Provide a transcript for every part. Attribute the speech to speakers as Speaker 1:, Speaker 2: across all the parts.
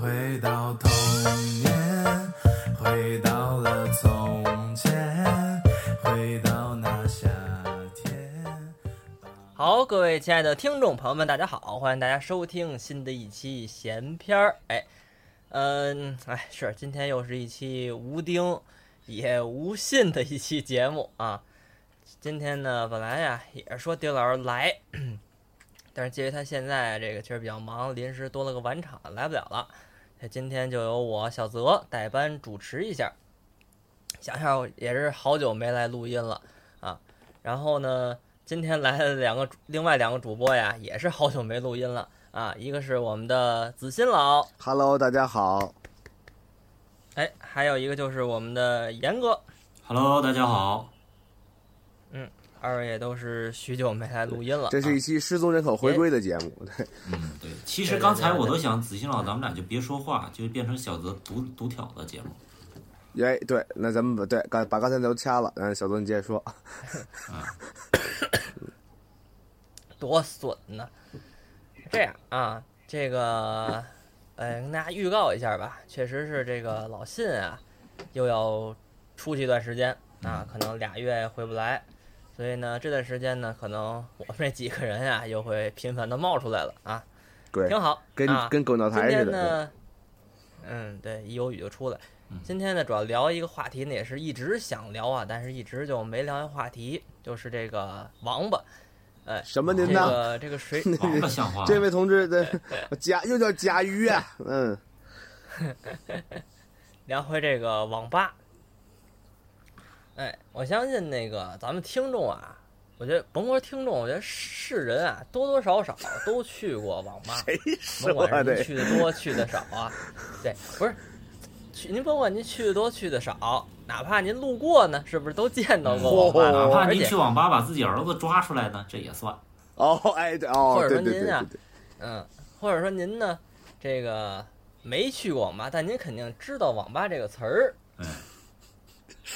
Speaker 1: 回到童年，回到了从前，回到那夏天。
Speaker 2: 好，各位亲爱的听众朋友们，大家好，欢迎大家收听新的一期闲篇儿。哎，嗯，哎，是今天又是一期无钉也无信的一期节目啊。今天呢，本来呀也是说丁老师来，但是鉴于他现在这个确实比较忙，临时多了个晚场，来不了了。那今天就由我小泽代班主持一下。想想也是好久没来录音了啊，然后呢，今天来的两个主 另外两个主播呀，也是好久没录音了啊，一个是我们的子欣老，
Speaker 3: Hello，大家好。
Speaker 2: 哎，还有一个就是我们的严哥，
Speaker 4: Hello，大家好。
Speaker 2: 二位也都是许久没来录音了啊。
Speaker 3: 这是一期失踪人口回归的节目，
Speaker 2: 哎
Speaker 4: 嗯，对，其实刚才我都想，子欣老咱们俩就别说话，就变成小泽独独挑的节目。
Speaker 3: 哎，对，那咱们把对刚把刚才都掐了，嗯，小东你接着说，
Speaker 2: 多损呢。这样啊，这个，呃，跟大家预告一下吧，确实是这个老信啊，又要出去一段时间
Speaker 3: 嗯
Speaker 2: 啊，可能俩月回不来，所以呢，这段时间呢，可能我们这几个人呀、又会频繁的冒出来了啊，
Speaker 3: 对，
Speaker 2: 挺好，
Speaker 3: 跟、
Speaker 2: 啊、
Speaker 3: 跟狗闹
Speaker 2: 今
Speaker 3: 台似
Speaker 2: 天
Speaker 3: 的，
Speaker 2: 呢，嗯，对，一有雨就出来
Speaker 4: 嗯。
Speaker 2: 今天呢，主要聊一个话题呢，也是一直想聊啊，但是一直就没聊一话题，就是这个王八，
Speaker 3: 对什么您
Speaker 2: 这
Speaker 3: 呢？
Speaker 2: 个这个 水
Speaker 4: 王八像话吗，
Speaker 3: 这位 同志的甲又叫甲鱼啊，嗯，
Speaker 2: 聊回这个网吧。哎，我相信那个咱们听众啊，我觉得甭说听众，我觉得是人啊，多多少少都去过网 吧，甭
Speaker 3: 说啊
Speaker 2: 管是
Speaker 3: 的
Speaker 2: 您去的多去的少啊， 对，不是，去您甭管您去的多去的少，哪怕您路过呢，是不是都见到
Speaker 3: 哦
Speaker 2: 过网吧？
Speaker 4: 哪怕
Speaker 2: 而
Speaker 4: 您
Speaker 2: 且
Speaker 4: 去网吧把自己儿子抓出来呢，这也算。
Speaker 3: 哦，哎，对，哦，
Speaker 2: 或者
Speaker 3: 对
Speaker 2: 说
Speaker 3: 对对
Speaker 2: 您啊
Speaker 3: 对对，
Speaker 2: 嗯，或者说您呢，这个没去过网吧，但您肯定知道网吧这个词儿，
Speaker 4: 嗯，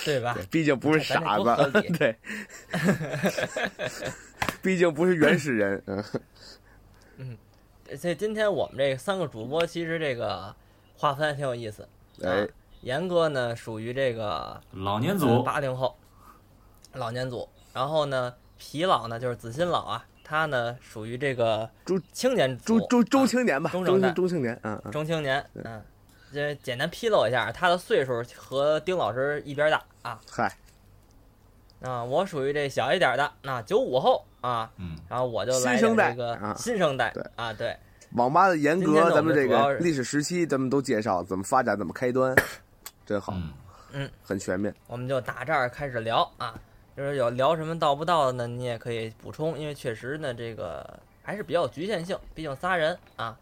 Speaker 2: 对吧？
Speaker 3: 哎对毕竟不是
Speaker 2: 咱
Speaker 3: 傻
Speaker 2: 这多合
Speaker 3: 子
Speaker 2: 理，
Speaker 3: 对，毕竟不是原始人，嗯，
Speaker 2: 所以今天我们这三个主播，其实这个划分还挺有意思。
Speaker 3: 哎，
Speaker 2: 严哥呢属于这个呃
Speaker 4: 老年
Speaker 3: 呃
Speaker 4: 组
Speaker 2: 八零后老年组，然后呢皮老呢就是子欣老啊，他呢属于这个
Speaker 3: 中
Speaker 2: 青年组
Speaker 3: 中中中青年吧，
Speaker 2: 啊中
Speaker 3: 中
Speaker 2: 生代
Speaker 3: 中青年，嗯嗯，
Speaker 2: 中青年，嗯，这简单披露一下，他的岁数和丁老师一边大啊
Speaker 3: 嗨，
Speaker 2: 啊，我属于这小一点的，那九五后啊，
Speaker 4: 嗯，
Speaker 2: 然后我就
Speaker 3: 新
Speaker 2: 来点
Speaker 3: 生代
Speaker 2: 这个
Speaker 3: 啊
Speaker 2: 新生代
Speaker 3: 对
Speaker 2: 啊，对，
Speaker 3: 网吧的严
Speaker 2: 今天呢
Speaker 3: 格，咱们这
Speaker 2: 我们主要
Speaker 3: 个
Speaker 2: 是
Speaker 3: 历史时期，咱们都介绍怎么发展，怎么开端，真好，
Speaker 4: 嗯，
Speaker 3: 很全面。
Speaker 2: 我们就打这儿开始聊啊，就是有聊什么到不到的呢，你也可以补充，因为确实呢，这个还是比较有局限性，毕竟仨人啊。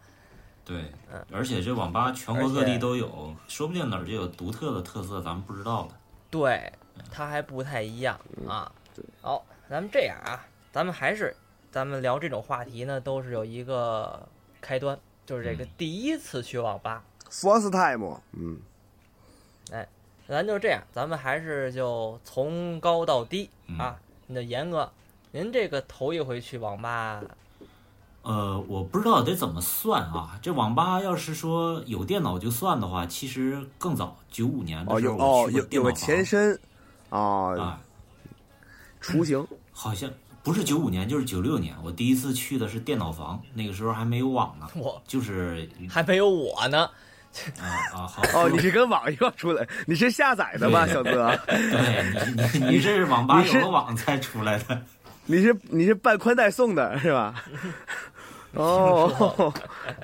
Speaker 4: 对
Speaker 2: 嗯，
Speaker 4: 而且这网吧全国各
Speaker 2: 而且
Speaker 4: 地都有，说不定哪儿就有独特的特色，咱们不知道的。
Speaker 2: 对，它还不太一样啊。
Speaker 3: 对
Speaker 2: 好，咱们这样啊，咱们还是咱们聊这种话题呢，都是有一个开端，就是这个
Speaker 4: 嗯
Speaker 2: 第一次去网吧。
Speaker 3: First time，嗯，
Speaker 2: 咱就这样，咱们还是就从高到低
Speaker 4: 嗯
Speaker 2: 啊。你的严哥，您这个头一回去网吧，
Speaker 4: 呃，我不知道得怎么算啊。这网吧要是说有电脑就算的话，其实更早，九五年的
Speaker 3: 哦
Speaker 4: 时
Speaker 3: 有
Speaker 4: 候
Speaker 3: 哦
Speaker 4: 我去
Speaker 3: 有
Speaker 4: 过
Speaker 3: 有
Speaker 4: 电脑
Speaker 3: 个
Speaker 4: 房
Speaker 3: 前身，哦，
Speaker 4: 啊，
Speaker 3: 雏 形，
Speaker 4: 好像不是九五年就是九六年，我第一次去的是电脑房，那个时候还没有网呢，
Speaker 2: 我
Speaker 4: 就是
Speaker 2: 还没有我呢。
Speaker 4: 啊啊好
Speaker 3: 哦，你是跟网约出来，你是下载的吧，小啊哥？
Speaker 4: 对你你你这是网吧
Speaker 3: 你是
Speaker 4: 有了网才出来的，
Speaker 3: 你是你是办宽带送的是吧？哦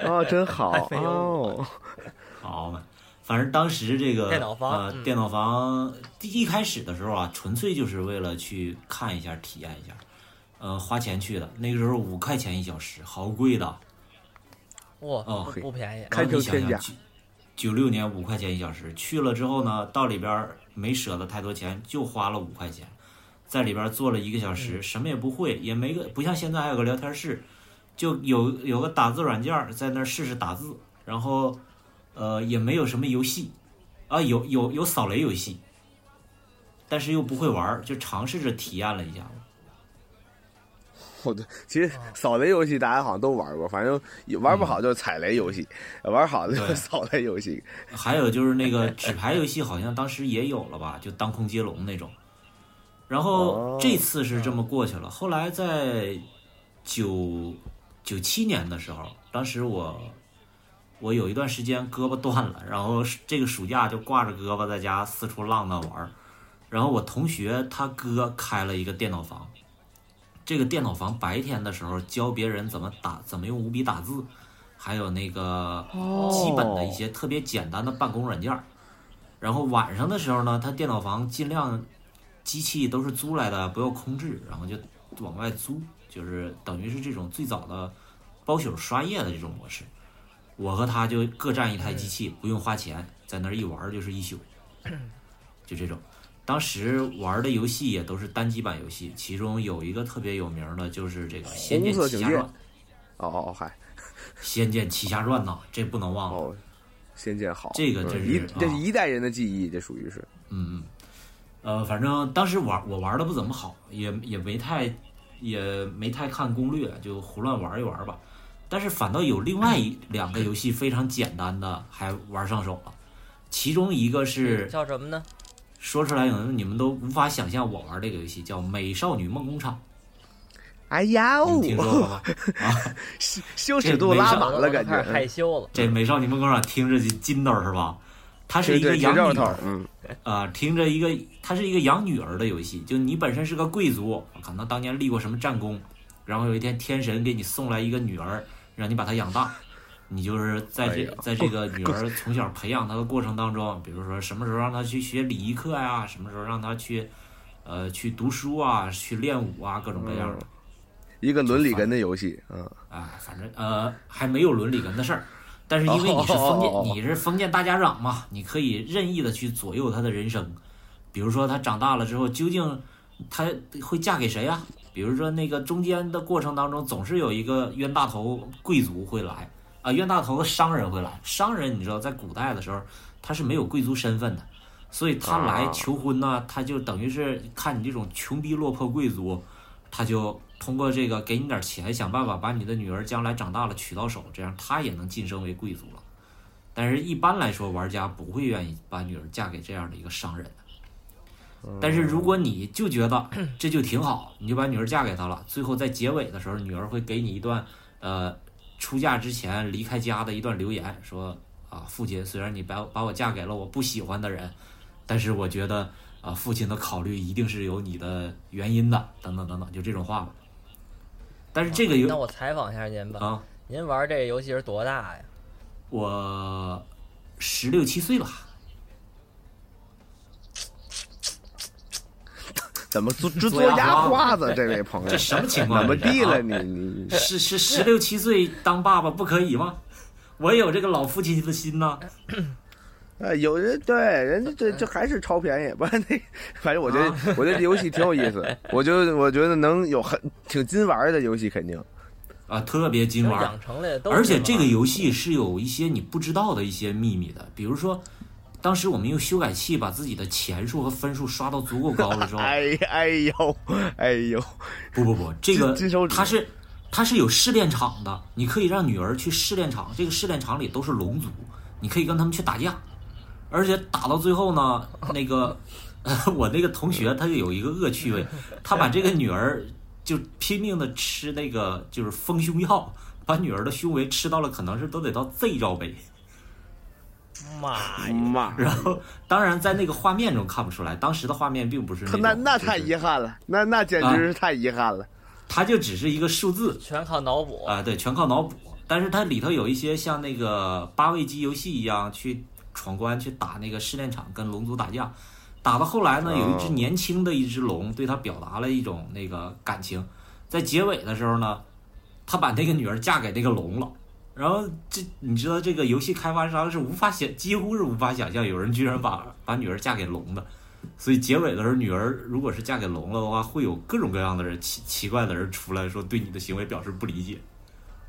Speaker 3: 哦，真好
Speaker 2: 没有
Speaker 3: 哦，
Speaker 4: 好嘛。反正当时这个
Speaker 2: 电脑房
Speaker 4: 呃，
Speaker 2: 嗯
Speaker 4: 电脑房第一开始的时候啊，纯粹就是为了去看一下、体验一下，呃，花钱去的。那个时候五块钱一小时，好贵的。
Speaker 2: 哇，
Speaker 4: 哦
Speaker 2: 不不便宜。
Speaker 3: 堪称天价。
Speaker 4: 九六年五块钱一小时，去了之后呢，到里边儿没舍得太多钱，就花了五块钱，在里边儿坐了一个小时，什么也不会，也没个不像现在还有个聊天室，就有有个打字软件儿在那儿试试打字，然后呃也没有什么游戏，啊有有有扫雷游戏，但是又不会玩儿，就尝试着体验了一下。
Speaker 3: 哦，对，其实扫雷游戏大家好像都玩过，反正玩不好就是踩雷游戏，玩好的就是
Speaker 4: 嗯对
Speaker 3: 扫雷游戏。
Speaker 4: 还有就是那个纸牌游戏，好像当时也有了吧，就当空接龙那种。然后
Speaker 3: 哦
Speaker 4: 这次是这么过去了。后来在九九七年的时候，当时我我有一段时间胳膊断了，然后是这个暑假就挂着胳膊在家四处浪荡玩儿。然后我同学他哥开了一个电脑房，这个电脑房白天的时候教别人怎么打，怎么用五笔打字，还有那个基本的一些特别简单的办公软件儿。然后晚上的时候呢，他电脑房尽量机器都是租来的，不要空置，然后就往外租，就是等于是这种最早的包宿刷夜的这种模式。我和他就各占一台机器，不用花钱，在那儿一玩儿就是一宿，就这种。当时玩的游戏也都是单机版游戏，其中有一个特别有名的，就是这个《仙剑
Speaker 3: 红色
Speaker 4: 奇
Speaker 3: 警
Speaker 4: 侠
Speaker 3: 戒
Speaker 4: 传》。《
Speaker 3: 哦哦哦，嗨，
Speaker 4: 仙剑奇侠传》呐，这不能忘了。
Speaker 3: 哦，仙剑好，
Speaker 4: 这个
Speaker 3: 嗯
Speaker 4: 真是
Speaker 3: 一
Speaker 4: 啊
Speaker 3: 这是一代人的记忆，这属于是。
Speaker 4: 嗯，嗯，呃，反正当时玩我玩的不怎么好，也也没太也没太看攻略，就胡乱玩一玩吧。但是反倒有另外一两个游戏非常简单的还玩上手了，其中一个
Speaker 3: 嗯
Speaker 4: 是
Speaker 2: 叫什么呢？
Speaker 4: 说出来可能你们都无法想象我玩这个游戏，叫《美少女梦工厂
Speaker 3: 哎呀》，哦
Speaker 4: 你们，嗯听说 过吗？啊，
Speaker 3: 羞耻度拉满
Speaker 2: 我
Speaker 3: 了，
Speaker 2: 都
Speaker 3: 感
Speaker 2: 开始害
Speaker 3: 觉。
Speaker 2: 羞了。
Speaker 4: 嗯这《美少女梦工厂》听着就筋道是吧？它
Speaker 3: 对
Speaker 4: 是一个
Speaker 3: 对，这
Speaker 4: 洋
Speaker 3: 绕
Speaker 4: 女
Speaker 3: 头，嗯，
Speaker 4: 啊，听着一个，它是一个养女儿的游戏，就你本身是个贵族，可能当年立过什么战功，然后有一天天神给你送来一个女儿，让你把她养大，你就是在这
Speaker 3: 哎呀
Speaker 4: 在 这个女儿从小培养她的过程当中，比如说什么时候让她去学礼仪课呀、什么时候让她去呃去读书啊，去练武啊，各种各样的。
Speaker 3: 一个伦理根的游戏，嗯，
Speaker 4: 啊，反正呃还没有伦理根的事儿，但是因为你是封建，
Speaker 3: 哦
Speaker 4: 你是封建大家长嘛，你可以任意的去左右他的人生。比如说他长大了之后，究竟他会嫁给谁呀、啊比如说那个中间的过程当中，总是有一个冤大头贵族会来啊、冤大头的商人会来。商人你知道，在古代的时候他是没有贵族身份的，所以他来
Speaker 3: 啊
Speaker 4: 求婚呢，他就等于是看你这种穷逼落魄贵族，他就通过这个给你点钱，想办法把你的女儿将来长大了娶到手，这样他也能晋升为贵族了。但是，一般来说，玩家不会愿意把女儿嫁给这样的一个商人的。但是，如果你就觉得这就挺好，你就把女儿嫁给他了，最后在结尾的时候，女儿会给你一段呃出嫁之前离开家的一段留言，说啊，父亲，虽然你把把我嫁给了我不喜欢的人，但是我觉得啊，父亲的考虑一定是有你的原因的，等等等等，就这种话吧。但是这个
Speaker 2: 哎那
Speaker 4: 游
Speaker 2: 我采访一下您吧，
Speaker 4: 啊，
Speaker 2: 您玩这游戏是多大呀？
Speaker 4: 我十六七岁了。
Speaker 3: 怎么 做做
Speaker 4: 做
Speaker 3: 做
Speaker 4: 鸭
Speaker 3: 鸭
Speaker 4: 花
Speaker 3: 花子？这位朋友
Speaker 4: 这，什么情况？
Speaker 3: 哎
Speaker 4: 啊
Speaker 3: 怎么地
Speaker 4: 这
Speaker 3: 了
Speaker 4: 是
Speaker 3: 你？你
Speaker 4: 啊？是是十六七岁当爸爸不可以吗？ 我也有这个老父亲的心呐、
Speaker 3: 啊，有人对人家这这还是超便宜，不然那反正我觉得、
Speaker 4: 啊
Speaker 3: 我觉得这游戏挺有意思，我觉得我觉得能有很挺金玩的游戏肯定。
Speaker 4: 啊，特别金
Speaker 2: 就是
Speaker 4: 玩。
Speaker 2: 养成类的都是
Speaker 4: 而且
Speaker 2: 吗
Speaker 4: 这个游戏是有一些你不知道的一些秘密的，比如说，当时我们用修改器把自己的钱数和分数刷到足够高了之后，
Speaker 3: 哎哎呦哎呦，
Speaker 4: 不不不，这个
Speaker 3: 金手指
Speaker 4: 它是它是有试炼场的，你可以让女儿去试炼场，这个试炼场里都是龙族，你可以跟他们去打架，而且打到最后呢，那个 我那个同学他就有一个恶趣味，他把这个女儿就拼命的吃那个就是丰胸药，把女儿的胸围吃到了，可能是都得到 Z 罩杯。哎
Speaker 2: 妈呀，
Speaker 3: 妈！
Speaker 4: 然后，当然在那个画面中看不出来，当时的画面并不是那种
Speaker 3: 那那太
Speaker 4: 就是
Speaker 3: 遗
Speaker 4: 啊
Speaker 3: 憾了，那那简直是太遗憾了。
Speaker 4: 它就只是一个数字，
Speaker 2: 全靠脑补。
Speaker 4: 啊、对，全靠脑补。但是它里头有一些像那个八位机游戏一样，去闯关、去打那个试炼场，跟龙族打架。打到后来呢，有一只
Speaker 3: 哦
Speaker 4: 年轻的一只龙对他表达了一种那个感情，在结尾的时候呢，他把那个女儿嫁给那个龙了。然后这你知道，这个游戏开发商是无法想，几乎是无法想象有人居然把把女儿嫁给龙的。所以结尾的时候，女儿如果是嫁给龙了的话，会有各种各样的人奇奇怪的人出来说对你的行为表示不理解。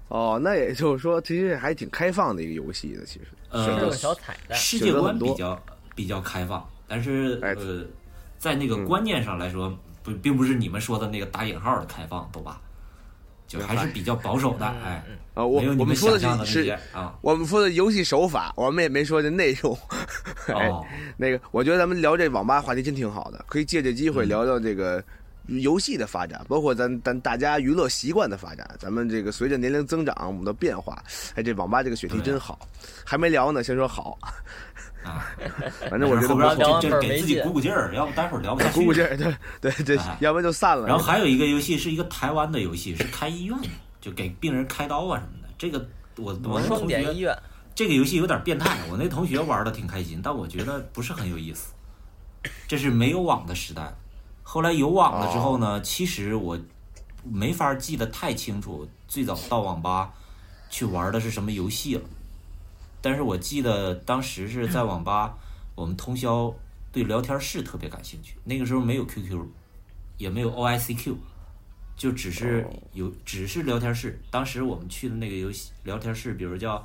Speaker 3: 哦，那也就是说，其实还挺开放的一个游戏的，其实。
Speaker 2: 是
Speaker 4: 呃
Speaker 2: 个，小彩蛋，
Speaker 4: 世界观比较比较开放，但是
Speaker 3: 哎
Speaker 4: 呃，在那个观念上来说，不并不是你们说的那个打引号的开放，懂吧？就还是比较保守
Speaker 2: 嗯
Speaker 4: 的，哎，
Speaker 3: 啊，我
Speaker 4: 没有你
Speaker 3: 我们说
Speaker 4: 想
Speaker 3: 的
Speaker 4: 象的那
Speaker 3: 是
Speaker 4: 些
Speaker 3: 是，
Speaker 4: 啊。
Speaker 3: 我们说的游戏手法，我们也没说这内容。 哎
Speaker 4: 哦，
Speaker 3: 那个，我觉得咱们聊这网吧话题真挺好的，可以借这机
Speaker 4: 嗯
Speaker 3: 会聊聊这个游戏的发展，包括咱咱大家娱乐习惯的发展。咱们这个随着年龄增长，我们的变化，哎，这网吧这个选题真好，还没聊呢，先说好。
Speaker 4: 啊，
Speaker 3: 反正我觉得
Speaker 4: 后
Speaker 3: 不
Speaker 4: 边
Speaker 3: 好
Speaker 2: 后，聊完本
Speaker 4: 这这
Speaker 2: 儿
Speaker 4: 给
Speaker 2: 没
Speaker 4: 自己
Speaker 2: 劲
Speaker 4: 鼓鼓劲儿，要不待会儿聊不下 去。
Speaker 3: 鼓鼓劲儿，对对对
Speaker 4: 哎，
Speaker 3: 要不然就散了。
Speaker 4: 然后还有一个游戏是一个台湾的游戏，是开医院的，就给病人开刀啊什么的。这个我我那
Speaker 2: 双
Speaker 4: 同
Speaker 2: 点医
Speaker 4: 学
Speaker 2: 院，
Speaker 4: 这个游戏有点变态，我那同学玩的挺开心，但我觉得不是很有意思。这是没有网的时代，后来有网了之后呢，其实我没法记得太清楚，最早到网吧去玩的是什么游戏了。但是我记得当时是在网吧，我们通宵对聊天室特别感兴趣。那个时候没有 QQ，也没有 OICQ，就只
Speaker 3: 哦
Speaker 4: 是有只是聊天室。当时我们去的那个游戏聊天室，比如叫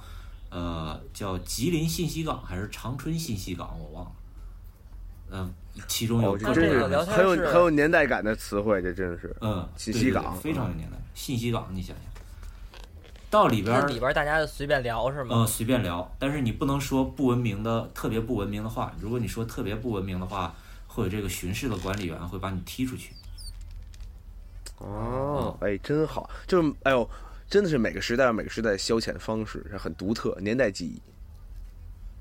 Speaker 4: 呃叫吉林信息港还是长春信息港，我忘了。嗯、其中有
Speaker 3: 哦，
Speaker 4: 各
Speaker 3: 这真
Speaker 4: 种各
Speaker 3: 是
Speaker 4: 样的
Speaker 3: 很有很有年代感的词汇，这真是。
Speaker 4: 嗯，
Speaker 3: 信
Speaker 4: 对
Speaker 3: 息
Speaker 4: 对对
Speaker 3: 港嗯
Speaker 4: 非常有年代，信息港，你想想，到里边
Speaker 2: 那
Speaker 4: 儿
Speaker 2: 里边大家就随便聊是吗？
Speaker 4: 呃随便聊，但是你不能说不文明的特别不文明的话，如果你说特别不文明的话，会有这个巡视的管理员会把你踢出去。
Speaker 3: 哦，
Speaker 4: 嗯
Speaker 3: 哎，真好，就是哎呦，真的是每个时代有每个时代的消遣方式，是很独特，年代记忆。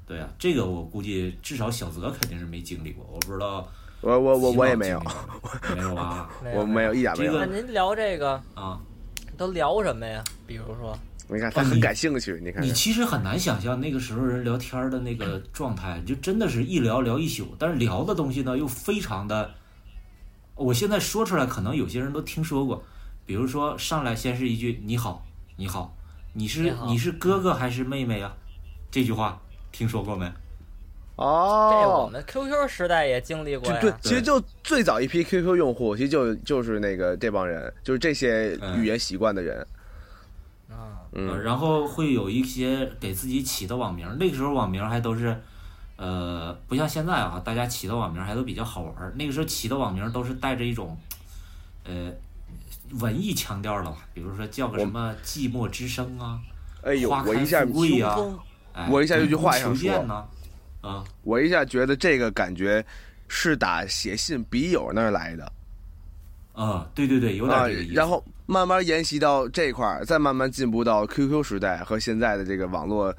Speaker 4: 对啊，这个我估计至少小泽肯定是没经历过，我不知道
Speaker 3: 我我我
Speaker 4: 西
Speaker 3: 我也
Speaker 4: 帽
Speaker 3: 没有
Speaker 4: 经，历过嗯没有，没有吧？
Speaker 3: 我没有，一点没有
Speaker 4: 这个。
Speaker 2: 那您聊这个
Speaker 4: 啊，
Speaker 2: 都聊什么呀？比如说，
Speaker 3: 你看他很感兴趣，你看
Speaker 4: 哦你
Speaker 3: 看
Speaker 4: 其实很难想象那个时候人聊天儿的 那个状态，就真的是一聊聊一宿，但是聊的东西呢又非常的，我现在说出来可能有些人都听说过，比如说上来先是一句你好，你好，你
Speaker 2: 你
Speaker 4: 是
Speaker 2: 好
Speaker 4: 你是哥哥还是妹妹啊？这句话听说过没？
Speaker 2: 这我
Speaker 3: 哦，
Speaker 2: 们 QQ 时代也经历过
Speaker 3: 就
Speaker 2: 呀。
Speaker 4: 啊
Speaker 3: 对，其实就最早一批 QQ 用户，其实就就是那个这帮人，就是这些语言习惯的人。
Speaker 2: 嗯，
Speaker 4: 呃
Speaker 3: 嗯，
Speaker 4: 然后会有一些给自己起的网名儿，那个时候网名儿还都是，呃，不像现在啊，大家起的网名儿还都比较好玩儿。那个时候起的网名儿都是带着一种，呃，文艺腔调儿的吧，比如说叫个什么“寂寞之声”啊，
Speaker 3: 哎呦，
Speaker 4: 花
Speaker 3: 我
Speaker 4: 开
Speaker 3: 一下
Speaker 4: 富贵呀、
Speaker 2: 雄风
Speaker 4: 哎，
Speaker 3: 我一下就去画一上
Speaker 4: 求
Speaker 3: 说
Speaker 4: 见呢，啊，
Speaker 3: 我一下觉得这个感觉是打写信笔友那儿来的
Speaker 4: 啊，对对对，有点
Speaker 3: 啊
Speaker 4: 这个意，思。
Speaker 3: 然后慢慢沿袭到这块儿，再慢慢进步到 QQ 时代和现在的这个网络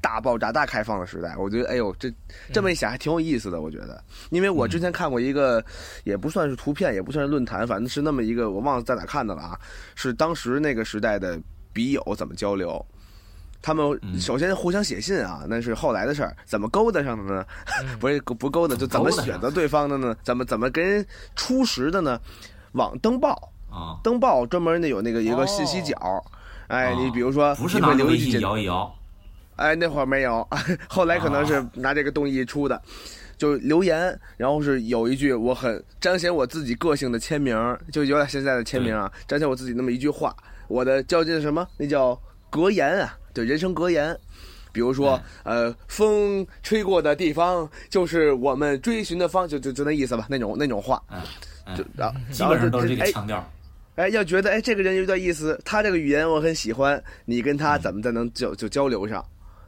Speaker 3: 大爆炸、大开放的时代。我觉得，哎呦，这这么一想还挺有意思的。我觉得，因为我之
Speaker 4: 嗯
Speaker 3: 前看过一个，也不算是图片，也不算是论坛，反正是那么一个，我忘了在哪看的了啊，是当时那个时代的笔友怎么交流。他们
Speaker 4: 嗯
Speaker 3: 首先互相写信啊，那是后来的事儿。怎么勾搭上的呢？ 不是不勾搭，就怎么
Speaker 4: 嗯勾搭上
Speaker 3: 选择对方的呢？怎么怎么跟人初识的呢？网登报，
Speaker 4: 啊，
Speaker 3: 登报专门的有那个一
Speaker 2: 哦
Speaker 3: 个信息角，哎，
Speaker 4: 啊
Speaker 3: 你比如说
Speaker 4: 不是
Speaker 3: 你
Speaker 4: 拿
Speaker 3: 会
Speaker 4: 着
Speaker 3: 留
Speaker 4: 微
Speaker 3: 意
Speaker 4: 信
Speaker 3: 这，
Speaker 4: 摇一摇，
Speaker 3: 哎，那会儿没有， 后来可能是
Speaker 4: 啊
Speaker 3: 拿这个东西出的，就留言，然后是有一句我很彰显我自己个性的签名，就有点现在的签名啊，彰显我自己那么一句话，我的较劲什么？那叫格言啊，对，人生格言。比如说，
Speaker 4: 哎
Speaker 3: 呃，风吹过的地方就是我们追寻的方，就就就那意思吧，那种那种话，
Speaker 4: 哎哎
Speaker 3: 就，然后
Speaker 4: 基
Speaker 3: 然后
Speaker 4: 本上都是这
Speaker 3: 哎
Speaker 4: 个腔调儿。
Speaker 3: 哎，要觉得哎这个人有点意思，他这个语言我很喜欢，你跟他怎么才能就就交流上？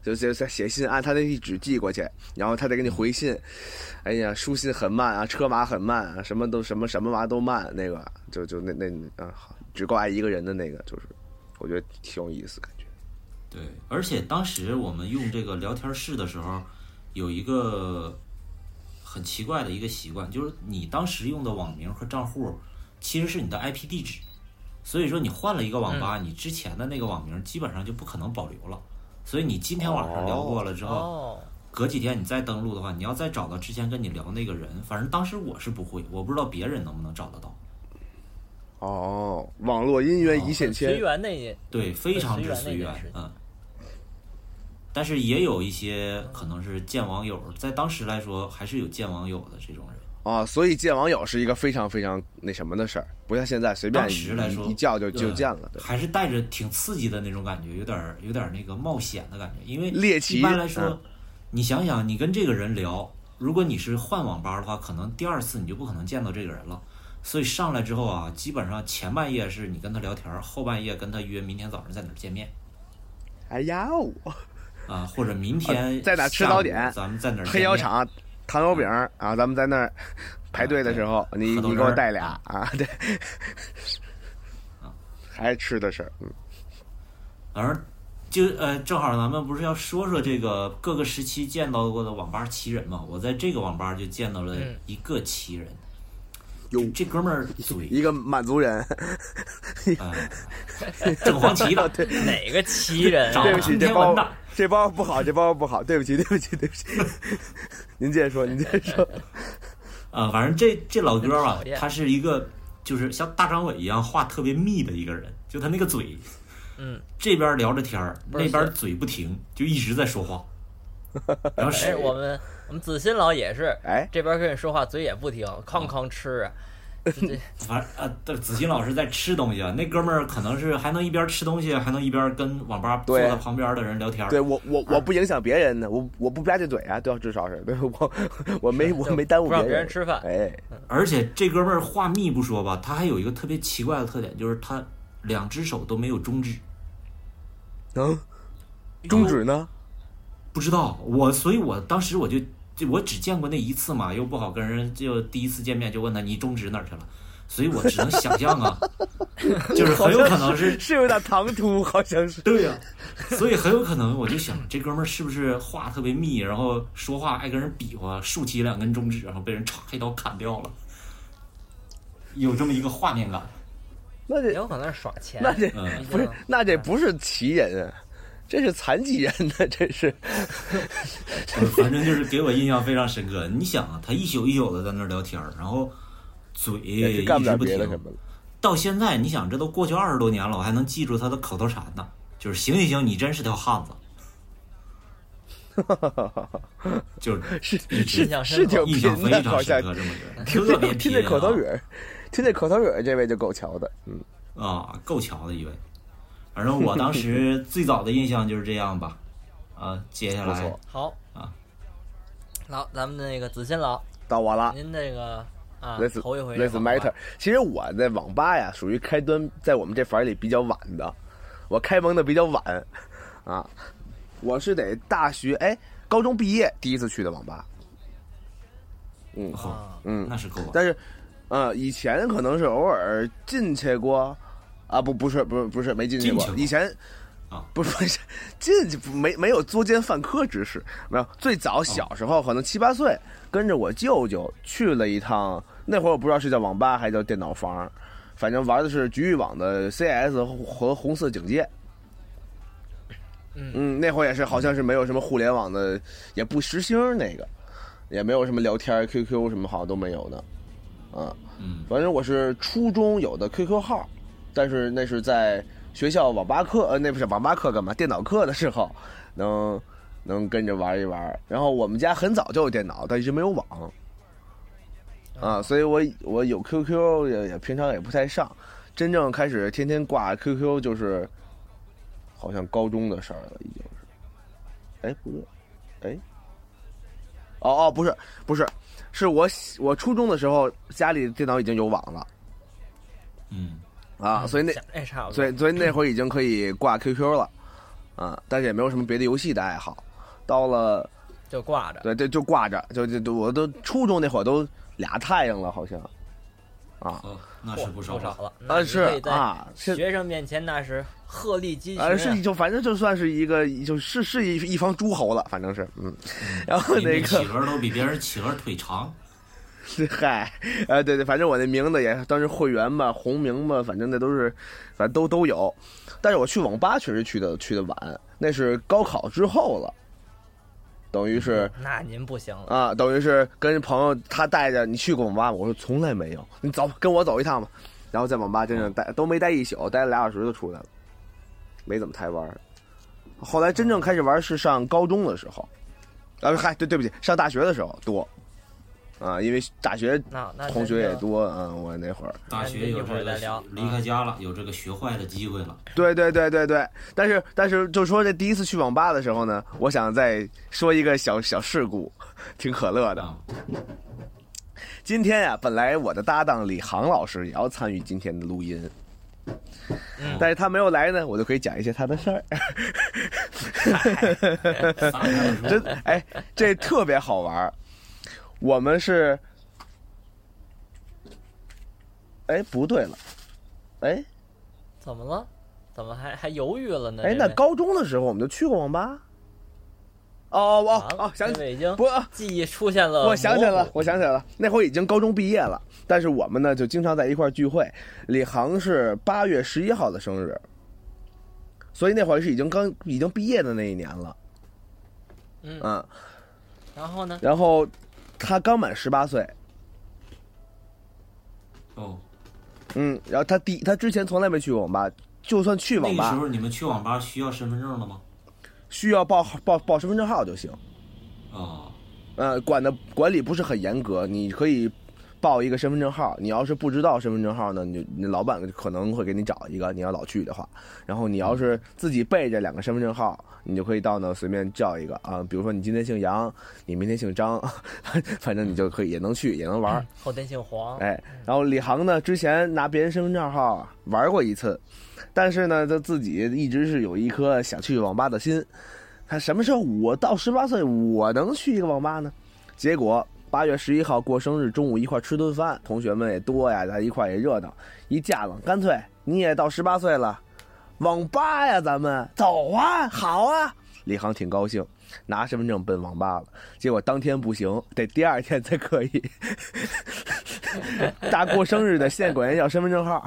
Speaker 3: 就就在写信，按他的地址寄过去，然后他再给你回信。哎呀，书信很慢啊，车马很慢啊，什么都什么什么嘛都慢，那个就就那那啊，好只够爱一个人的那个，就是我觉得挺有意思，感觉。
Speaker 4: 对，而且当时我们用这个聊天室的时候，有一个很奇怪的一个习惯，就是你当时用的网名和账户其实是你的 IP 地址，所以说你换了一个网吧，你之前的那个网名基本上就不可能保留了。所以你今天晚上聊过了之后，
Speaker 2: 哦，
Speaker 4: 隔几天你再登录的话，你要再找到之前跟你聊那个人，反正当时我是不会，我不知道别人能不能找得到。
Speaker 3: 哦，网络姻缘一线
Speaker 2: 随
Speaker 3: 牵。
Speaker 2: 缘那也
Speaker 4: 对，非常之
Speaker 2: 嗯随
Speaker 4: 随缘
Speaker 2: 缘那件事，
Speaker 4: 嗯。但是也有一些可能是见网友，在当时来说还是有见网友的这种人。
Speaker 3: 啊，所以见网友是一个非常非常那什么的事儿，不像现在随便
Speaker 4: 当时来说
Speaker 3: 一一叫就就
Speaker 4: 对
Speaker 3: 见了，对
Speaker 4: 还是带着挺刺激的那种感觉，有点儿有点儿那个冒险的感觉。因为
Speaker 3: 猎奇
Speaker 4: 一般来说
Speaker 3: 嗯，
Speaker 4: 你想想，你跟这个人聊，如果你是换网吧的话，可能第二次你就不可能见到这个人了。所以上来之后啊，基本上前半夜是你跟他聊天儿，后半夜跟他约明天早上在哪儿见面
Speaker 3: 哎呀哦，
Speaker 4: 啊，或者明天、
Speaker 3: 在哪儿呃吃早点
Speaker 4: 咱们在哪儿见面
Speaker 3: 黑窑厂糖油饼儿啊，咱们在那儿排队的时候，你
Speaker 4: 喝豆
Speaker 3: 你
Speaker 4: 汁
Speaker 3: 给我
Speaker 4: 儿
Speaker 3: 带俩啊，对，还是吃的事儿，嗯
Speaker 4: 而就呃，正好咱们不是要说说这个各个时期见到过的网吧奇人嘛？我在这个网吧就见到了
Speaker 2: 嗯
Speaker 4: 一个奇人，
Speaker 3: 哟
Speaker 4: 就这哥们儿嘴
Speaker 3: 一个满族人，
Speaker 4: 啊，正黄旗 的，
Speaker 2: 哪个奇 人
Speaker 4: 长
Speaker 3: 对
Speaker 4: 得
Speaker 2: 啊？
Speaker 3: 不起，
Speaker 4: 冲
Speaker 3: 这
Speaker 4: 天文
Speaker 3: 包
Speaker 4: 的，
Speaker 3: 这包不好，这包不好，对不起，对不起，对不起。您接着说，您接着说。
Speaker 4: 啊，反正这这老哥吧
Speaker 2: 很讨厌，
Speaker 4: 他是一个就是像大张伟一样话特别密的一个人，就他那个嘴，
Speaker 2: 嗯，
Speaker 4: 这边聊着天儿，
Speaker 2: 不是
Speaker 4: 那边嘴不停，就一直在 说话，然
Speaker 2: 哎，
Speaker 4: 后是
Speaker 2: 我们我们子欣老也是，
Speaker 3: 哎，
Speaker 2: 这边跟你说话嘴也不停，
Speaker 3: 嗯
Speaker 2: 哐哐吃啊，这
Speaker 4: 反正啊，对，子欣老师在吃东西啊，那哥们儿可能是还能一边吃东西，还能一边跟网吧坐
Speaker 3: 对
Speaker 4: 在旁边的人聊天儿。
Speaker 3: 对我我我不影响别人呢，我我不吧唧嘴啊，对吧？至少是对我我没我没耽误
Speaker 2: 不让别
Speaker 3: 人
Speaker 2: 人吃饭。
Speaker 3: 哎，
Speaker 4: 而且这哥们儿话密不说吧，他还有一个特别奇怪的特点，就是他两只手都没有中指。
Speaker 3: 能、中指呢？
Speaker 4: 不知道我，所以我当时我就就我只见过那一次嘛，又不好跟人就第一次见面就问他你中指哪儿去了，所以我只能想象啊，就是很有可能是
Speaker 3: 是有点唐突，好像是。
Speaker 4: 对呀、 所以很有可能我就想，这哥们儿是不是话特别密，然后说话爱跟人比划，竖起两根中指，然后被人歘一刀砍掉了，有这么一个画面感。
Speaker 3: 那
Speaker 2: 也
Speaker 3: 这
Speaker 2: 有可能是耍钱，
Speaker 3: 那这
Speaker 4: 嗯
Speaker 2: 毕
Speaker 3: 不是
Speaker 2: 竟
Speaker 3: 那这不是奇人啊，这是残疾人呢，这是。
Speaker 4: 反正就是给我印象非常深刻。你想啊，他一宿一宿的在那儿聊天儿，然后嘴
Speaker 3: 也
Speaker 4: 一
Speaker 3: 是干不
Speaker 4: 直
Speaker 3: 了
Speaker 4: 不
Speaker 3: 别的什
Speaker 4: 停。
Speaker 3: 么了。
Speaker 4: 到现在，你想这都过去二十多年了，我还能记住他的口头禅呢，就是行行行，你真是条汉子。 就是
Speaker 3: 是
Speaker 4: 一直
Speaker 3: 是
Speaker 2: 印象深
Speaker 3: 是
Speaker 2: 刻
Speaker 3: 挺
Speaker 4: 印象
Speaker 3: 贫的
Speaker 4: 非，
Speaker 3: 好
Speaker 4: 常
Speaker 3: 像
Speaker 4: 深刻，这么一个人，
Speaker 3: 听
Speaker 4: 特别
Speaker 3: 这
Speaker 4: 贫
Speaker 3: 听
Speaker 4: 啊
Speaker 3: 这口头语儿，听这口头语儿，这位就够瞧的。嗯，
Speaker 4: 啊，够瞧的一位。反正我当时最早的印象就是这样吧。啊，接下
Speaker 3: 不
Speaker 4: 来
Speaker 3: 错，
Speaker 2: 好
Speaker 4: 啊。
Speaker 2: 好，咱们那个子欣老，
Speaker 3: 到我了。
Speaker 2: 您那个啊
Speaker 3: Let's，
Speaker 2: 头一回
Speaker 3: Let's
Speaker 2: 这网吧
Speaker 3: matter。其实我在网吧呀，属于开端，在我们这房里比较晚的，我开蒙的比较晚啊。我是得大学哎，高中毕业第一次去的网吧，
Speaker 2: 啊
Speaker 4: 哦，
Speaker 3: 嗯，
Speaker 4: 那是够了。
Speaker 3: 但是，呃，以前可能是偶尔进去过，啊，不，不是，不是，不是，没进去过
Speaker 4: 进去。过
Speaker 3: 以前，
Speaker 4: 啊，
Speaker 3: 不不是 进去不没没有作奸犯科之事，没有。最早小时候可能七八岁，跟着我舅舅去了一趟，那会儿我不知道是叫网吧还是叫电脑房，反正玩的是局域网的 CS 和和红色警戒。
Speaker 2: 嗯
Speaker 3: 嗯，那会儿也是，好像是没有什么互联网的，也不实兴儿那个，也没有什么聊天儿 QQ 什么好像都没有的，啊，
Speaker 4: 嗯，
Speaker 3: 反正我是初中有的 QQ 号，但是那是在学校网吧课，呃，那不是网吧课干嘛？电脑课的时候能能跟着玩一玩。然后我们家很早就有电脑，但一直没有网，啊，所以我我有 QQ 也也平常也不太上，真正开始天天挂 QQ 就是好像高中的事儿了，已经是，哎，不对，哎，哦哦，不是不是，是我喜我初中的时候家里电脑已经有网了
Speaker 4: 嗯，
Speaker 3: 啊，所以那
Speaker 2: 想哎差不多
Speaker 3: 所，以所以那会儿已经可以挂 QQ 了，啊，但是也没有什么别的游戏的爱好。到了
Speaker 2: 就挂着。
Speaker 3: 对对就挂着，就就就我都初中那会儿都俩太阳了，好像
Speaker 4: 哦，那是不
Speaker 2: 不
Speaker 4: 少
Speaker 2: 少
Speaker 4: 了。
Speaker 2: 了
Speaker 3: 啊
Speaker 2: 那你
Speaker 3: 是
Speaker 2: 可以在
Speaker 3: 啊是
Speaker 2: 学生面前那是鹤立鸡群啊，
Speaker 3: 呃是就反正就算是一个就是是一一方诸侯了，反正是嗯，然 后
Speaker 4: 你
Speaker 3: 那
Speaker 4: 那企
Speaker 3: 个
Speaker 4: 鹅都比别人企鹅腿长。
Speaker 3: 嗨，呃对对，反正我那名字也当时会员吧、红名吧，反正那都是反正都都有，但是我去网吧确实去的去的晚，那是高考之后了，等于是。
Speaker 2: 那您不行了，
Speaker 3: 啊，等于是跟朋友他带着你去过网吧吗？我说从来没有，你走吧，跟我走一趟吧。然后在网吧真正待都没待一宿，待了俩小时就出来了，没怎么太玩儿。后来真正开始玩儿是上高中的时候，啊，嗨，对对不起，上大学的时候多，啊，因为大学
Speaker 2: 那那
Speaker 3: 同
Speaker 2: 真
Speaker 3: 学也
Speaker 2: 的
Speaker 3: 多啊、嗯我那会儿，
Speaker 4: 大学有
Speaker 2: 那一会
Speaker 4: 这
Speaker 2: 儿再聊
Speaker 4: 个离开家了，有这个学坏的机会了。
Speaker 3: 对对对对对，但是但是就说这第一次去网吧的时候呢，我想再说一个小小事故，挺可乐的。
Speaker 4: 啊，
Speaker 3: 今天呀、本来我的搭档李航老师也要参与今天的录音，但是他没有来呢，我就可以讲一些他的事儿。
Speaker 4: 撒开了
Speaker 3: 真
Speaker 4: 说，
Speaker 3: 哎，这特别好玩儿。我们是，哎，不对了，哎
Speaker 2: 怎么了？怎么还还犹豫了呢？
Speaker 3: 哎，
Speaker 2: 这
Speaker 3: 那
Speaker 2: 位
Speaker 3: 高中的时候我们就去过网吧。哦哦
Speaker 4: 啊
Speaker 3: 哦哦，想
Speaker 2: 这
Speaker 3: 起
Speaker 2: 位已经
Speaker 3: 不，啊
Speaker 2: 记忆出现
Speaker 4: 呃
Speaker 2: 了，
Speaker 3: 我想起来了，，我想起来了，那会儿已经高中毕业了，但是我们呢就经常在一块儿聚会。李航是八月十一号的生日，所以那会儿是已经刚已经毕业的那一年了。
Speaker 2: 嗯
Speaker 3: 嗯，
Speaker 2: 然后呢？
Speaker 3: 然后他刚满十八岁，
Speaker 4: 哦，
Speaker 3: 嗯，然后他第他之前从来没去过网吧，就算去
Speaker 4: 那
Speaker 3: 网
Speaker 4: 个时
Speaker 3: 吧
Speaker 4: 候你们去网吧需要身份证了吗？
Speaker 3: 需要报号报报身份证号就行，
Speaker 4: 哦，
Speaker 3: 呃，管的管理不是很严格，你可以报一个身份证号，你要是不知道身份证号呢，你就你老板可能会给你找一个，你要老去的话，然后你要是自己备着两个身份证号，你就可以到那随便叫一个啊，比如说你今天姓杨，你明天姓张， 反正你就可以也能去也能玩，
Speaker 2: 后天姓黄，
Speaker 3: 哎，然后李航呢，之前拿别人身份证号玩过一次，但是呢，他自己一直是有一颗想去网吧的心。他什么时候我到十八岁，我能去一个网吧呢？结果八月十一号过生日，中午一块儿吃顿饭，同学们也多呀，咱一块儿也热闹，一架了，干脆你也到十八岁了，网吧呀，咱们走啊，好啊。李航挺高兴，拿身份证奔网吧了。结果当天不行，得第二天才可以。大过生日的，现在管人要身份证 号，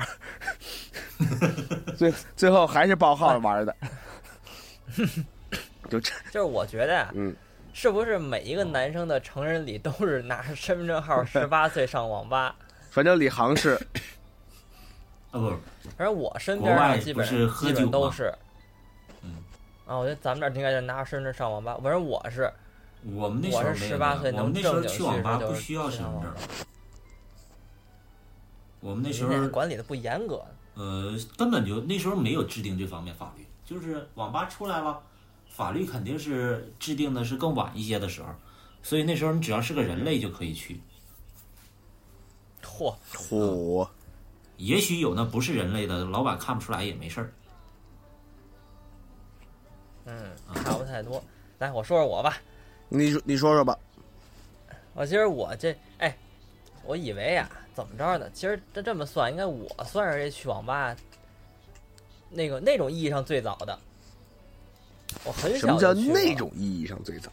Speaker 3: 最最后还是报号玩的，就这
Speaker 2: 就是我觉得呀，
Speaker 3: 嗯，
Speaker 2: 是不是每
Speaker 4: 嗯
Speaker 2: 一个男生的成人礼都是拿着身份证号十八岁上网吧？
Speaker 3: 反正李航是
Speaker 4: 啊不，
Speaker 2: 反正我身边
Speaker 4: 国
Speaker 2: 啊，
Speaker 4: 外
Speaker 2: 基
Speaker 4: 不
Speaker 2: 本
Speaker 4: 是喝
Speaker 2: 基
Speaker 4: 酒
Speaker 2: 本都
Speaker 4: 吗
Speaker 2: 是，
Speaker 4: 嗯，
Speaker 2: 啊，我觉得咱们这儿应该就拿着身份证上网吧，反正我是，
Speaker 4: 我们那时候
Speaker 2: 我是
Speaker 4: 没有
Speaker 2: 18岁
Speaker 4: 我们那时候去网吧
Speaker 2: 能正经去的时候
Speaker 4: 不需要身份证
Speaker 2: 就。
Speaker 4: 我们那时
Speaker 2: 人家
Speaker 4: 候
Speaker 2: 管理的不严格，
Speaker 4: 呃，根本就那时候没有制定这方面法律，就是网吧出来了，法律肯定是制定的是更晚一些的时候，所以那时候你只要是个人类就可以去。
Speaker 2: 嚯，
Speaker 4: 啊
Speaker 3: 虎，
Speaker 4: 也许有那不是人类的，老板看不出来也没事儿。
Speaker 2: 嗯，差不太多。来，我说说我吧，
Speaker 3: 你说你说说吧，
Speaker 2: 我其实我这哎，我以为呀、怎么着呢？其实这这么算，应该我算是这去网吧那个那种意义上最早的。我很
Speaker 3: 什
Speaker 2: 小
Speaker 3: 么叫
Speaker 2: 就去
Speaker 3: 那
Speaker 2: 了？
Speaker 3: 种意义上最早？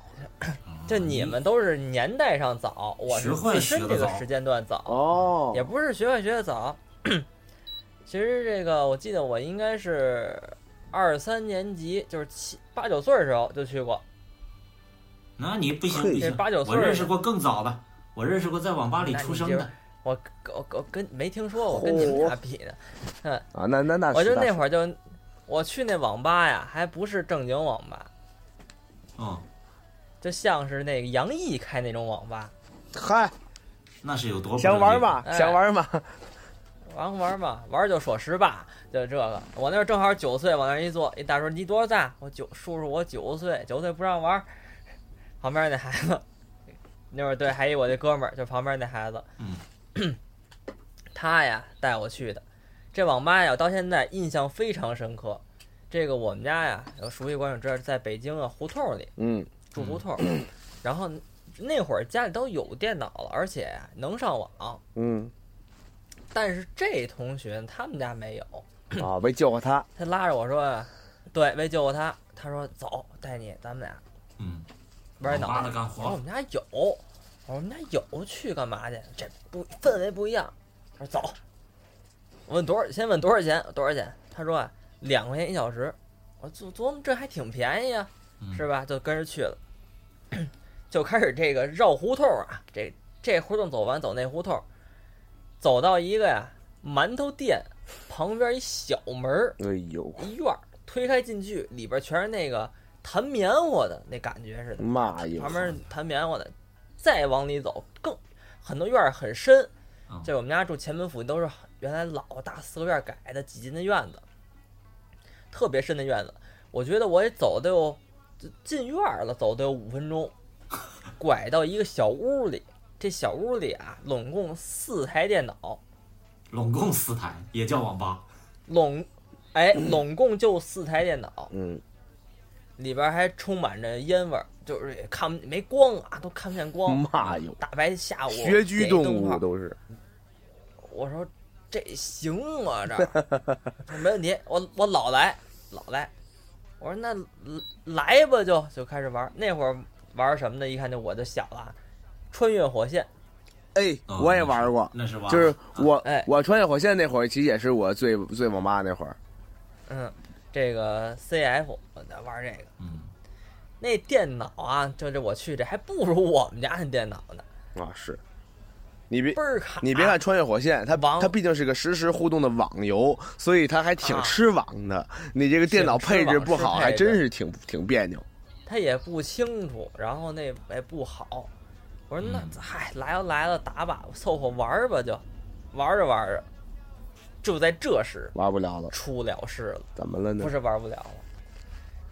Speaker 2: 就嗯你们都是年代上早，我是
Speaker 4: 学坏
Speaker 2: 自身
Speaker 4: 学得
Speaker 2: 这个
Speaker 4: 早
Speaker 2: 时间段早，
Speaker 3: 哦
Speaker 2: 也不是学坏学的早。其实这个我记得我应该是二三年级，就是七八九岁的时候就去过。
Speaker 4: 那你不行
Speaker 3: 嘿
Speaker 4: 不行
Speaker 2: 这八九，岁
Speaker 4: 我认识过更早的，我认识过在网吧里出生
Speaker 2: 那你
Speaker 4: 的
Speaker 2: 就。我我我跟没听说，我跟你们俩比呢。
Speaker 3: 啊，那那那
Speaker 2: 我就那
Speaker 3: 儿
Speaker 2: 会儿就，我去那网吧呀，还不是正经网吧，
Speaker 4: 嗯，
Speaker 2: 就像是那个杨毅开那种网吧，
Speaker 3: 嗨，
Speaker 4: 那是有多不
Speaker 3: 想玩
Speaker 4: 吧？
Speaker 3: 吗？
Speaker 2: 哎
Speaker 3: 想玩吗？
Speaker 2: 玩玩嘛，玩就说实吧，就这个。我那会儿正好九岁，往那儿一坐，一大叔你多大？我九叔叔我九岁，九岁不让玩儿。 旁边那孩子， 那会儿对，还有我那哥们儿，就旁边那孩子，
Speaker 4: 嗯，
Speaker 2: 他呀带我去的，这网吧呀，我到现在印象非常深刻。这个我们家呀，有熟悉观众知道，在北京啊胡同里。
Speaker 3: 嗯，
Speaker 2: 住胡同儿，然后那会儿家里都有电脑了，而且能上网。
Speaker 3: 嗯
Speaker 2: 但是这同学他们家没有，
Speaker 3: 啊，没救活他，
Speaker 2: 他拉着我说：“对，为救过他，他说走，带你咱们俩
Speaker 4: 嗯，
Speaker 2: 玩电
Speaker 4: 网
Speaker 2: 脑。”嗯
Speaker 4: 吧的干
Speaker 2: 我说我
Speaker 4: 活，
Speaker 2: 们家有，我说我们家有，去干嘛去？这不氛围不一样。他说走，我问多少，先问多少钱？多少钱？他说啊，两块钱一小时。我琢琢磨这还挺便宜啊，
Speaker 4: 嗯
Speaker 2: 是吧？就跟着去了， 就开始这个绕胡同啊，这这胡同走完走那胡同，走到一个呀馒头店旁边一小门儿
Speaker 3: 哎呦，
Speaker 2: 一院儿，推开进去，里边全是那个弹棉花的那感觉似的。
Speaker 3: 妈哟，
Speaker 2: 旁边是弹棉花的，再往里走更很多院儿很深
Speaker 4: 嗯，
Speaker 2: 这我们家住前门附近都是原来老大四合院改的几进的院子，特别深的院子。我觉得我也走得有进院儿了，走得有五分钟，拐到一个小屋里，这小屋里啊，拢共四台电脑，
Speaker 4: 拢共四台，也叫网吧。
Speaker 2: 拢，哎，拢共就四台电脑，
Speaker 3: 嗯，
Speaker 2: 里边还充满着烟味儿，就是也看不没光啊，都看不见光。
Speaker 3: 妈哟，
Speaker 2: 大白下午
Speaker 3: 学居动
Speaker 2: 给
Speaker 3: 物
Speaker 2: 灯泡
Speaker 3: 都是，
Speaker 2: 我说这行吗？这 我说没问题，我我老来老来。我说那来吧就，就开始玩。那会儿玩什么呢？一看就我就小了，穿越火线。
Speaker 3: 哎，
Speaker 4: 哦
Speaker 3: 我也玩过，
Speaker 4: 那是吧？
Speaker 3: 就是我、
Speaker 2: 哎
Speaker 3: 我穿越火线那会儿，其实也是我最最网吧那会儿，
Speaker 2: 嗯，这个 CF 我在玩这个。
Speaker 4: 嗯，
Speaker 2: 那电脑啊，就这我去这还不如我们家那电脑呢，
Speaker 3: 啊是，你别
Speaker 2: 倍儿卡。
Speaker 3: 你别看《穿越火线》，它
Speaker 2: 网
Speaker 3: 它毕竟是个实时互动的网游，所以它还挺
Speaker 2: 啊
Speaker 3: 吃网的。你这个电脑
Speaker 2: 挺吃
Speaker 3: 配置不好，
Speaker 2: 网是配置
Speaker 3: 还真是挺挺别扭。
Speaker 2: 他也不清楚，然后那也不好。我说那
Speaker 4: 嗯
Speaker 2: 嗨，来都来了，打吧，凑合玩儿吧就，玩着玩着，就在这时
Speaker 3: 玩不了了，
Speaker 2: 出了事了，
Speaker 3: 怎么了呢
Speaker 2: 不？是玩不了了，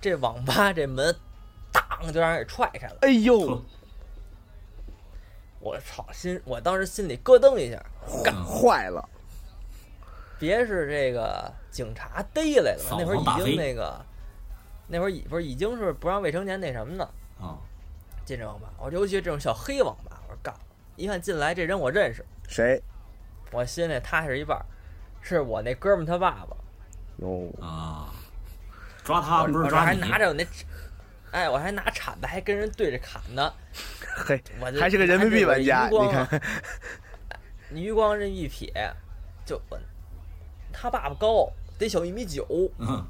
Speaker 2: 这网吧这门，当就让人给踹开了。
Speaker 3: 哎
Speaker 4: 呵
Speaker 3: 呦，
Speaker 2: 我操，心我当时心里咯噔一下，嗯
Speaker 3: 坏了！
Speaker 2: 别是这个警察逮来了吧，
Speaker 4: 扫
Speaker 2: 那会儿
Speaker 4: 黄打
Speaker 2: 已
Speaker 4: 非
Speaker 2: 经那个，那会儿已不是已经是不让未成年那什么呢？
Speaker 4: 啊，
Speaker 2: 进这网吧，我尤其这种小黑网吧，我说干，一看进来这人我认识，
Speaker 3: 谁？
Speaker 2: 我心里踏实一半儿，是我那哥们他爸爸，
Speaker 3: 哦，
Speaker 4: 啊，抓他不
Speaker 2: 我
Speaker 4: 是
Speaker 2: 这
Speaker 4: 抓
Speaker 2: 还
Speaker 4: 你，
Speaker 2: 拿着我那，哎，我还拿铲子还跟人对着砍呢，
Speaker 3: 嘿，
Speaker 2: 我就
Speaker 3: 还是个人民币玩家，
Speaker 2: 我这
Speaker 3: 你
Speaker 2: 余光啊
Speaker 3: 看，
Speaker 2: 余光这一瞥，就我他爸爸高，得小一米九，
Speaker 4: 嗯，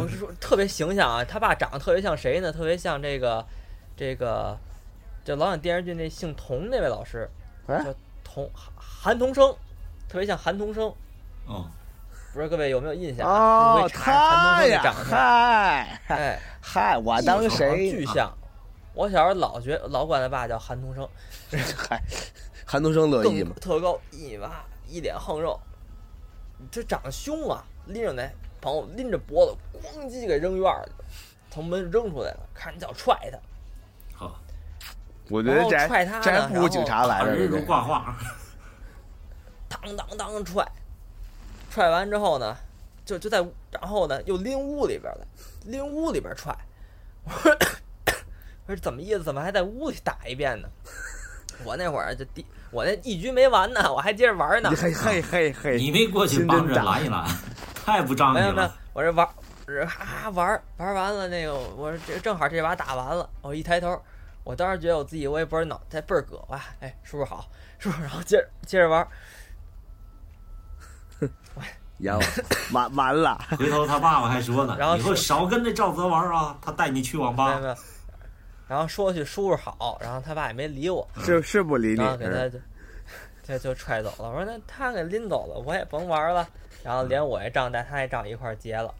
Speaker 2: 我是说特别形象啊，他爸长得特别像谁呢？特别像这个这个这老演电视剧那姓童那位老师，
Speaker 3: 哎
Speaker 2: 叫童韩韩童生，特别像韩童生。
Speaker 4: 哦，
Speaker 2: 不知道各位有没有印象啊？你可，
Speaker 3: 哦
Speaker 2: 以查查韩
Speaker 3: 他
Speaker 2: 童生
Speaker 3: 呀，
Speaker 2: 的长相，
Speaker 3: 嗨
Speaker 2: 哎，
Speaker 3: 嗨，我当谁啊
Speaker 2: 巨？像。我小时候老觉老管他爸叫韩童生，
Speaker 3: 嗨，韩东升乐意
Speaker 2: 更
Speaker 3: 吗？
Speaker 2: 特高一米八，一脸横肉，这长得凶啊，拎着那朋友拎着脖子，咣叽给扔院儿里了，从门扔出来了，看人脚踹他。
Speaker 4: 好，
Speaker 3: 我觉得这
Speaker 2: 然后踹他
Speaker 3: 还
Speaker 2: 呢
Speaker 3: 这还不如警察来
Speaker 4: 打
Speaker 3: 了
Speaker 4: 人
Speaker 3: 呢
Speaker 4: 如。挂画，
Speaker 2: 当当当踹，踹完之后呢，就就在屋，然后呢又拎屋里边来，拎屋里边踹。 我说我说怎么意思？怎么还在屋里打一遍呢？我那会儿就第我那一局没完呢，我还接着玩呢
Speaker 3: 你。嘿嘿嘿
Speaker 2: 哎
Speaker 3: 嘿，
Speaker 4: 你没过去
Speaker 3: 心
Speaker 4: 帮
Speaker 3: 真
Speaker 4: 着
Speaker 3: 大
Speaker 4: 拦一拦，太不仗义
Speaker 2: 没有没有
Speaker 4: 了。，
Speaker 2: 我这玩儿啊玩儿玩完了那个，我说这正好这把打完了，我一抬头，我当时觉得我自己我也不是脑袋倍儿葛吧，哎叔叔好 叔叔，然后接着接着玩儿，
Speaker 3: 完完 完了，
Speaker 4: 回头他爸爸还说呢
Speaker 2: 然后，
Speaker 4: 以后
Speaker 2: 是
Speaker 4: 少跟那赵泽玩啊，他带你去网
Speaker 2: 没有
Speaker 4: 吧
Speaker 2: 没。有，然后说句叔叔好，然后他爸也没理我，
Speaker 3: 是是不理你
Speaker 2: 然啊后给他
Speaker 3: 嗯
Speaker 2: 就就 就踹走了。我说那他给拎走了，我也甭玩了。然后连我这账带他那账一块儿结了。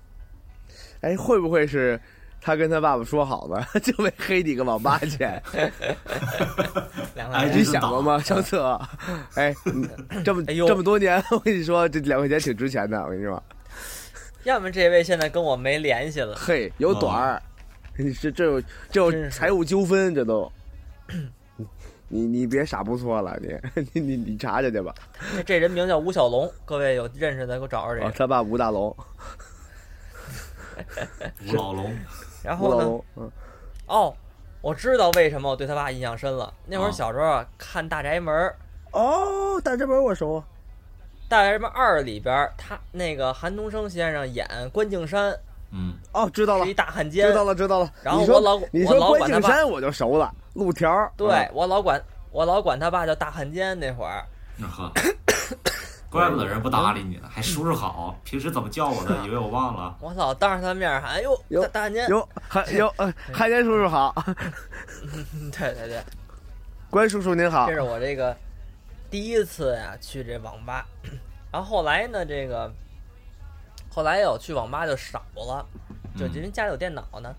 Speaker 3: 哎，会不会是他跟他爸爸说好了，就为黑你个网吧 钱？
Speaker 2: 两块钱
Speaker 4: 哎，
Speaker 3: 你
Speaker 4: 真是
Speaker 3: 想过
Speaker 4: 倒
Speaker 3: 吗，张策？ 哎，你这么、
Speaker 2: 哎呦
Speaker 3: 这么多年，我跟你说，这两块钱挺值钱的。我跟你说，
Speaker 2: 要么这位现在跟我没联系了，
Speaker 3: 嘿，有短儿，你这这有这有
Speaker 2: 啊真是
Speaker 3: 财务纠纷，这都。你你别傻不错了，你 你你你查查去吧。
Speaker 2: 这这人名叫吴小龙，各位有认识的给我找着这
Speaker 3: 啊，
Speaker 2: 个。
Speaker 3: 他爸吴大龙，
Speaker 4: 吴老龙，
Speaker 2: 然
Speaker 3: 吴老
Speaker 2: 后呢，
Speaker 3: 龙，嗯，
Speaker 2: 哦，我知道为什么我对他爸印象深了。那会儿
Speaker 4: 啊
Speaker 2: 小时候啊，看《大宅门》，《
Speaker 3: 哦，但这本我熟啊。
Speaker 2: 大宅门二》里边儿，他那个韩东升先生演关敬山
Speaker 4: 嗯，
Speaker 3: 哦，知道了
Speaker 2: 是一，大汉奸，
Speaker 3: 知道了，知道了。
Speaker 2: 然后
Speaker 3: 你说
Speaker 2: 我老
Speaker 3: 你
Speaker 2: 我老
Speaker 3: 说关
Speaker 2: 管他
Speaker 3: 敬
Speaker 2: 爸
Speaker 3: 山我就熟了，路条儿啊
Speaker 2: 对我老管我老管他爸叫大汉奸那会儿，
Speaker 4: 那 呵，怪不得人不搭理你呢，还叔
Speaker 2: 嗯
Speaker 4: 叔好，平时怎么叫我
Speaker 2: 啊
Speaker 4: 的，以为我忘了。
Speaker 2: 我老当着他面喊，哎呦，
Speaker 3: 哟
Speaker 2: 大大汉奸，
Speaker 3: 哟，海哟，呃海天叔叔好，
Speaker 2: 嗯对对对，
Speaker 3: 关叔叔您好
Speaker 2: 这。是我这个第一次呀、去这网吧， 然后后来呢，这个后来有去网吧就少了，
Speaker 3: 嗯
Speaker 2: 就因为家里有电脑呢。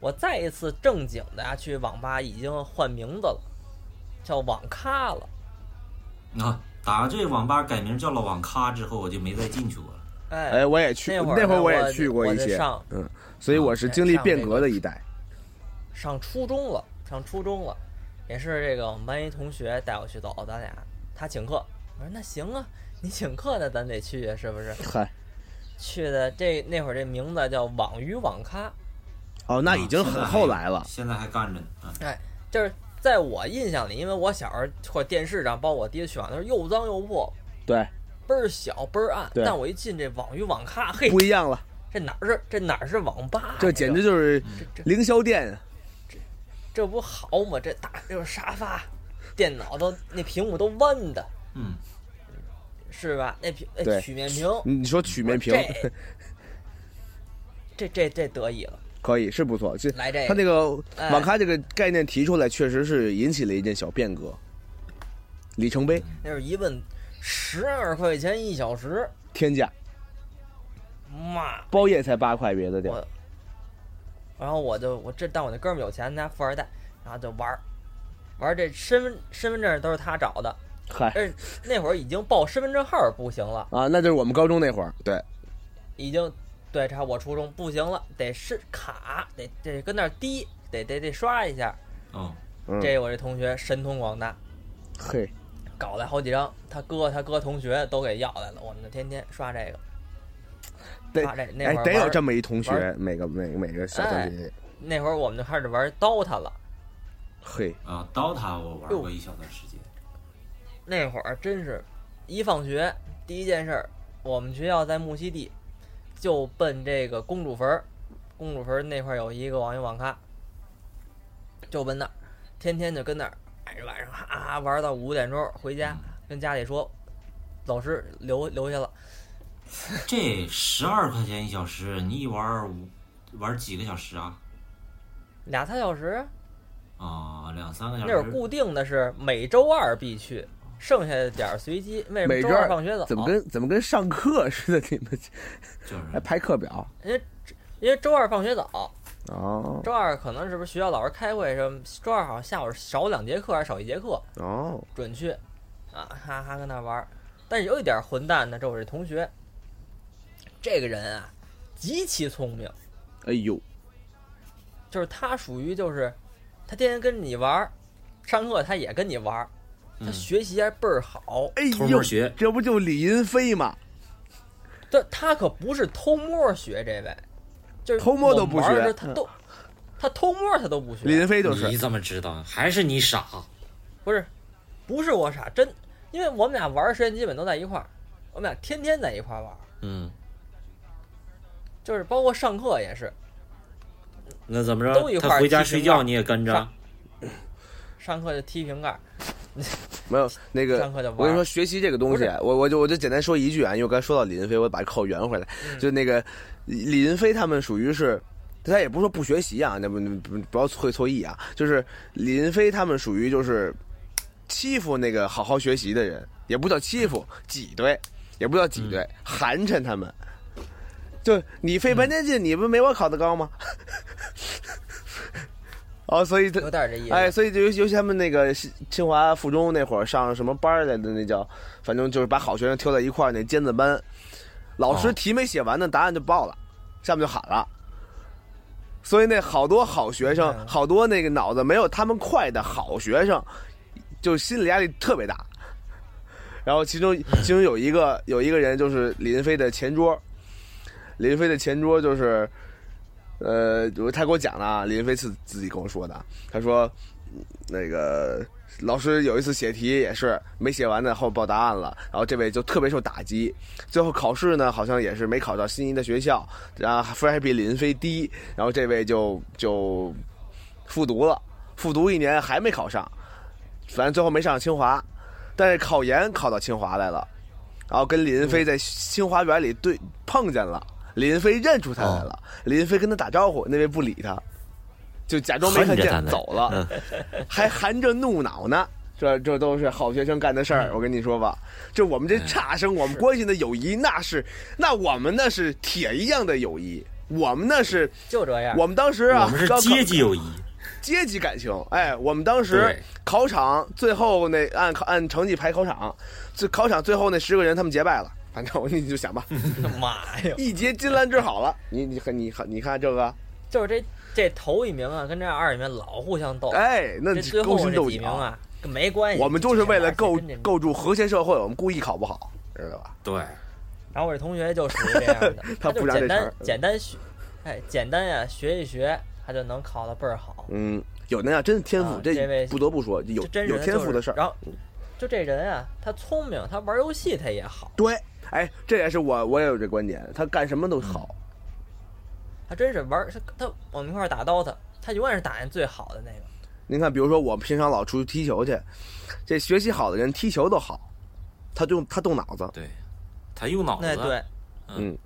Speaker 2: 我再一次正经的呀、去网吧，已经换名字了，叫网咖了。
Speaker 4: 啊，打这网吧改名叫了网咖之后，我就没再进去过了。
Speaker 2: 哎，
Speaker 3: 哎，我也去，
Speaker 2: 那会儿
Speaker 3: 那会儿
Speaker 2: 呢
Speaker 3: 我也
Speaker 2: 我
Speaker 3: 去过
Speaker 2: 我
Speaker 3: 一
Speaker 2: 就
Speaker 3: 些，
Speaker 2: 上啊
Speaker 3: 嗯，所以我是经历变革的一代。
Speaker 2: 上初中了，上初中了。也是这个我们班一同学带我去走，咱俩他请客，我说那行啊，你请客那咱得去啊，是不是？
Speaker 3: 嗨，
Speaker 2: 去的这那会儿这名字叫网鱼网咖，
Speaker 3: 哦，那已经
Speaker 4: 啊现
Speaker 3: 很
Speaker 4: 在还
Speaker 3: 后来了。
Speaker 4: 现在还干着呢。嗯
Speaker 2: 哎，就是在我印象里，因为我小时候或电视上，包括我爹去网都是又脏又破，
Speaker 3: 对，
Speaker 2: 倍儿小倍儿暗。
Speaker 3: 对
Speaker 2: 但我一进这网鱼网咖，嘿，
Speaker 3: 不一样了，
Speaker 2: 这哪儿是这哪儿是网吧呀？
Speaker 3: 这简直就是
Speaker 2: 这这
Speaker 3: 凌霄殿。
Speaker 2: 这不好吗？这大就是沙发，电脑都那屏幕都弯的，
Speaker 4: 嗯，
Speaker 2: 是吧？那屏
Speaker 3: 对
Speaker 2: 哎曲面屏，
Speaker 3: 嗯你说曲面屏
Speaker 2: 这这这这得意了，
Speaker 3: 可以是不错，这
Speaker 2: 来这个
Speaker 3: 他这个
Speaker 2: 哎
Speaker 3: 网咖这个概念提出来，确实是引起了一阵小变革，里程碑
Speaker 2: 那是一问十二块钱一小时，
Speaker 3: 天价，
Speaker 2: 妈！
Speaker 3: 包夜才八块，别的地儿
Speaker 2: 我，然后我就我这，但我那哥们儿有钱，他家富二代，然后就玩儿，玩儿这身份身份证都是他找的，
Speaker 3: 嗨
Speaker 2: 但是那会儿已经报身份证号儿不行了，
Speaker 3: 啊，那就是我们高中那会儿，对，
Speaker 2: 已经对，差我初中不行了，得是卡，得得跟那儿滴，得得得刷一下。
Speaker 4: 哦，
Speaker 3: 嗯
Speaker 2: 这我这同学神通广大，
Speaker 3: 嘿，
Speaker 2: 搞了好几张，他哥他哥同学都给要来了，我们就天天刷这个。
Speaker 3: 得
Speaker 2: 啊这那
Speaker 3: 哎
Speaker 2: 会儿
Speaker 3: 得有
Speaker 2: 玩
Speaker 3: 这么一同学
Speaker 2: 玩，哎
Speaker 3: 每个每个每个小同学，
Speaker 2: 那会儿我们就开始玩 DOTA 了，
Speaker 3: 嘿，
Speaker 4: 啊，DOTA 我玩
Speaker 2: 哟
Speaker 4: 过一小段时间。
Speaker 2: 那会儿真是，一放学第一件事儿，我们学校在木樨地，就奔这个公主坟儿，公主坟儿那块儿有一个网游网咖，就奔那儿，天天就跟那儿，哎，晚上哈哈玩到五点钟回家，跟家里说，老师留留下了，
Speaker 4: 这十二块钱一小时，你一玩儿五玩几个小时啊？
Speaker 2: 俩仨小时，
Speaker 4: 啊，两三个小
Speaker 2: 那
Speaker 4: 时。
Speaker 2: 会儿固定的是每周二必去，剩下的点儿随机。为什么
Speaker 3: 每
Speaker 2: 周
Speaker 3: 周
Speaker 2: 二放学早？
Speaker 3: 怎么跟怎么跟上课似的？你们
Speaker 4: 就
Speaker 3: 还
Speaker 4: 是
Speaker 3: 拍课表
Speaker 2: 因为因为周二放学早，
Speaker 3: 哦
Speaker 2: 周二可能是不是学校老师开会什么？周二好像下午少两节课还是少一节课，
Speaker 3: 哦，
Speaker 2: 准去啊，哈哈跟那玩儿。但是有一点混蛋呢，这我这同学，这个人啊，极其聪明，
Speaker 3: 哎呦，
Speaker 2: 就是他属于就是，他天天跟你玩儿，上课他也跟你玩儿，他
Speaker 4: 嗯
Speaker 2: 学习还倍儿好。
Speaker 3: 哎
Speaker 4: 偷
Speaker 3: 呦
Speaker 4: 摸，学
Speaker 3: 这不就李银飞吗？
Speaker 2: 这、他可不是偷摸学这位，就是
Speaker 3: 偷摸都不
Speaker 2: 我们玩儿
Speaker 3: 学嗯
Speaker 2: 的时候他都、他偷摸他都不学。
Speaker 3: 李银飞就是
Speaker 4: 你怎么知道？还是你傻？
Speaker 2: 不是，不是我傻，真，因为我们俩玩儿时间基本都在一块儿，我们俩天天在一块儿玩儿，
Speaker 4: 嗯，
Speaker 2: 就是包括上课也是，
Speaker 4: 那怎么
Speaker 2: 都一
Speaker 4: 着？
Speaker 2: 块儿
Speaker 4: 他回家
Speaker 2: 踢
Speaker 4: 睡
Speaker 2: 平
Speaker 4: 觉
Speaker 2: 板
Speaker 4: 你也跟着
Speaker 2: 上？上课就踢瓶 盖儿，
Speaker 3: 没有那个
Speaker 2: 上课就玩
Speaker 3: 我跟你说，学习这个东西，我我就我就简单说一句啊，因为我刚才说到李云飞，我把扣圆回来，
Speaker 2: 嗯
Speaker 3: 就那个李云飞他们属于是。他也不是说不学习啊，那不不不要会错意啊，就是李云飞他们属于就是欺负那个好好学习的人，也不叫欺负，
Speaker 2: 嗯
Speaker 3: 挤兑，也不叫挤兑，寒碜他们。就你
Speaker 2: 嗯
Speaker 3: 费半天劲，你不没我考的高吗？ 哦，所以他
Speaker 2: 有点儿这意思。
Speaker 3: 哎，所以就尤其尤其他们那个西清华附中那会儿上什么班儿来的，那叫反正就是把好学生挑在一块儿那尖子班，老师
Speaker 4: 哦
Speaker 3: 题没写完呢，答案就报了，下面就喊了。所以那好多好学生，
Speaker 2: 嗯
Speaker 3: 好多那个脑子没有他们快的好学生，就心理压力特别大。然后其中其中有一个有一个人就是李云飞的前桌，李云飞的前桌就是，呃，我他给我讲的啊，李云飞自自己跟我说的，啊他说那个老师有一次写题也是没写完的后报答案了，然后这位就特别受打击。最后考试呢，好像也是没考到心仪的学校，然后分还比林飞低，然后这位就就复读了，复读一年还没考上，反正最后没上清华，但是考研考到清华来了，然后跟林
Speaker 4: 嗯
Speaker 3: 飞在清华园里对碰见了，林飞认出他来
Speaker 4: 哦
Speaker 3: 了，林飞跟他打招呼，那位不理他。就假装没看
Speaker 4: 恨着他
Speaker 3: 见
Speaker 4: 呢嗯
Speaker 3: 走了，还含着怒恼呢。这这都是好学生干的事儿，我跟你说吧，就我们
Speaker 4: 嗯
Speaker 3: 这差生，我们关系的友谊那是，那我们那是铁一样的友谊，我们那是，
Speaker 2: 就这样。
Speaker 3: 我们当时啊，
Speaker 4: 我们是
Speaker 3: 高考
Speaker 4: 阶级友谊。
Speaker 3: 阶级感情，哎，我们当时
Speaker 4: 对
Speaker 3: 考场最后那按考按成绩排考场，最考场最后那十个人他们结拜了，反正我你就想吧，
Speaker 2: 妈呀，
Speaker 3: 一结金兰之好了，你你看你看你看这个，
Speaker 2: 就是这这头一名啊，跟这二一名老互相斗，
Speaker 3: 哎，那
Speaker 2: 这最后
Speaker 3: 勾心
Speaker 2: 这
Speaker 3: 斗
Speaker 2: 几名
Speaker 3: 角。
Speaker 2: 啊，跟没关系。
Speaker 3: 我们就是为了构
Speaker 2: 这真的
Speaker 3: 构筑和谐社会，我们故意考不好，知道吧？，
Speaker 4: 对，
Speaker 2: 然后我这同学就属于这样的他
Speaker 3: 他
Speaker 2: 就
Speaker 3: 不让
Speaker 2: 简
Speaker 3: 这茬
Speaker 2: 单
Speaker 3: 儿
Speaker 2: 简单学，哎，简单呀、学一学，他就能考得倍儿好。
Speaker 3: 嗯，有那样真是天赋，
Speaker 2: 啊这位
Speaker 3: 不得不说有
Speaker 2: 这真
Speaker 3: 有
Speaker 2: 人
Speaker 3: 天
Speaker 2: 就是
Speaker 3: 赋的事儿。
Speaker 2: 然后就这人啊，他聪明，他玩游戏他也好，
Speaker 3: 对，哎，这也是我我也有这观点，他干什么都
Speaker 2: 嗯
Speaker 3: 好。
Speaker 2: 他真是玩他他我们一块儿打 DOTA，他永远是打人最好的那个。
Speaker 3: 您看，比如说我平常老出去踢球去，这学习好的人踢球都好，他就他动脑子，
Speaker 5: 对，他用脑子，
Speaker 2: 那对，
Speaker 3: 嗯，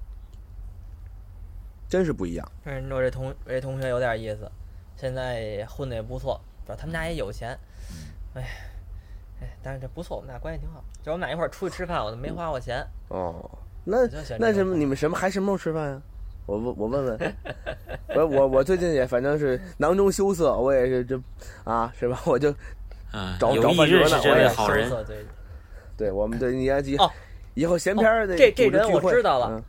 Speaker 3: 真是不一样。
Speaker 2: 嗯，我这同我这同学有点意思，现在混的也不错，主要他们家也有钱，
Speaker 3: 嗯
Speaker 2: 哎，哎，但是这不错，我们俩关系挺好。就我们俩一块儿出去吃饭，我都没花过钱。
Speaker 3: 哦，那
Speaker 2: 就喜欢
Speaker 3: 那
Speaker 2: 这
Speaker 3: 什
Speaker 2: 种
Speaker 3: 么，你们什么还什么时候吃饭呀、啊我问我 问问，我我我最近也反正是囊中羞涩，我也是这啊是吧？ 我就
Speaker 5: 嗯，
Speaker 3: 找
Speaker 5: 有
Speaker 3: 找
Speaker 5: 意
Speaker 3: 饭辙
Speaker 5: 认
Speaker 3: 呢
Speaker 5: 识这
Speaker 3: 我
Speaker 5: 位
Speaker 3: 也
Speaker 5: 好人，
Speaker 2: 对对
Speaker 3: 对我们对你要以
Speaker 2: 哦
Speaker 3: 以后闲篇儿的、
Speaker 2: 哦这这人我知道了
Speaker 3: 嗯、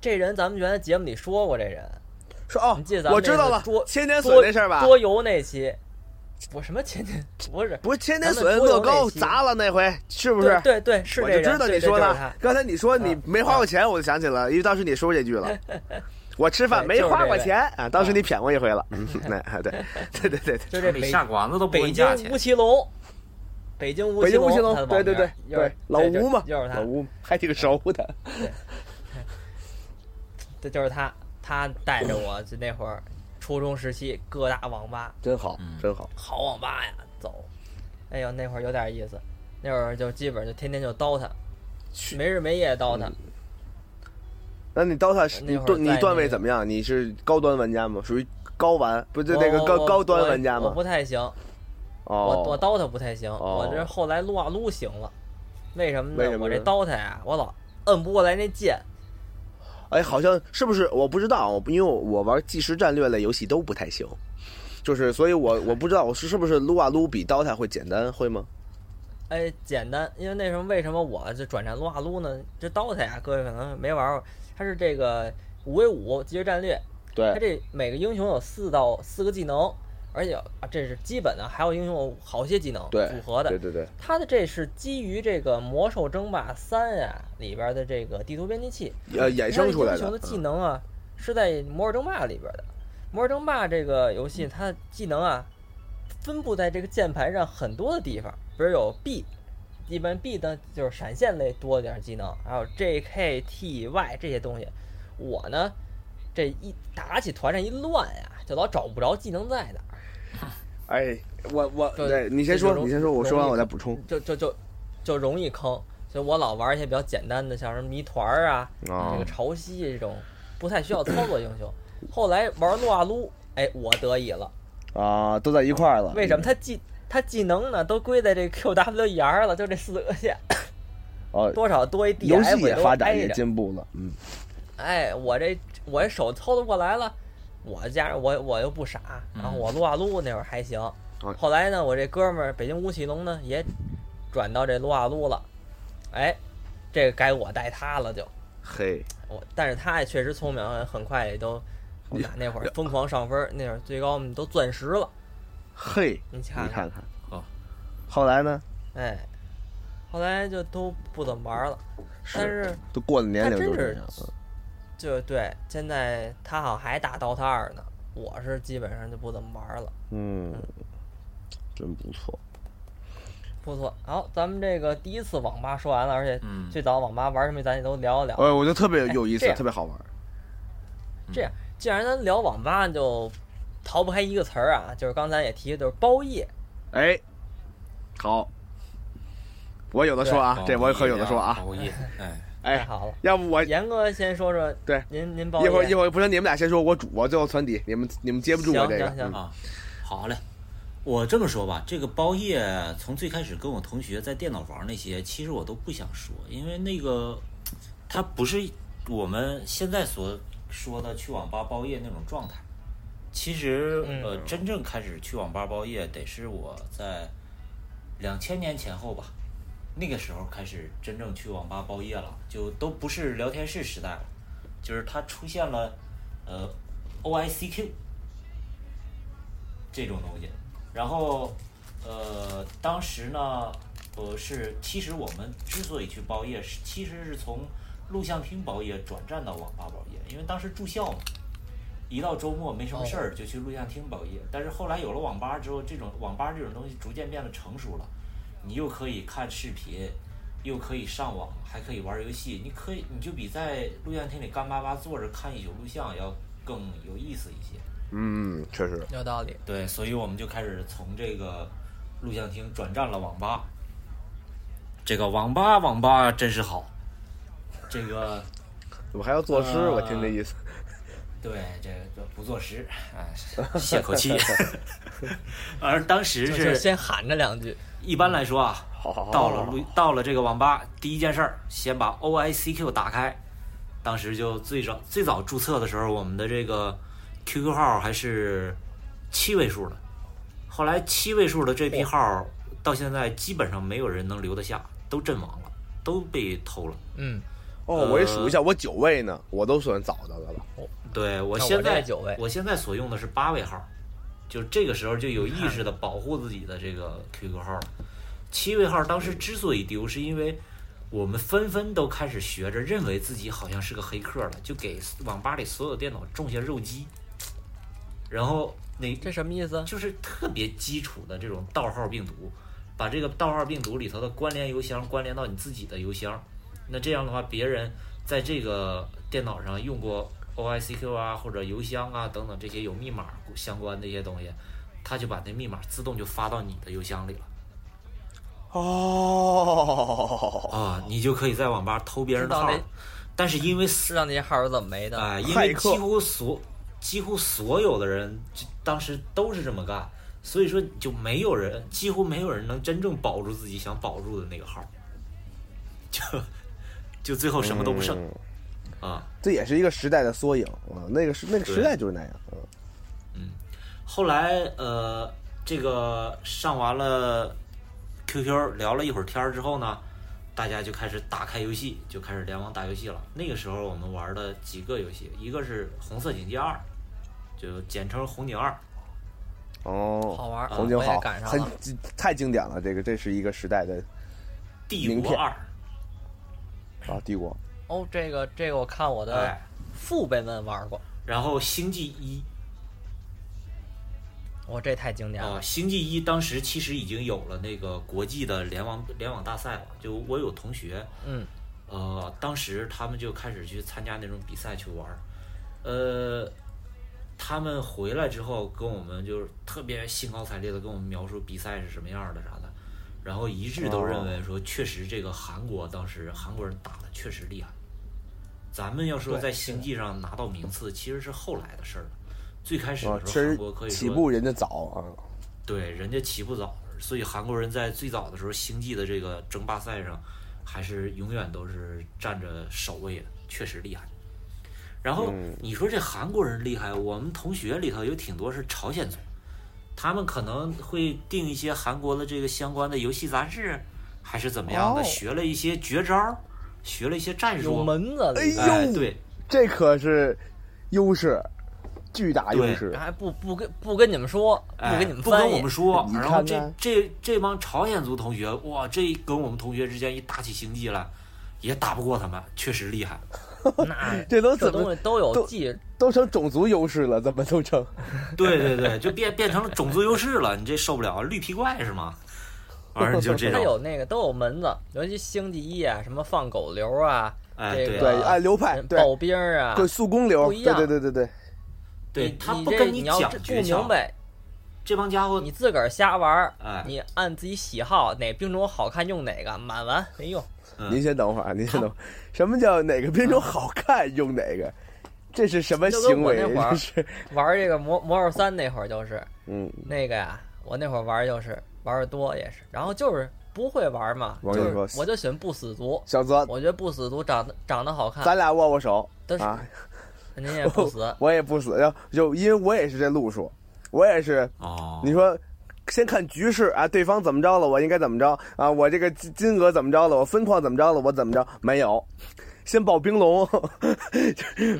Speaker 2: 这人咱们原来节目里说过这人，
Speaker 3: 说哦
Speaker 2: 你记得咱，们
Speaker 3: 我知
Speaker 2: 那
Speaker 3: 道
Speaker 2: 个
Speaker 3: 了
Speaker 2: 捉，
Speaker 3: 千年
Speaker 2: 多
Speaker 3: 隼那事儿吧？
Speaker 2: 多游那期，我什么前天不是
Speaker 3: 不是千年
Speaker 2: 咱们
Speaker 3: 隼
Speaker 2: 桌游
Speaker 3: 乐高
Speaker 2: 那期
Speaker 3: 砸了那回，是不是？
Speaker 2: 对对对是
Speaker 3: 我
Speaker 2: 这
Speaker 3: 就
Speaker 2: 人，
Speaker 3: 知道你
Speaker 2: 对对
Speaker 3: 说
Speaker 2: 就是
Speaker 3: 的
Speaker 2: 他，
Speaker 3: 刚才你说你
Speaker 2: 嗯
Speaker 3: 没花过钱，我就想起了，因为当时你说过这 句了。我吃饭
Speaker 2: 对
Speaker 3: 没
Speaker 2: 就是
Speaker 3: 花
Speaker 2: 这
Speaker 3: 过
Speaker 2: 位
Speaker 3: 钱啊，当时你谝过一回 了。嗯，哎，对，对对对对，
Speaker 2: 就这
Speaker 5: 你
Speaker 2: 北
Speaker 5: 下馆子都不
Speaker 2: 北
Speaker 5: 问
Speaker 2: 京
Speaker 5: 价钱
Speaker 2: 吴，奇隆，北京吴
Speaker 3: 北京吴奇
Speaker 2: 隆，
Speaker 3: 隆
Speaker 2: 他的，网
Speaker 3: 对对
Speaker 2: 名
Speaker 3: 对
Speaker 2: 又是
Speaker 3: 对，老
Speaker 2: 对就
Speaker 3: 吴嘛，
Speaker 2: 就是
Speaker 3: 老
Speaker 2: 他，嗯
Speaker 3: 吴还挺熟的。
Speaker 2: 这就是他，他带着我就那会儿初中时期各大网吧
Speaker 3: 真好，
Speaker 2: 嗯
Speaker 3: 真好。
Speaker 2: 好网吧呀走，哎呦那会儿有点意思，那会儿就基本就天天就叨他，没日没夜叨
Speaker 3: 嗯
Speaker 2: 他，
Speaker 3: 那你刀塔是
Speaker 2: 那
Speaker 3: 你
Speaker 2: 会儿
Speaker 3: 段
Speaker 2: 在
Speaker 3: 你
Speaker 2: 那
Speaker 3: 段位
Speaker 2: 个
Speaker 3: 怎么样？你是高端玩家吗？属于高玩，不是那个
Speaker 2: 我
Speaker 3: 高
Speaker 2: 我
Speaker 3: 高端
Speaker 2: 我
Speaker 3: 玩家
Speaker 2: 我
Speaker 3: 吗？
Speaker 2: 不太行，我我
Speaker 3: 哦，
Speaker 2: 刀他不太行，
Speaker 3: 哦
Speaker 2: 我这后来撸啊撸行了，为什么
Speaker 3: 为什
Speaker 2: 呢？
Speaker 3: 么
Speaker 2: 我这
Speaker 3: 呢
Speaker 2: 刀他呀，我老摁不过来那键，
Speaker 3: 哎，好像是不是？我不知道，我因为我玩即时战略类游戏都不太行，就是所以我我不知道我是是不是撸啊撸比刀塔会简单，会吗？
Speaker 2: 哎，简单，因为那什么，为什么我就转战撸啊撸呢？这刀塔呀，各位可能没玩过，它是这个五 v 五即时战略，
Speaker 3: 对
Speaker 2: 它这每个英雄有四到四个技能，而且啊，这是基本的，还有英雄有好些技能
Speaker 3: 对，
Speaker 2: 组合的
Speaker 3: 对。对对，
Speaker 2: 它的这是基于这个《魔兽争霸三》呀里边的这个地图编辑器，
Speaker 3: 呃，衍生出来
Speaker 2: 它英雄
Speaker 3: 的
Speaker 2: 的。技能啊，是在《魔兽争霸》里边的。《魔兽争霸》这个游戏，它的技能啊，分布在这个键盘上很多的地方，比如有 B，一般 B 呢就是闪现类多点儿技能，还有 J、K、T、Y 这些东西。我呢，这一打起团战一乱呀、就老找不着技能在哪儿，
Speaker 3: 哎，我我
Speaker 2: 对
Speaker 3: 对你先
Speaker 2: 这就
Speaker 3: 说，
Speaker 2: 容
Speaker 3: 你先说，我说
Speaker 2: 容
Speaker 3: 完
Speaker 2: 易
Speaker 3: 我再
Speaker 2: 坑
Speaker 3: 补充。
Speaker 2: 就就就就容易坑。所以我老玩一些比较简单的，像什么谜团儿啊，
Speaker 3: 哦
Speaker 2: 这个潮汐这种不太需要操作英雄。后来玩撸啊撸，哎，我得意了，
Speaker 3: 啊，都在一块儿了。
Speaker 2: 为什么？他技他技能呢都归在这 QWER 了，就这四个线，
Speaker 3: 哦，
Speaker 2: 多少多一 D
Speaker 3: 游
Speaker 2: F
Speaker 3: 戏也发展也
Speaker 2: 挨着。
Speaker 3: 进步了，嗯，
Speaker 2: 哎，我这我这手操作过来了，我加上我我又不傻，然后我撸啊撸那会儿还行。后来呢，我这哥们儿北京吴奇隆呢也转到这撸啊撸了，哎，这个该我带他了就。
Speaker 3: 嘿，
Speaker 2: 我，但是他也确实聪明，很快也都，我打那会儿疯狂上分儿，那会儿最高我们都钻石了，
Speaker 3: 嘿，
Speaker 2: 你
Speaker 3: 你
Speaker 2: 看看，
Speaker 3: 看看
Speaker 5: 哦，
Speaker 3: 后来呢？
Speaker 2: 哎，后来就都不怎么玩儿了，但是
Speaker 3: 都过了年
Speaker 2: 他
Speaker 3: 龄
Speaker 2: 真
Speaker 3: 都这
Speaker 2: 是
Speaker 3: 样，嗯
Speaker 2: 就对，现在他好像还打 DOTA 二呢，我是基本上就不怎么玩儿了，
Speaker 3: 嗯，真不错。
Speaker 2: 不错。好，咱们这个第一次网吧说完了，而且
Speaker 5: 嗯
Speaker 2: 最早网吧玩什么咱也都聊一聊。
Speaker 3: 哎，我觉得特别有意
Speaker 2: 哎这
Speaker 3: 思，
Speaker 2: 样
Speaker 3: 特别好玩。嗯
Speaker 2: 这样，既然咱聊网吧，就逃不开一个词儿啊，就是刚才也提的，就是包夜。
Speaker 3: 哎，好，我有的说啊，这我可有的说啊。
Speaker 5: 熬夜，哎，
Speaker 2: 太
Speaker 3: 哎，
Speaker 2: 好了，
Speaker 3: 要不我一
Speaker 2: 严哥先说说，
Speaker 3: 对
Speaker 2: 您您包夜
Speaker 3: 会儿一会儿，不是你们俩先说，我主我最后传底，你们你们接不住我
Speaker 2: 行
Speaker 3: 这个
Speaker 2: 行。行，
Speaker 3: 嗯
Speaker 4: 啊，好嘞。我这么说吧，这个包夜从最开始跟我同学在电脑房那些，其实我都不想说，因为那个它不是我们现在所说的去网吧包夜那种状态。其实，呃，真正开始去网吧包夜，得是我在两千年前后吧，那个时候开始真正去网吧包夜了，就都不是聊天室时代了，就是它出现了，呃，OICQ，这种东西。然后，呃，当时呢，呃，是其实我们之所以去包夜，是其实是从录像厅包夜转战到网吧包夜，因为当时住校嘛，一到周末没什么事儿就去录像厅包夜。但是后来有了网吧之后，这种网吧这种东西逐渐变得成熟了，你又可以看视频。又可以上网，还可以玩游戏，你可以，你就比在录像厅里干巴巴坐着看一宿录像要更有意思一些。
Speaker 3: 嗯，确实，
Speaker 2: 有道理。
Speaker 4: 对，所以我们就开始从这个录像厅转战了网吧。这个网吧，网吧真是好。这个
Speaker 3: 我还要作诗，
Speaker 4: 呃
Speaker 3: 我听这意思。
Speaker 4: 对，这个不坐实， 哎，泄口气。 而当时
Speaker 2: 就是就先喊着两句，
Speaker 4: 一般来说啊，
Speaker 3: 好好好，
Speaker 4: 到了录到了这个网吧，第一件事儿先把 OICQ 打开。当时就最早最早注册的时候，我们的这个 QQ 号还是七位数的，后来七位数的这批号到现在基本上没有人能留得下，都阵亡了，都被偷了。
Speaker 2: 嗯，
Speaker 3: 哦，我也数一下，我九位呢，我都算早的了吧？
Speaker 4: 对我
Speaker 2: 那我
Speaker 4: 现
Speaker 2: 这
Speaker 4: 在
Speaker 2: 也九位
Speaker 4: 我现在所用的是八位号，就这个时候就有意识的保护自己的这个 QQ 号了。七位号当时之所以丢，是因为我们纷纷都开始学着认为自己好像是个黑客了，就给网吧里所有电脑种下肉鸡，然后那
Speaker 2: 这什么意思？
Speaker 4: 就是特别基础的这种盗号病毒，把这个盗号病毒里头的关联邮箱关联到你自己的邮箱，那这样的话，别人在这个电脑上用过 OICQ 啊或者邮箱啊等等这些有密码相关的一些东西，他就把那密码自动就发到你的邮箱里了
Speaker 3: 哦，
Speaker 4: 啊，你就可以在网吧偷别人的
Speaker 2: 知道
Speaker 4: 号
Speaker 2: 那，
Speaker 4: 但是因为死
Speaker 2: 知道那些号是怎么没的？
Speaker 4: 啊、因
Speaker 3: 骇
Speaker 4: 为
Speaker 3: 客
Speaker 4: 几乎所几乎所有的人就当时都是这么干，所以说就没有人，几乎没有人能真正保住自己想保住的那个号， 就就最后什么都不剩
Speaker 3: 嗯
Speaker 4: 啊。
Speaker 3: 这也是一个时代的缩影啊，那个时那个
Speaker 4: 对
Speaker 3: 时代就是那样。嗯
Speaker 4: 后来呃，这个上完了 QQ 聊了一会儿天儿之后呢，大家就开始打开游戏，就开始联网打游戏了。那个时候我们玩的几个游戏，一个是《红色警戒二》，就简称《红警二》。
Speaker 3: 哦，
Speaker 2: 好玩儿，啊
Speaker 3: 红警
Speaker 2: 我也
Speaker 3: 好，
Speaker 2: 赶上
Speaker 3: 很
Speaker 2: 了。
Speaker 3: 这太经典了，这个这是一个时代的
Speaker 4: 帝
Speaker 3: 名
Speaker 4: 国
Speaker 3: 片
Speaker 4: 二，
Speaker 3: 啊帝国。
Speaker 2: 哦，这个这个我看我的
Speaker 4: 哎，
Speaker 2: 父辈们玩过，
Speaker 4: 然后星际一
Speaker 2: 我这太经典
Speaker 4: 啊、
Speaker 2: 了。
Speaker 4: 星际一当时其实已经有了那个国际的联网联网大赛了，就我有同学，
Speaker 2: 嗯，
Speaker 4: 呃，当时他们就开始去参加那种比赛去玩儿，呃，他们回来之后跟我们就是特别兴高采烈的跟我们描述比赛是什么样儿的啥的，然后一致都认
Speaker 3: 哦
Speaker 4: 为说，确实这个韩国当时韩国人打的确实厉害。咱们要说
Speaker 3: 对
Speaker 4: 在
Speaker 3: 是
Speaker 4: 星际上拿到名次，其实是后来的事儿了。最开始
Speaker 3: 啊
Speaker 4: 的，
Speaker 3: 其
Speaker 4: 时候，韩
Speaker 3: 实
Speaker 4: 国可以
Speaker 3: 起
Speaker 4: 说
Speaker 3: 步人家早啊，
Speaker 4: 对，人家起步早，所以韩国人在最早的时候，星际的这个争霸赛上，还是永远都是占着首位的，确实厉害。然后
Speaker 3: 嗯
Speaker 4: 你说这韩国人厉害，我们同学里头有挺多是朝鲜族，他们可能会订一些韩国的这个相关的游戏杂志，还是怎么样的，
Speaker 3: 哦
Speaker 4: 学了一些绝招儿，学了一些战
Speaker 2: 有
Speaker 4: 术。
Speaker 2: 门子里，
Speaker 3: 哎
Speaker 4: 哎，
Speaker 3: 呦
Speaker 4: 对，
Speaker 3: 这可是优势，巨大优
Speaker 4: 对
Speaker 3: 势。
Speaker 2: 还不不跟不跟你们说，不
Speaker 4: 哎
Speaker 2: 跟你们
Speaker 4: 不
Speaker 2: 翻
Speaker 4: 跟
Speaker 2: 译，
Speaker 4: 我们说，
Speaker 3: 你
Speaker 4: 然后
Speaker 3: 看
Speaker 4: 这
Speaker 3: 看
Speaker 4: 这这帮朝鲜族同学，哇，这跟我们同学之间一打起星际来，也打不过他们，确实厉 害。
Speaker 2: 那
Speaker 3: 这都
Speaker 2: 这
Speaker 3: 怎
Speaker 2: 东
Speaker 3: 么
Speaker 2: 西都有
Speaker 3: 都
Speaker 2: 技，
Speaker 3: 都成种族优势了？怎么都成？
Speaker 4: 对对对，就变变成了种族优势了，你这受不了，绿皮怪是吗？反正就这
Speaker 2: 它
Speaker 4: 种，
Speaker 2: 有那个都有门子，尤其星际一啊，什么放狗流啊，
Speaker 4: 哎，
Speaker 2: 这
Speaker 4: 对嗯
Speaker 2: 个
Speaker 3: 对，按流派，对
Speaker 2: 刨冰儿啊，
Speaker 3: 对，速攻流，
Speaker 2: 不一
Speaker 3: 对
Speaker 2: 样
Speaker 3: 对对对对，
Speaker 4: 对
Speaker 2: 你
Speaker 4: 他
Speaker 2: 你
Speaker 4: 不
Speaker 2: 这
Speaker 4: 跟
Speaker 2: 你要
Speaker 4: 讲
Speaker 2: 这不
Speaker 4: 诀窍
Speaker 2: 明，白，
Speaker 4: 这帮家伙
Speaker 2: 你自个儿瞎玩儿，
Speaker 4: 哎
Speaker 2: 你按自己喜好哪兵种好看用哪个，满完没用。
Speaker 4: 嗯
Speaker 3: 您先等会儿啊，您先等会 儿。什么叫哪个兵种好看用哪个？这是什么
Speaker 2: 就跟
Speaker 3: 行
Speaker 2: 我
Speaker 3: 为？
Speaker 2: 那会儿
Speaker 3: 这是
Speaker 2: 玩儿这个魔魔兽三那会儿就是
Speaker 3: 嗯，
Speaker 2: 那个呀，我那会儿玩儿就是玩的多也是，然后就是不会玩儿嘛，
Speaker 3: 我
Speaker 2: 就
Speaker 3: 跟你
Speaker 2: 是
Speaker 3: 说
Speaker 2: 我就喜欢不死 族，
Speaker 3: 小泽，
Speaker 2: 我觉得不死族长得长得好看，
Speaker 3: 咱俩握握手
Speaker 2: 但是呃
Speaker 3: 啊！
Speaker 2: 您也不
Speaker 3: ，
Speaker 2: 死
Speaker 3: 我也不死，然后就因为我也是这路数，我也是
Speaker 4: 哦，
Speaker 3: 你说，先看局势啊，对方怎么着了，我应该怎么着啊？我这个金金额怎么着了，我分矿怎么着了，我怎么着？没有，先保冰笼，
Speaker 4: 哦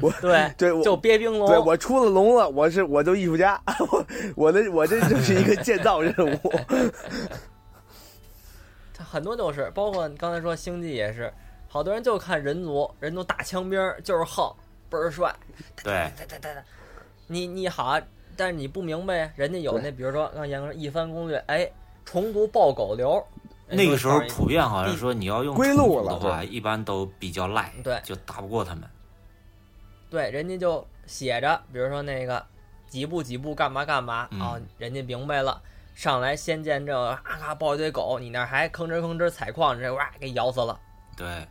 Speaker 3: 我
Speaker 2: 对
Speaker 3: 对我
Speaker 2: 就憋冰
Speaker 3: 对
Speaker 2: 笼，
Speaker 3: 我出了笼了，我是我就艺术家， 我我的我这就是一个建造任务，
Speaker 2: 它很多都是，包括你刚才说星际也是，好多人就看人族，人族打枪兵儿就是横，倍儿帅，
Speaker 4: 对，
Speaker 2: 哒哒哒哒，你你好，但是你不明白，人家有那，比如说让严格一番攻略，哎，虫族爆狗流，人
Speaker 4: 那个
Speaker 2: 说
Speaker 4: 时候
Speaker 2: 操你
Speaker 4: 普遍好像说你要用
Speaker 3: 归路
Speaker 4: 重组
Speaker 3: 了
Speaker 4: 的话，一般都比较赖，
Speaker 2: 对
Speaker 4: 就打不过他们。
Speaker 2: 对，人家就写着，比如说那个几步几步干嘛干嘛啊、
Speaker 4: 嗯
Speaker 2: 人家明白了，上来先见这个啊咔抱一堆狗，你那儿还吭哧吭哧采矿，这哇给咬死了。
Speaker 4: 对，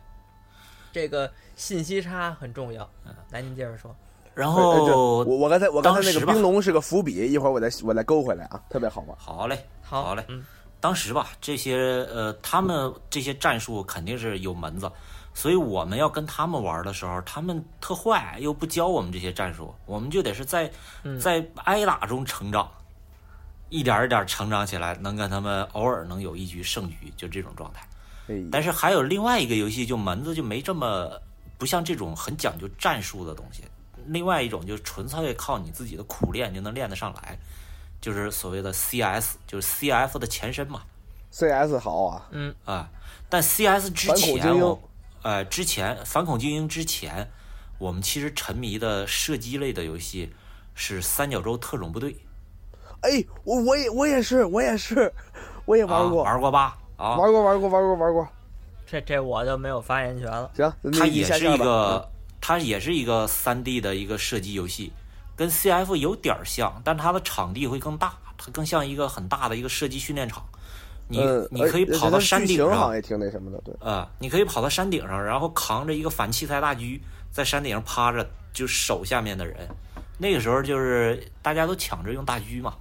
Speaker 2: 这个信息差很重要。
Speaker 4: 嗯
Speaker 2: 来，您接着说。
Speaker 4: 然
Speaker 3: 哎对
Speaker 4: 后
Speaker 3: 我我刚才我刚才那
Speaker 4: 哦当时
Speaker 3: 个
Speaker 4: 吧
Speaker 3: 冰笼是个伏笔，一会儿我再我再勾回来啊，特别好玩。
Speaker 4: 好嘞，
Speaker 2: 好，
Speaker 4: 好嘞
Speaker 2: 嗯，
Speaker 4: 当时吧，这些呃，他们这些战术肯定是有门子，所以我们要跟他们玩的时候，他们特坏，又不教我们这些战术，我们就得是在
Speaker 2: 嗯
Speaker 4: 在挨打中成长，一点儿一点儿成长起来，能跟他们偶尔能有一局胜局，就这种状态。
Speaker 3: 哎，
Speaker 4: 但是还有另外一个游戏，就门子就没这么不像这种很讲究战术的东西。另外一种就是纯粹靠你自己的苦练就能练得上来，就是所谓的 CS，就是 CF 的前身嘛。
Speaker 3: CS 好啊，
Speaker 4: 啊，但 CS 之
Speaker 3: 反恐精
Speaker 4: 前
Speaker 3: 英
Speaker 4: 我，呃，之前反恐精英之前，我们其实沉迷的射击类的游戏是三角洲特种部队，
Speaker 3: 哎，我我也我也是我也是，我也玩过、
Speaker 4: 啊、玩过吧？啊，
Speaker 3: 玩过玩过玩过玩过。
Speaker 2: 这这我就没有发言权了。
Speaker 3: 行，那
Speaker 4: 它
Speaker 3: 你
Speaker 4: 也
Speaker 3: 下
Speaker 4: 是
Speaker 3: 架
Speaker 4: 一
Speaker 3: 吧嗯
Speaker 4: 个，它也是一个三 D 的一个射击游戏，跟 CF 有点儿像，但它的场地会更大，它更像一个很大的一个射击训练场。你、
Speaker 3: 嗯，
Speaker 4: 你可以
Speaker 3: 而且
Speaker 4: 跑
Speaker 3: 它
Speaker 4: 到山
Speaker 3: 剧
Speaker 4: 顶
Speaker 3: 情好
Speaker 4: 上
Speaker 3: 像，也挺那什么的，对。
Speaker 4: 呃，你可以跑到山顶上，然后扛着一个反器材大狙，在山顶上趴着，就守下面的人。那个时候就是大家都抢着用大狙嘛，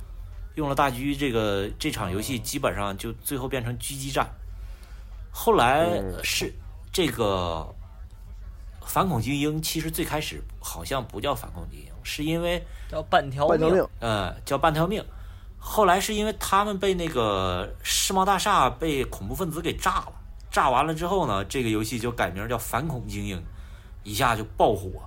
Speaker 4: 用了大狙，这个这场游戏基本上就最后变成狙击战。后来呃是这个反恐精英，其实最开始好像不叫反恐精英，是因为
Speaker 2: 叫半条
Speaker 3: 半条命，
Speaker 4: 呃，叫半条命。后来是因为他们被那个世贸大厦被恐怖分子给炸了，炸完了之后呢，这个游戏就改名叫反恐精英，一下就爆火，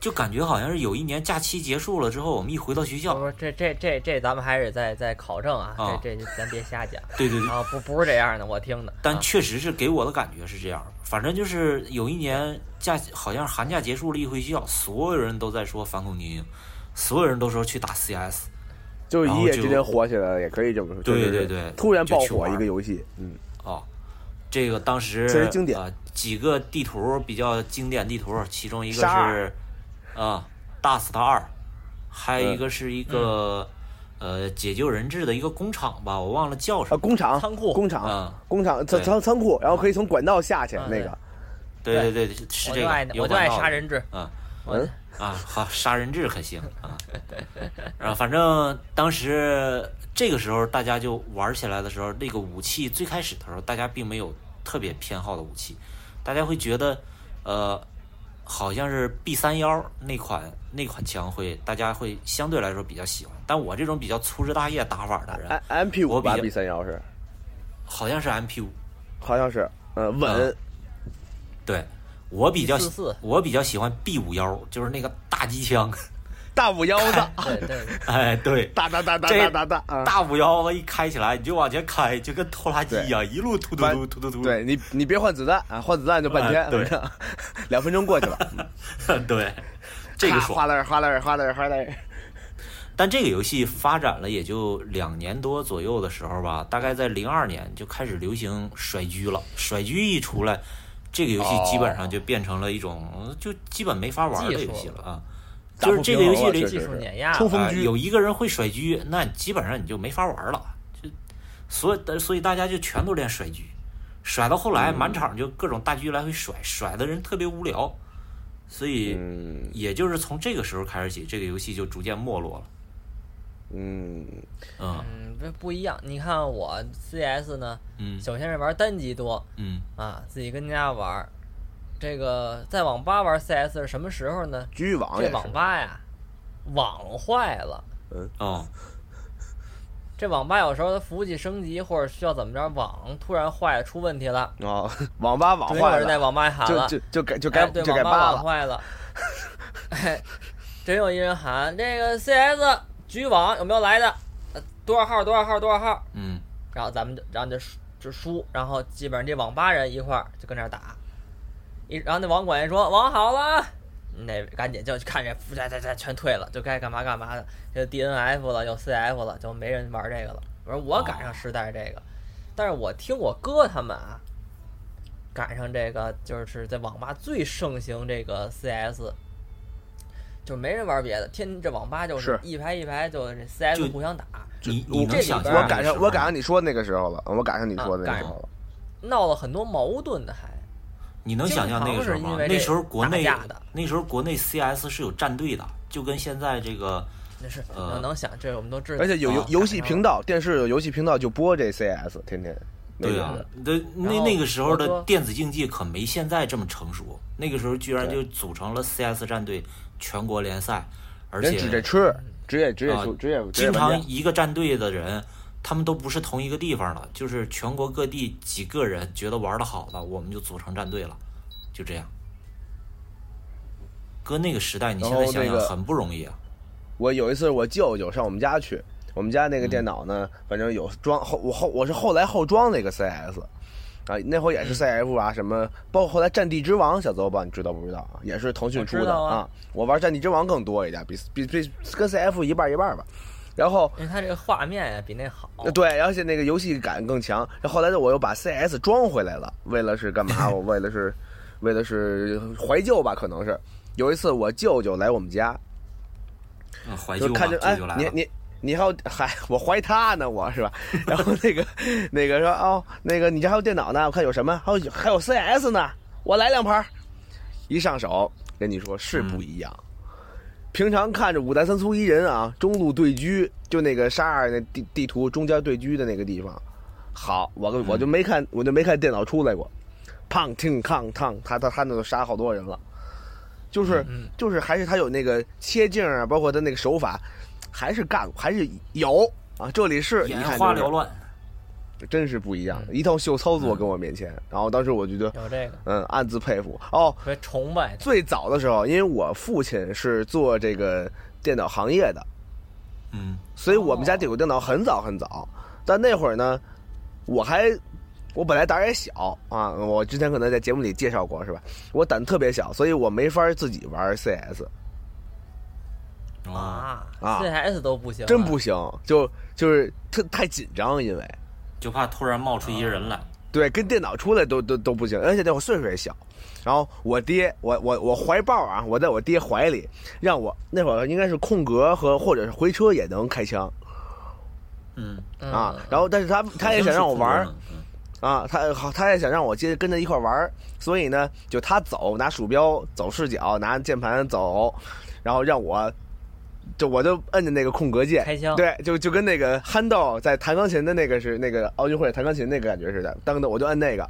Speaker 4: 就感觉好像是有一年假期结束了之后，我们一回到学
Speaker 2: 不
Speaker 4: 校，
Speaker 2: 不，这这这这，咱们还是在在考证啊，
Speaker 4: 啊
Speaker 2: 这这咱别瞎讲
Speaker 4: 对对对，
Speaker 2: 啊，不不是这样的，我听的。
Speaker 4: 但
Speaker 2: 啊
Speaker 4: 确实是给我的感觉是这样儿。反正就是有一年假，好像寒假结束了，一回学校，所有人都在说反恐精英，所有人都说去打 CS，
Speaker 3: 就是
Speaker 4: 然
Speaker 3: 一
Speaker 4: 后
Speaker 3: 夜
Speaker 4: 就
Speaker 3: 之间火起来了，也可以这么说。
Speaker 4: 对
Speaker 3: 就是
Speaker 4: 对对
Speaker 3: 突然
Speaker 4: 就
Speaker 3: 爆
Speaker 4: 去
Speaker 3: 火
Speaker 4: 玩
Speaker 3: 一个游戏，嗯，
Speaker 4: 哦，这个当时
Speaker 3: 这是经典
Speaker 4: 啊、几个地图比较经典地图，其中一个
Speaker 3: 沙
Speaker 4: 是
Speaker 3: 二
Speaker 4: 啊、大 star 二，还有
Speaker 3: 嗯
Speaker 4: 一个是一个、呃解救人质的一个工厂吧，我忘了叫
Speaker 3: 啊，
Speaker 4: 什么。
Speaker 3: 工厂、
Speaker 2: 仓库
Speaker 3: 工
Speaker 4: 嗯
Speaker 3: 厂、工厂仓
Speaker 4: 对嗯
Speaker 3: 仓仓库，然后可以从管道下去
Speaker 2: 啊
Speaker 3: 那
Speaker 2: 对
Speaker 3: 个。嗯
Speaker 4: 对对对，是
Speaker 2: 我
Speaker 4: 这
Speaker 2: 就
Speaker 4: 个
Speaker 2: 爱。
Speaker 4: 有
Speaker 2: 我就爱
Speaker 4: 管道
Speaker 2: 杀
Speaker 4: 的
Speaker 2: 人 质，
Speaker 4: 啊
Speaker 2: 我
Speaker 3: 嗯
Speaker 4: 啊，好杀人质可行啊。然后反正当时这个时候大家就玩起来的时候，那个武器最开始的时候，大家并没有特别偏好的武器，大家会觉得呃，好像是 B 三幺那款那款枪会大家会相对来说比较喜欢，但我这种比较粗枝大叶打法的人，
Speaker 3: M P
Speaker 4: 啊我
Speaker 3: 五
Speaker 4: 比
Speaker 3: 吧
Speaker 4: 较
Speaker 3: ，B 三幺是，
Speaker 4: 好像是 MP 五。
Speaker 3: 好像是，呃，稳
Speaker 4: 啊，对我比较喜
Speaker 2: 144
Speaker 4: 我比较喜欢 B 五幺，就是那个大机枪。
Speaker 3: 大五腰子，
Speaker 2: 对对，对
Speaker 4: 哎，对，
Speaker 3: 哒哒哒哒
Speaker 4: 这
Speaker 3: 哒哒哒啊！
Speaker 4: 大五幺子一开起来，你就往前开，就跟拖拉机一样，一路突突
Speaker 3: 反
Speaker 4: 突突突突。
Speaker 3: 对你，你别换子弹啊，换子弹就半天，
Speaker 4: 啊对
Speaker 3: 反正两分钟过去了。
Speaker 4: 对， 这个
Speaker 3: 咔
Speaker 4: 爽
Speaker 3: 哗。啦哗啦哗啦哗啦，
Speaker 4: 但这个游戏发展了也就两年多左右的时候吧，大概在零二年就开始流行甩狙了。甩狙一出来，这个游
Speaker 3: 哦
Speaker 4: 戏基本上就变成了一种，呃就基本没法玩的游戏了啊。
Speaker 3: 技术
Speaker 4: 就是这个游戏
Speaker 3: 打不平衡啊
Speaker 4: 里
Speaker 3: 确
Speaker 2: 技
Speaker 3: 实
Speaker 2: 术碾压了
Speaker 3: 冲锋
Speaker 4: 啊
Speaker 3: 狙
Speaker 4: 有一个人会甩狙，那基本上你就没法玩了。就所以所以大家就全都练甩狙，甩到后来满场就各种大狙来回甩，甩的人特别无聊。所以
Speaker 3: 嗯
Speaker 4: 也就是从这个时候开始起，这个游戏就逐渐没落了。
Speaker 3: 嗯，
Speaker 4: 嗯
Speaker 2: 嗯，不不一样。你看我 CS 呢，
Speaker 4: 嗯
Speaker 2: 首先是玩单机多
Speaker 4: 嗯，
Speaker 2: 啊，自己跟家玩儿。这个在网吧玩 CS 是什么时候呢？
Speaker 3: 局域网也
Speaker 2: 这
Speaker 3: 是
Speaker 4: 嗯
Speaker 2: 网吧呀，网坏了。
Speaker 4: 哦，
Speaker 2: 这这网吧有时候它服务器升级或者需要怎么着，网突然坏了出问题了，
Speaker 3: 哦，网吧网
Speaker 2: 对有
Speaker 3: 坏
Speaker 2: 人在
Speaker 3: 了，
Speaker 2: 网吧喊
Speaker 3: 就
Speaker 2: 了，
Speaker 3: 就就改就
Speaker 2: 就
Speaker 3: 改
Speaker 2: 对
Speaker 3: 就改
Speaker 2: 网吧网
Speaker 3: 罢了，
Speaker 2: 坏了， 哎，真有一人喊这个 CS 局网有没有来的？呃多少号？多少号？多少号？
Speaker 5: 嗯，
Speaker 2: 然后咱们就然后就输就输，然后基本上这网吧人一块儿就跟那儿打，一然后那网管一说网好了，那赶紧就看这这这这全退了，就该干嘛干嘛的，就 DNF 了，又 CF 了，就没人玩这个了。我说我赶上时代这个，但是我听我哥他们啊，赶上这个就是在网吧最盛行这个 CS。就没人玩别的，天这网吧就是一排一排就 CS
Speaker 4: 就
Speaker 2: 互相打，
Speaker 4: 你
Speaker 3: 我
Speaker 4: 你能想象
Speaker 3: 我赶
Speaker 4: 那个时
Speaker 3: 上
Speaker 4: 候
Speaker 3: 我赶上你说的那个时候了，我赶上你说的那个时
Speaker 2: 啊
Speaker 3: 候了，
Speaker 2: 闹了很多矛盾的还。
Speaker 4: 你能想象那个时候
Speaker 2: 经常
Speaker 4: 吗
Speaker 2: 是因？为这
Speaker 4: 那时候国内
Speaker 2: 打架的
Speaker 4: 那时候国内 CS 是有战队的，就跟现在这个
Speaker 2: 那是
Speaker 4: 呃
Speaker 2: 能能想，这我们都知道。啊
Speaker 3: 而且有游游戏频道，电视有游戏频道就播这 CS，天天。那
Speaker 4: 对
Speaker 3: 个
Speaker 4: 啊
Speaker 3: 是，
Speaker 4: 那那
Speaker 2: 然后
Speaker 4: 那个时候
Speaker 2: 我说
Speaker 4: 的电子竞技可没现在这么成熟，那个时候居然就组成了 CS 战队全国联赛，而
Speaker 3: 人指着
Speaker 4: 且
Speaker 3: 吃，职业职业
Speaker 4: 啊
Speaker 3: 足职业职业
Speaker 4: 经
Speaker 3: 玩
Speaker 4: 常
Speaker 3: 家，
Speaker 4: 一个战队的人，他们都不是同一个地方的，就是全国各地几个人觉得玩的好的，我们就组成战队了，就这样。搁那个时代，你现在
Speaker 3: 然后
Speaker 4: 想
Speaker 3: 那
Speaker 4: 想
Speaker 3: 个
Speaker 4: 很不容易啊。
Speaker 3: 我有一次我舅舅上我们家去，我们家那
Speaker 2: 嗯
Speaker 3: 个电脑呢，反正有装后我后我是后来后装了一个 CS，啊，那会
Speaker 2: 嗯
Speaker 3: 儿也是 CF 啊什么，包括后来《战地之王》，小邹吧，你知道不知道啊？也是腾讯
Speaker 2: 我知
Speaker 3: 出的
Speaker 2: 道啊
Speaker 3: 啊。我玩《战地之王》更多一点，比比比跟 CF 一半一半吧。然后
Speaker 2: 因为它这个画面呀比那好。
Speaker 4: 哦
Speaker 3: 对，而且那个游戏感更强。然后后来呢，我又把 CS 装回来了，为了是干 嘛？我为了是，为了是怀旧吧，可能是。有一次我舅舅来我们家，
Speaker 4: 嗯，怀
Speaker 3: 就
Speaker 4: 旧嘛，
Speaker 3: 看着
Speaker 4: 这
Speaker 3: 哎
Speaker 4: 就来，
Speaker 3: 你
Speaker 4: 了。
Speaker 3: 你你还有嗨，我怀他呢，我是吧？然后那个那个说哦，那个你家还有电脑呢，我看有什么，还有还有 CS 呢，我来两盘儿。一上手跟你说是
Speaker 4: 嗯
Speaker 3: 不一样。平常看着五代三粗一人啊，中路对狙，就那个沙二那地地图中间对狙的那个地方，好，我跟我就没看，我就没看电脑出来过，胖听抗烫，他他他那都杀好多人了，就是就是还是他有那个切镜啊，包括他那个手法，还是干还是有啊，这里是
Speaker 4: 眼
Speaker 3: 一看
Speaker 4: 花
Speaker 3: 就是
Speaker 4: 缭乱，
Speaker 3: 真是不一样，一套秀操作跟我面前，然后当时我就觉得，
Speaker 2: 有这个
Speaker 3: 嗯，暗自佩服哦。
Speaker 2: 特别崇拜它。
Speaker 3: 最早的时候，因为我父亲是做这个电脑行业的，
Speaker 4: 嗯，
Speaker 3: 所以我们家有电脑很早很早。但那会儿呢，我还我本来胆儿也小啊，我之前可能在节目里介绍过是吧？我胆特别小，所以我没法自己玩 CS，
Speaker 4: 啊，
Speaker 2: 啊
Speaker 3: 啊
Speaker 2: ，CS 都不行，
Speaker 3: 真不。行，就就是特太紧张，因为
Speaker 4: 就怕突然冒出一人来。
Speaker 3: 对跟电脑出来都都都不行，而且那会儿岁数也小。然后我爹，我我我怀抱啊，我在我爹怀里，让我那会儿应该是空格和或者是回车也能开枪，
Speaker 4: 嗯，
Speaker 2: 嗯
Speaker 3: 啊，然后但是他他也想让我玩
Speaker 4: 好
Speaker 3: 儿
Speaker 4: 像是空格呢。
Speaker 3: 啊，他好他也想让我接跟着一块儿玩儿，所以呢，就他走拿鼠标走视角，拿键盘走，然后让我。就我就摁着那个空格键，
Speaker 2: 开枪
Speaker 3: 对，就就跟那个憨豆在弹钢琴的那个是那个奥运会弹钢琴那个感觉似的，当当我就摁那 个，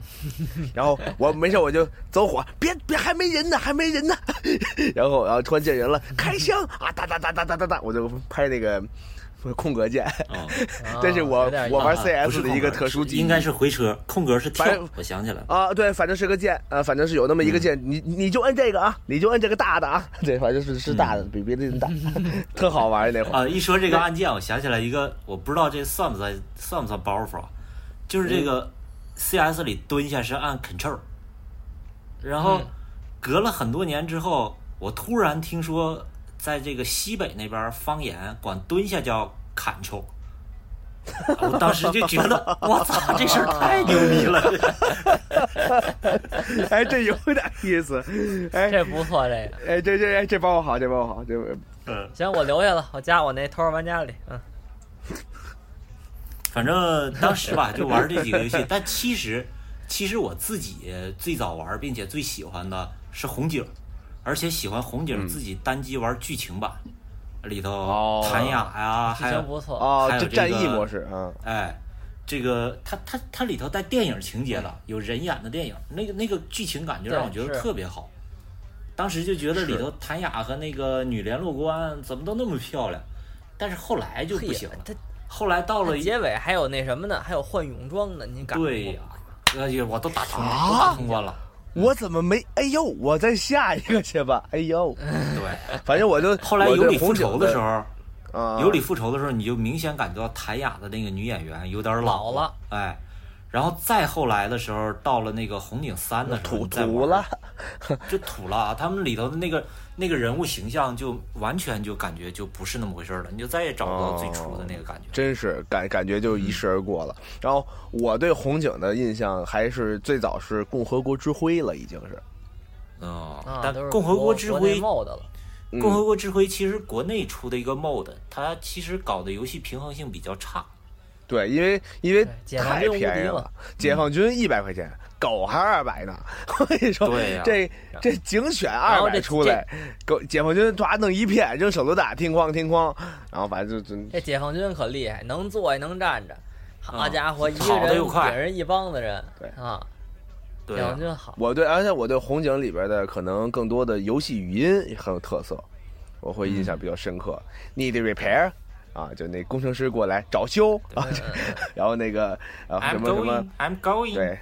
Speaker 3: 然后我没事我就走火，别别还没人呢，还没人呢， 然后然后突然见人了，开枪啊哒哒哒哒哒哒哒，我就拍那个空格键，
Speaker 4: 嗯
Speaker 2: 啊
Speaker 3: 这是我
Speaker 2: 有点
Speaker 3: 我玩
Speaker 4: 啊
Speaker 3: CS
Speaker 4: 不是
Speaker 3: 的
Speaker 4: 空
Speaker 3: 一个
Speaker 4: 格
Speaker 3: 特殊
Speaker 4: 是
Speaker 3: 记忆
Speaker 4: 应该是回车，空格是跳
Speaker 3: 反正，
Speaker 4: 我想起来了。
Speaker 3: 啊，对，反正是个键，呃，反正是有那么一
Speaker 4: 嗯
Speaker 3: 个键，你你就摁这个啊，你就摁这个大的啊， 对，反正是是大的，
Speaker 4: 嗯
Speaker 3: 比别的人 大，特好玩儿那会儿。
Speaker 4: 啊，一说这个案件，我想起来一个，我不知道这算不算算不算包袱啊？就是
Speaker 3: 嗯
Speaker 4: 这个 CS 里蹲下是按 Ctrl，然后
Speaker 2: 嗯
Speaker 4: 隔了很多年之后，我突然听说，在这个西北那边方言管蹲下叫 Ctrl。啊我当时就觉得，我操，这事儿太牛逼了！
Speaker 3: 哎，这有点意思，哎
Speaker 2: 这不错，这个
Speaker 3: 哎，这这哎这帮我好，这帮我好，这
Speaker 4: 嗯，
Speaker 2: 行，我留下了，我加我那偷着玩家里，嗯，
Speaker 4: 反正当时吧，就玩这几个游戏，但其实其实我自己最早玩并且最喜欢的是红警，而且喜欢红
Speaker 2: 嗯
Speaker 4: 警自己单机玩剧情版，里头
Speaker 3: 哦
Speaker 4: 谭雅呀，
Speaker 2: 剧
Speaker 4: 啊还
Speaker 2: 情不
Speaker 4: 有
Speaker 2: 错。
Speaker 3: 哦
Speaker 4: 还，有
Speaker 3: 这
Speaker 4: 这
Speaker 3: 战
Speaker 4: 个
Speaker 3: 役模式啊，
Speaker 4: 哎，这个它它它里头带电影情节的，有人演的电影，那个那个剧情感觉让我
Speaker 2: 对
Speaker 4: 觉得
Speaker 2: 是
Speaker 4: 特别好。当时就觉得里头谭雅和那个女联络官怎么都那么漂亮，但是后来就
Speaker 2: 嘿
Speaker 4: 不行了。
Speaker 2: 它
Speaker 4: 后来到了
Speaker 2: 结尾还有那什么呢？还有换泳装的，你敢吗？
Speaker 4: 对呀、哎呀，我都打通了，
Speaker 3: 啊
Speaker 4: 都打通 关了。
Speaker 3: 我怎么没？哎呦，我在下一个去吧。哎 呦，
Speaker 4: 对，
Speaker 3: 反正我就
Speaker 4: 后来
Speaker 3: 我
Speaker 4: 有
Speaker 3: 对
Speaker 4: 理复
Speaker 3: 红酒
Speaker 4: 仇的时候，
Speaker 3: 啊，
Speaker 4: 有理复仇的时候，你就明显感觉到谭雅的那个女演员有点
Speaker 2: 老
Speaker 4: 老
Speaker 2: 了
Speaker 4: 哎。然后再后来的时候，到了那个红警三的时候，
Speaker 3: 土
Speaker 4: 你再
Speaker 3: 土
Speaker 4: 玩
Speaker 3: 了，
Speaker 4: 就土了啊！他们里头的那个那个人物形象，就完全就感觉就不是那么回事儿了，你就再也找不到最初的那个感觉。
Speaker 3: 真是感感觉
Speaker 4: 嗯
Speaker 3: 就一逝而过了。然后我对红警的印象还是最早是《共和国之辉》了，已经是。
Speaker 4: 嗯，
Speaker 2: 啊，
Speaker 4: 但
Speaker 2: 都是
Speaker 4: 共和
Speaker 2: 国
Speaker 4: 国之
Speaker 2: 国内
Speaker 4: 辉，
Speaker 2: 冒的了。
Speaker 3: 哦嗯
Speaker 4: 共和国之辉其实国内出的一个 mod，它其实搞的游戏平衡性比较差。
Speaker 3: 对，因为因为
Speaker 2: 对解放
Speaker 3: 太
Speaker 2: 军无敌嗯
Speaker 3: 便宜
Speaker 2: 了
Speaker 3: 了，解放军一百块钱，狗还二百呢。 我跟你说，
Speaker 4: 对呀
Speaker 3: 这这警选
Speaker 2: 然后
Speaker 3: 二
Speaker 2: 这
Speaker 3: 百出来，狗解放军抓弄一片，扔手榴弹，听哐听哐，然后反正就就
Speaker 2: 这解放军可厉害，能坐也能站着。好
Speaker 4: 啊
Speaker 2: 家伙，一个
Speaker 4: 跑得
Speaker 2: 人
Speaker 4: 又快
Speaker 2: 顶人一帮子人
Speaker 3: 对
Speaker 2: 啊！
Speaker 4: 对
Speaker 2: 解
Speaker 4: 啊
Speaker 2: 放，军好，
Speaker 3: 我对，而且我对红警里边的可能更多的游戏语音也很有特色，我会印
Speaker 4: 嗯
Speaker 3: 象比较深刻。Need repair 啊，就那工程师过来找修啊， 然后那个呃什
Speaker 4: I'm
Speaker 3: 么什么
Speaker 4: going, I'm going。
Speaker 3: 对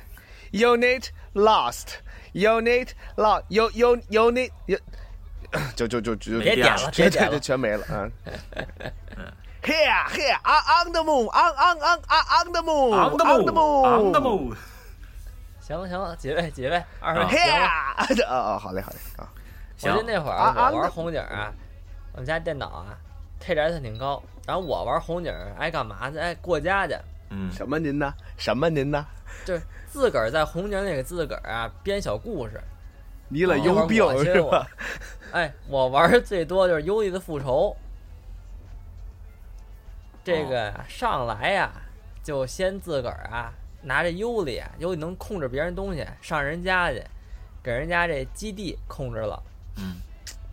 Speaker 3: ，unit lost。Unit lost u u unit u，就就就就
Speaker 2: 别
Speaker 4: 别
Speaker 2: 点
Speaker 4: 啊
Speaker 2: 了，别点
Speaker 3: 全全
Speaker 2: 了嗯
Speaker 3: 就，全没了啊。Here, here, on on the moon, 啊 on on on 啊 on on the moon,
Speaker 4: On the move, on the
Speaker 3: moon.
Speaker 4: move。
Speaker 2: 行了行了，结尾结尾，二位
Speaker 4: 啊
Speaker 2: 行了。
Speaker 3: Here，啊 啊，好嘞好嘞啊，
Speaker 2: 我
Speaker 4: 行
Speaker 2: 记得那会儿
Speaker 3: 啊啊
Speaker 2: 我
Speaker 3: 那
Speaker 2: 玩红警啊，我们家电脑啊 K 值还挺高，然后我玩红警爱干嘛去？爱过家去，
Speaker 4: 嗯，
Speaker 3: 什么您呢？什么您呢？
Speaker 2: 就是自个儿在红警里给自个儿啊编小故事。
Speaker 3: 你了
Speaker 2: 一会
Speaker 3: 有
Speaker 2: 儿
Speaker 3: 病
Speaker 2: 我
Speaker 3: 是
Speaker 2: 先我
Speaker 3: 吧？
Speaker 2: 哎，我玩儿最多就是《尤里的复
Speaker 3: 哦
Speaker 2: 仇》，这个呀上来呀、就先自个儿啊拿着尤里啊，尤里能控制别人东西，上人家去，给人家这基地控制了。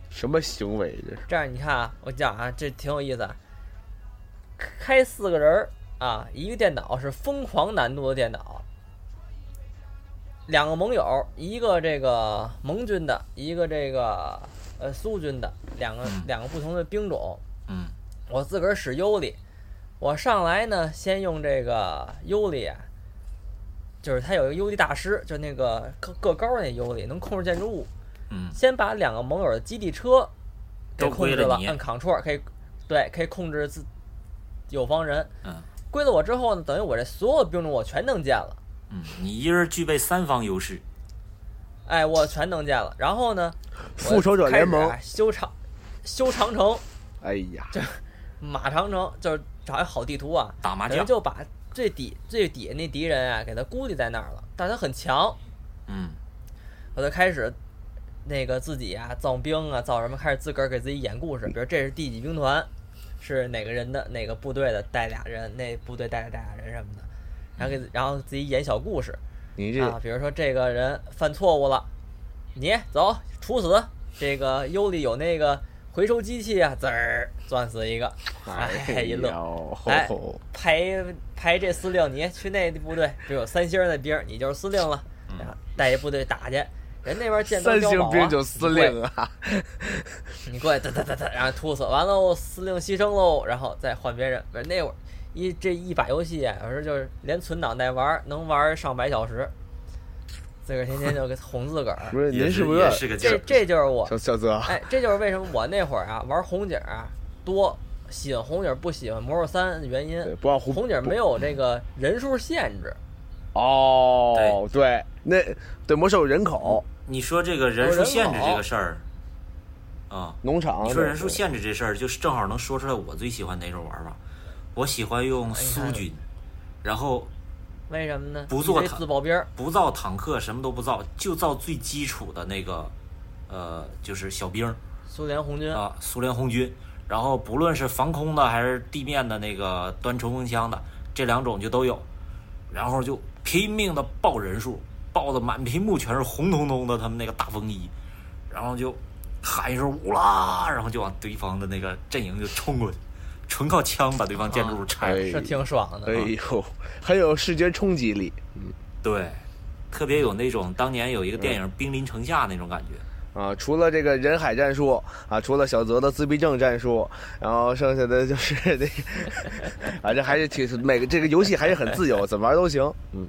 Speaker 3: 什么行为这是？
Speaker 2: 这样你看啊，我讲啊，这挺有意思啊。开四个人儿啊，一个电脑是疯狂难度的电脑，两个盟友，一个这个盟军的，一个这个呃苏军的，两个
Speaker 4: 嗯
Speaker 2: 两个不同的兵种。
Speaker 4: 嗯，
Speaker 2: 我自个儿使尤里，我上来呢，先用这个尤里啊，就是他有一个尤里大师，就那个个个高的那尤里，能控制建筑物。
Speaker 4: 嗯
Speaker 2: 先把两个盟友的基地车给
Speaker 4: 都
Speaker 2: 控制
Speaker 4: 归了
Speaker 2: 了，
Speaker 4: 你
Speaker 2: 按 Ctrl 可以，对，可以控制自有方人。
Speaker 4: 嗯
Speaker 2: 归了我之后呢，等于我这所有兵种我全能建了，
Speaker 4: 嗯，你一人具备三方优势。
Speaker 2: 哎，我全能建了。然后呢，我
Speaker 3: 复仇者联盟
Speaker 2: 开始啊修长修长城，
Speaker 3: 哎呀，
Speaker 2: 马长城，就是找一好地图啊，
Speaker 4: 打麻
Speaker 2: 等于
Speaker 4: 将
Speaker 2: 就把最底最底下那敌人啊给他孤立在那儿了，但他很强，
Speaker 4: 嗯，
Speaker 2: 我就开始那个自己啊造兵啊造什么，开始自个儿给自己演故事，比如这是第几兵团，是哪个人的哪个部队的带俩人，那部队带俩人什么的，然后给然后自己演小故事
Speaker 3: 你这
Speaker 2: 啊，比如说这个人犯错误了，你走处死，这个优里有那个回收机器啊，滋儿钻死一个，哎一乐。
Speaker 3: 呦
Speaker 2: 哎排排这司令，你去那部队，只有三星儿那兵儿，你就是司令了，
Speaker 3: 嗯
Speaker 2: 然后带一部队打去，人那边见都
Speaker 3: 三
Speaker 2: 碉堡
Speaker 3: 星
Speaker 2: 啊
Speaker 3: 兵就司令啊，
Speaker 2: 你过来，哒哒哒哒，然后突死，完喽，司令牺牲喽，然后再换别人。不是那会儿一这一把游戏啊，有时候就是连存档带玩儿，能玩儿上百小时，自个儿天天就给哄自个儿。
Speaker 3: 不是
Speaker 4: 也
Speaker 3: 您是不是有
Speaker 4: 也
Speaker 3: 点
Speaker 4: 是个劲
Speaker 2: 这
Speaker 4: 儿？
Speaker 2: 这就是我
Speaker 3: 小小泽？
Speaker 2: 哎，这就是为什么我那会儿啊玩红警啊多，喜欢红警不喜欢魔兽三的原因
Speaker 3: 对。不让胡
Speaker 2: 红警没有这个人数限制，
Speaker 3: 哦，对，那对魔兽人口
Speaker 4: 你说这个人数限制这个事儿，啊、
Speaker 3: 农场，
Speaker 4: 你说人数
Speaker 3: 对
Speaker 4: 限制这事儿，就是正好能说出来我最喜欢哪种玩法。我喜欢用
Speaker 3: 哎
Speaker 4: 苏军，然后
Speaker 2: 为什么呢？
Speaker 4: 不做
Speaker 2: 你这
Speaker 4: 它
Speaker 2: 自爆兵儿，
Speaker 4: 不造坦克，什么都不造，就造最基础的那个，呃，就是小兵儿
Speaker 2: 苏联红军，
Speaker 4: 啊，苏联红军。然后不论是防空的还是地面的那个端冲锋枪的，这两种就都有。然后就拼命的爆人数，爆的满屏幕全是红彤彤的他们那个大风衣，然后就喊一声“乌啦”，然后就往对方的那个阵营就冲过去，纯靠枪把对方建筑物拆了。
Speaker 3: 哎
Speaker 2: 是挺爽的。
Speaker 4: 啊
Speaker 2: 啊
Speaker 3: 哎呦，很有视觉冲击力
Speaker 4: 对，特别有那种当年有一个电影《兵临城下》那种感觉。
Speaker 3: 啊，除了这个人海战术啊，除了小泽的自闭症战术，然后剩下的就是那个啊，这还是挺每个这个游戏还是很自由，怎么玩都行。嗯，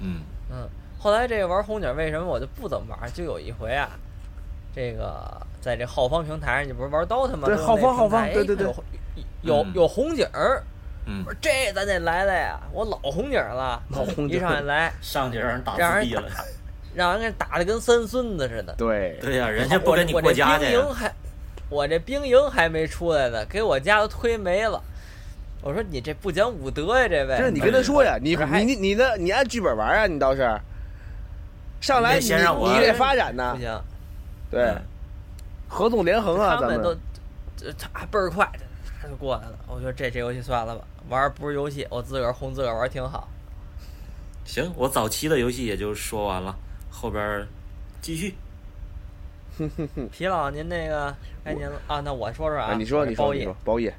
Speaker 5: 嗯，
Speaker 2: 嗯，后来这个玩红警为什么我就不怎么玩儿？就有一回啊，这个在这浩方平台上，你不是玩刀他吗？
Speaker 3: 对
Speaker 2: 都有
Speaker 3: 浩方
Speaker 2: 那
Speaker 3: 浩方
Speaker 2: 平台
Speaker 3: 对对对
Speaker 2: 有有
Speaker 5: 嗯
Speaker 2: 有红警儿，
Speaker 5: 嗯
Speaker 2: 我说这咱得来来呀！我老红警儿了，
Speaker 3: 老红警儿
Speaker 2: 一上来
Speaker 4: 上去让人打
Speaker 2: 让
Speaker 4: 自
Speaker 2: 人
Speaker 4: 闭了。
Speaker 2: 让人给打的跟三孙子似的。
Speaker 3: 对，
Speaker 4: 对呀、人家不
Speaker 2: 我
Speaker 4: 跟
Speaker 2: 这
Speaker 4: 你
Speaker 2: 我
Speaker 4: 过
Speaker 2: 这
Speaker 4: 家去
Speaker 2: 兵。营还，我这兵营还没出来呢，给我家都推没了。我说你这不讲武德呀，这位！
Speaker 3: 就是你跟他说呀，你
Speaker 2: 还
Speaker 3: 你你你的你按剧本玩啊，你倒是上来
Speaker 4: 你
Speaker 3: 你
Speaker 4: 先让我
Speaker 3: 你得发展
Speaker 2: 啊不
Speaker 3: 呢，
Speaker 2: 行，
Speaker 3: 对，合纵连横
Speaker 2: 嗯
Speaker 3: 啊，
Speaker 2: 他
Speaker 3: 咱
Speaker 2: 们都
Speaker 3: 们
Speaker 2: 这他倍儿快，他就过来了。我觉得这这游戏算了吧，玩儿不是游戏，我自个儿哄自个儿玩儿挺好。
Speaker 5: 行，我早期的游戏也就说完了，后边儿继续。
Speaker 2: 皮老，您那个该您了啊，那我说说
Speaker 3: 嗯啊，
Speaker 2: 啊，
Speaker 3: 你说你
Speaker 2: 包
Speaker 3: 说你
Speaker 2: 夜
Speaker 3: 说，，包夜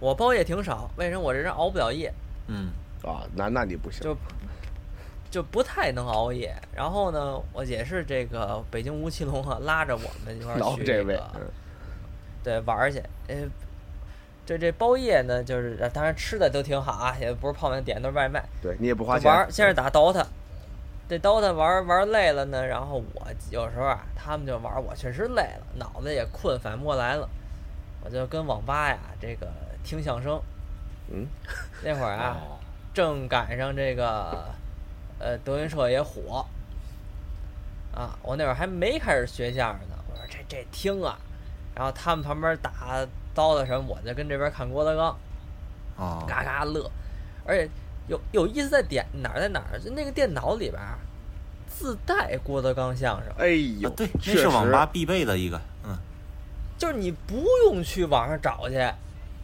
Speaker 2: 我包夜挺少，为什么我这人熬不了夜，
Speaker 5: 嗯
Speaker 3: 啊，那那你不行，
Speaker 2: 就就不太能熬夜。然后呢，我也是这个北京吴奇隆啊，拉着我们一块
Speaker 3: 老
Speaker 2: 儿去
Speaker 3: 这位嗯
Speaker 2: 个，对玩儿去，呃。这这包夜呢，就是呃当然吃的都挺好啊，也不是泡面点的都是外卖，
Speaker 3: 对你也不花
Speaker 2: 玩儿
Speaker 3: 钱，嗯
Speaker 2: 先是打 DOTA，这 DOTA 玩儿玩儿累了呢，然后我有时候啊，他们就玩儿，我确实累了，脑子也困，反应不过来了，我就跟网吧呀这个听相声。
Speaker 3: 嗯，
Speaker 2: 那会儿啊，
Speaker 5: 哦
Speaker 2: 正赶上这个呃德云社也火啊，我那会儿还没开始学相声呢，我说这这听啊，然后他们旁边打 DOTA 什么，我就跟这边看郭德纲。
Speaker 5: 哦
Speaker 2: 嘎嘎乐，而且有有意思在点哪儿在哪儿，就那个电脑里边儿自带郭德纲相声，
Speaker 3: 哎呦
Speaker 5: 啊，对，那
Speaker 3: 确
Speaker 5: 是
Speaker 3: 实
Speaker 5: 网吧必备的一个，嗯，
Speaker 2: 就是你不用去网上找去，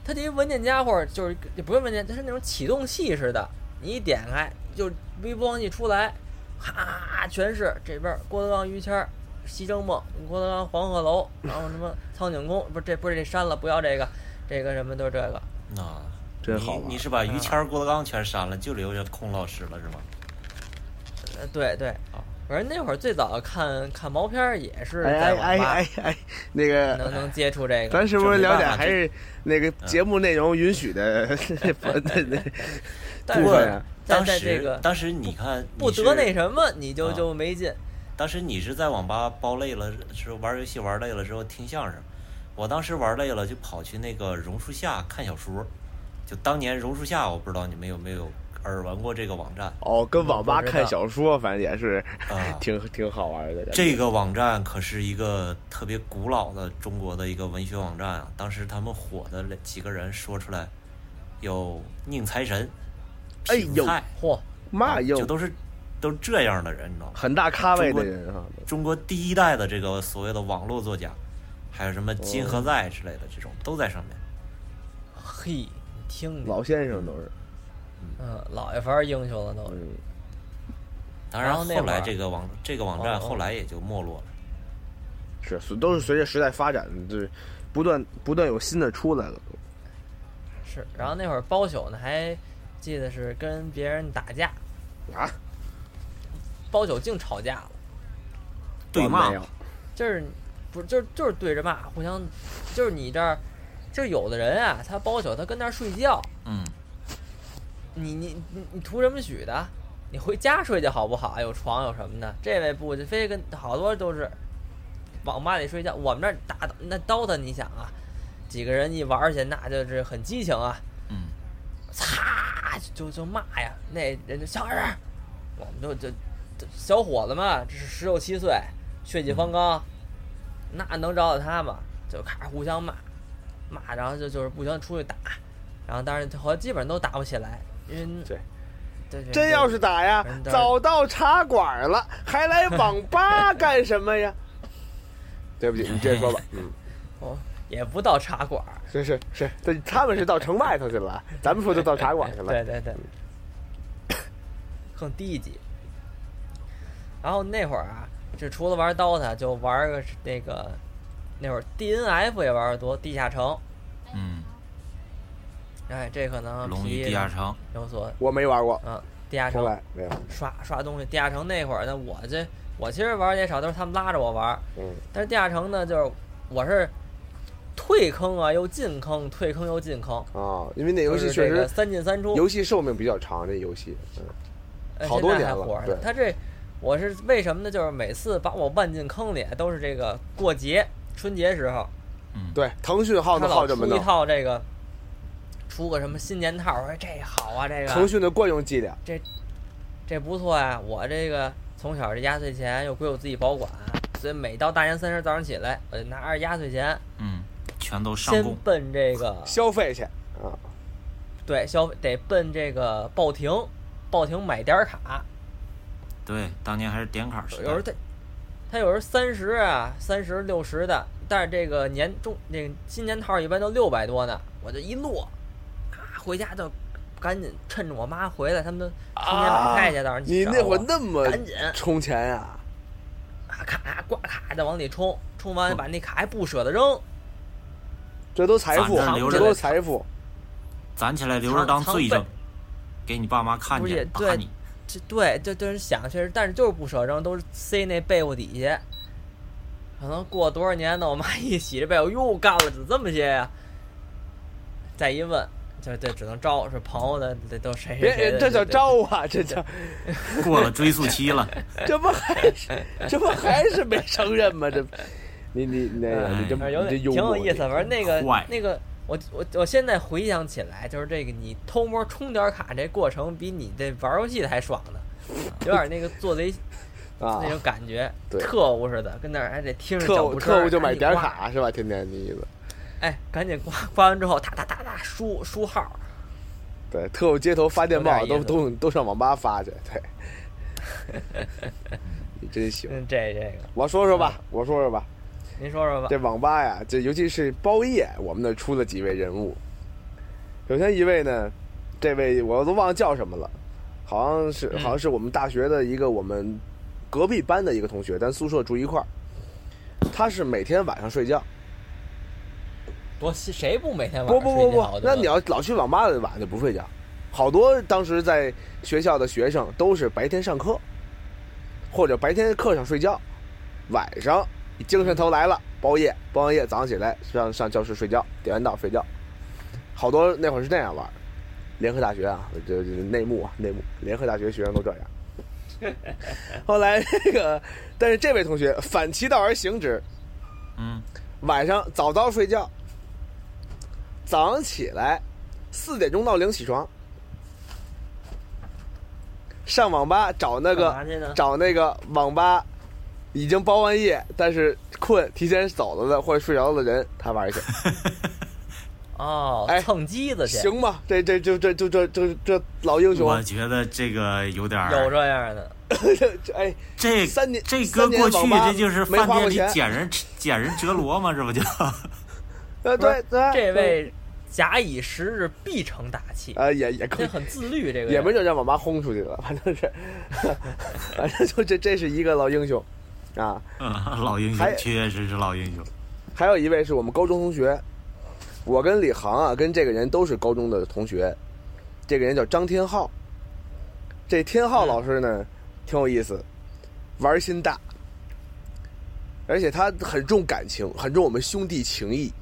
Speaker 2: 它这些文件夹或者就是也不用文件，它是那种启动器似的，你一点开就微波光一出来，哈，全是这边儿郭德纲于谦儿。西征梦、郭德纲、黄鹤楼，然后什么苍井空，不是这不是这删了，不要这个，这个什么都是这个，
Speaker 4: 啊，
Speaker 3: 真好玩
Speaker 4: 你你是
Speaker 2: 嗯
Speaker 4: 把于谦儿、郭德纲全删了，就留下孔老师了是吗？
Speaker 2: 呃，对对，反正那会儿最早看看毛片儿也是
Speaker 3: 哎
Speaker 2: 在
Speaker 3: 哎
Speaker 2: 网吧、
Speaker 3: 哎哎哎，那个
Speaker 2: 能能接触这个。
Speaker 3: 咱是不是聊点
Speaker 4: 这没办法
Speaker 3: 还是那个节目内容允许的 不那那
Speaker 2: 但
Speaker 3: 不过
Speaker 2: 是
Speaker 3: 呀
Speaker 2: 在
Speaker 4: 当
Speaker 2: 在这
Speaker 4: 时
Speaker 2: 个
Speaker 4: 当时你看
Speaker 2: 不
Speaker 4: 你是
Speaker 2: 得那什么，你就
Speaker 4: 啊
Speaker 2: 就没劲。
Speaker 4: 当时你是在网吧包累了，是玩游戏玩累了之后听相声。我当时玩累了，就跑去那个榕树下看小说。就当年榕树下，我不知道你们有没有耳闻过这个网站
Speaker 3: 哦，跟网吧
Speaker 2: 不知道
Speaker 3: 看小说，反正也是？
Speaker 4: 啊
Speaker 3: 挺挺好玩的。
Speaker 4: 这个网站可是一个特别古老的中国的一个文学网站啊。当时他们火的几个人说出来，有宁财神、
Speaker 3: 哎
Speaker 4: 痞子
Speaker 3: 呦
Speaker 4: 蔡，
Speaker 2: 嚯，
Speaker 3: 嘛
Speaker 4: 就
Speaker 3: 又
Speaker 4: 都是都这样的人，你知道吗？
Speaker 3: 很大咖位的人啊，
Speaker 4: 中国第一代的这个所谓的网络作家，还有什么金河在之类的这种、都在上面。
Speaker 2: 嘿，你听听，
Speaker 3: 老先生都是。
Speaker 2: 嗯，老一番英雄了都。
Speaker 3: 嗯，
Speaker 4: 当
Speaker 2: 然
Speaker 4: 然
Speaker 2: 后那
Speaker 4: 后
Speaker 2: 会
Speaker 4: 来
Speaker 2: 儿
Speaker 4: 这个网这个网
Speaker 2: 哦
Speaker 4: 站
Speaker 2: 哦
Speaker 4: 后来也就没落了。
Speaker 3: 是随都是随着时代发展，就是不断不断有新的出来了。
Speaker 2: 是，然后那会儿包宿呢，还记得是跟别人打架，
Speaker 3: 啊，
Speaker 2: 包宿净吵架了，
Speaker 4: 对
Speaker 3: 我
Speaker 4: 骂
Speaker 3: 没有
Speaker 2: 就是不是就是就是对着骂，互相就是你这儿，就有的人啊，他包宿他跟那儿睡觉，
Speaker 5: 嗯，
Speaker 2: 你你你你图什么许的？你回家睡去好不好？有床有什么的？这位不就非跟好多都是网吧里睡觉。我们那儿打那刀的，你想啊，几个人一玩儿去，那就是很激情啊。
Speaker 5: 嗯，
Speaker 2: 擦就就骂呀，那人就小人，我们就就就小伙子嘛，这是十六七岁，血气方刚，那能找到他吗？就开始互相骂，骂，然后就就是不行出去打，然后但是后来基本上都打不起来，因为
Speaker 3: 对
Speaker 2: 对对
Speaker 3: 真要是打呀
Speaker 2: 人，都是
Speaker 3: 早到茶馆了，还来网 吧干什么呀？对不起，你接着说吧。嗯，
Speaker 2: 哦，也不到茶馆儿，
Speaker 3: 是是是，对，他们是到城外头去了，啊咱们说就到茶馆去了。
Speaker 2: 对对对，
Speaker 3: 嗯
Speaker 2: 更低级。然后那会儿啊，就除了玩 DOTA，就玩个那个那会儿 DNF 也玩的多，地下城。
Speaker 5: 嗯，
Speaker 2: 哎，这可能
Speaker 5: 龙与
Speaker 2: 皮
Speaker 5: 地下城，
Speaker 2: 有所
Speaker 3: 我没玩过，
Speaker 2: 啊，地下
Speaker 3: 从
Speaker 2: 城
Speaker 3: 来没有，
Speaker 2: 刷刷东西。地下城那会儿呢，我这我其实玩儿也少，都是他们拉着我玩儿。
Speaker 3: 嗯
Speaker 2: 但是地下城呢，就是我是退坑啊又进坑，退坑又进坑。
Speaker 3: 啊，因为那游戏
Speaker 2: 就是
Speaker 3: 确
Speaker 2: 这个
Speaker 3: 实
Speaker 2: 三进三出，
Speaker 3: 游戏寿命比较长，这游戏，嗯，
Speaker 2: 呃
Speaker 3: 好
Speaker 2: 现
Speaker 3: 多
Speaker 2: 在
Speaker 3: 年
Speaker 2: 还
Speaker 3: 了
Speaker 2: 活着
Speaker 3: 对
Speaker 2: 呢他这我是为什么呢？就是每次把我万进坑里，都是这个过节春节时候，
Speaker 3: 对，腾讯号
Speaker 2: 他
Speaker 3: 的
Speaker 2: 老
Speaker 3: 号这
Speaker 2: 出
Speaker 3: 么
Speaker 2: 一
Speaker 3: 弄，
Speaker 2: 套这个，出个什么新年套，我说这好啊，这
Speaker 3: 腾
Speaker 2: 个
Speaker 3: 讯的惯用伎俩，
Speaker 2: 这不错呀、我这个从小这压岁钱又归我自己保管，所以每到大年三十早上起来，我就拿着压岁钱
Speaker 4: 嗯，全都上
Speaker 2: 先
Speaker 4: 供，
Speaker 2: 奔这个
Speaker 3: 消费去啊，
Speaker 2: 对消费得奔这个报亭，报亭买点儿卡，
Speaker 4: 对，当年还是点卡时
Speaker 2: 有时候
Speaker 4: 代，
Speaker 2: 他，他有时候三十啊，三十六十的，但是这个年中那个新年套一般都六百多呢，我就一落，啊，回家就赶紧趁着我妈回来，他们都春节买菜去，到时候
Speaker 3: 啊你那会儿那么
Speaker 2: 赶紧
Speaker 3: 充钱呀？
Speaker 2: 啊卡挂卡的往里冲，冲完把那卡还不舍得扔，
Speaker 3: 这都财富
Speaker 4: 反正留，
Speaker 3: 这
Speaker 4: 着
Speaker 3: 都是财富，
Speaker 4: 攒起来留着当罪
Speaker 2: 藏
Speaker 4: 证
Speaker 2: 藏，
Speaker 4: 给你爸妈看
Speaker 2: 不是也
Speaker 4: 见打
Speaker 2: 对
Speaker 4: 你。
Speaker 2: 这对这这人想确实，但是就是不舍扔，都是塞那被窝底下。可能过多少年呢？我妈一洗这被窝，哟，干了怎么这么些呀、再一问，就这只能招是朋友的，这都谁谁谁
Speaker 3: 别
Speaker 2: 的？
Speaker 3: 这叫
Speaker 2: 对
Speaker 3: 招啊，这叫
Speaker 4: 过了追溯期 了，
Speaker 3: 这不还是这不还是没承认吗？这你你你那个你这
Speaker 2: 反哎正有
Speaker 3: 你这
Speaker 2: 点
Speaker 3: 幽
Speaker 2: 挺
Speaker 3: 默
Speaker 2: 有意思。反正那个
Speaker 4: 坏
Speaker 2: 那个，我我我现在回想起来，就是这个你偷摸充点卡这过程，比你这玩游戏的还爽呢，有点那个做贼
Speaker 3: 啊
Speaker 2: 那，种感觉，
Speaker 3: 对
Speaker 2: 特务似的，跟那儿还得听着
Speaker 3: 特
Speaker 2: 脚
Speaker 3: 务
Speaker 2: 步声
Speaker 3: 特务就买点，
Speaker 2: 赶紧
Speaker 3: 卡是吧？天天你意思，
Speaker 2: 刮哎，赶紧刮刮完之后，哒哒哒哒输输号，
Speaker 3: 对，特务街头发电报
Speaker 2: 有点
Speaker 3: 都
Speaker 2: 意思
Speaker 3: 都都上网吧发去， 对，你真行。
Speaker 2: 嗯，这这个，
Speaker 3: 我说说吧，我说说吧，
Speaker 2: 您说说吧
Speaker 3: 这，网吧呀，这尤其是包夜，我们那儿出了几位人物。首先一位呢，这位我都忘了叫什么了，好像是好像是我们大学的一个我们隔壁班的一个同学，咱宿舍住一块儿。他是每天晚上睡觉，
Speaker 2: 多新谁不每天晚
Speaker 3: 不
Speaker 2: 上
Speaker 3: 不不
Speaker 2: 睡
Speaker 3: 不
Speaker 2: 觉，的？
Speaker 3: 那你要老去网吧的晚上就不睡觉。好多当时在学校的学生都是白天上课，或者白天课上睡觉，晚上精神头来了，包夜，包完夜早上起来上上教室睡觉，点完到睡觉。好多那会儿是那样玩儿，联合大学啊，就就内幕啊，内幕，联合大学学生都这样。后来这个，但是这位同学反其道而行之，
Speaker 4: 嗯，
Speaker 3: 晚上早早睡觉，早上起来四点钟闹铃起床，上网吧找那个
Speaker 2: 干嘛去呢
Speaker 3: 找那个网吧已经包完夜但是困提前走了的或者睡着了的人，他 玩去，
Speaker 2: 哦
Speaker 3: 哎，
Speaker 2: 蹭机子去，
Speaker 3: 行吗？这这这这这这这这老英雄，
Speaker 4: 我觉得这个有点儿
Speaker 2: 有这样的，
Speaker 3: 这 这哎，
Speaker 4: 这
Speaker 3: 三年
Speaker 4: 这
Speaker 3: 三
Speaker 4: 搁
Speaker 3: 年
Speaker 4: 过去
Speaker 3: 网吧
Speaker 4: 这就是
Speaker 3: 没
Speaker 4: 饭
Speaker 3: 花过
Speaker 4: 店里
Speaker 3: 钱
Speaker 4: 捡人捡人折罗嘛，这 不就？
Speaker 3: 呃对对，
Speaker 2: 这位假以时日必成大器，
Speaker 3: 啊也也可
Speaker 2: 这
Speaker 3: 以。
Speaker 2: 很自律，这个人
Speaker 3: 也没准让网吧轰出去了，反正是， 反正就这这是一个老英雄，啊，
Speaker 4: 嗯，老英
Speaker 3: 还
Speaker 4: 雄确实是老英雄。
Speaker 3: 还有一位是我们高中同学，我跟李航啊，跟这个人都是高中的同学，这个人叫张天浩，这天浩老师呢，挺有意思，玩心大，而且他很重感情，很重我们兄弟情谊。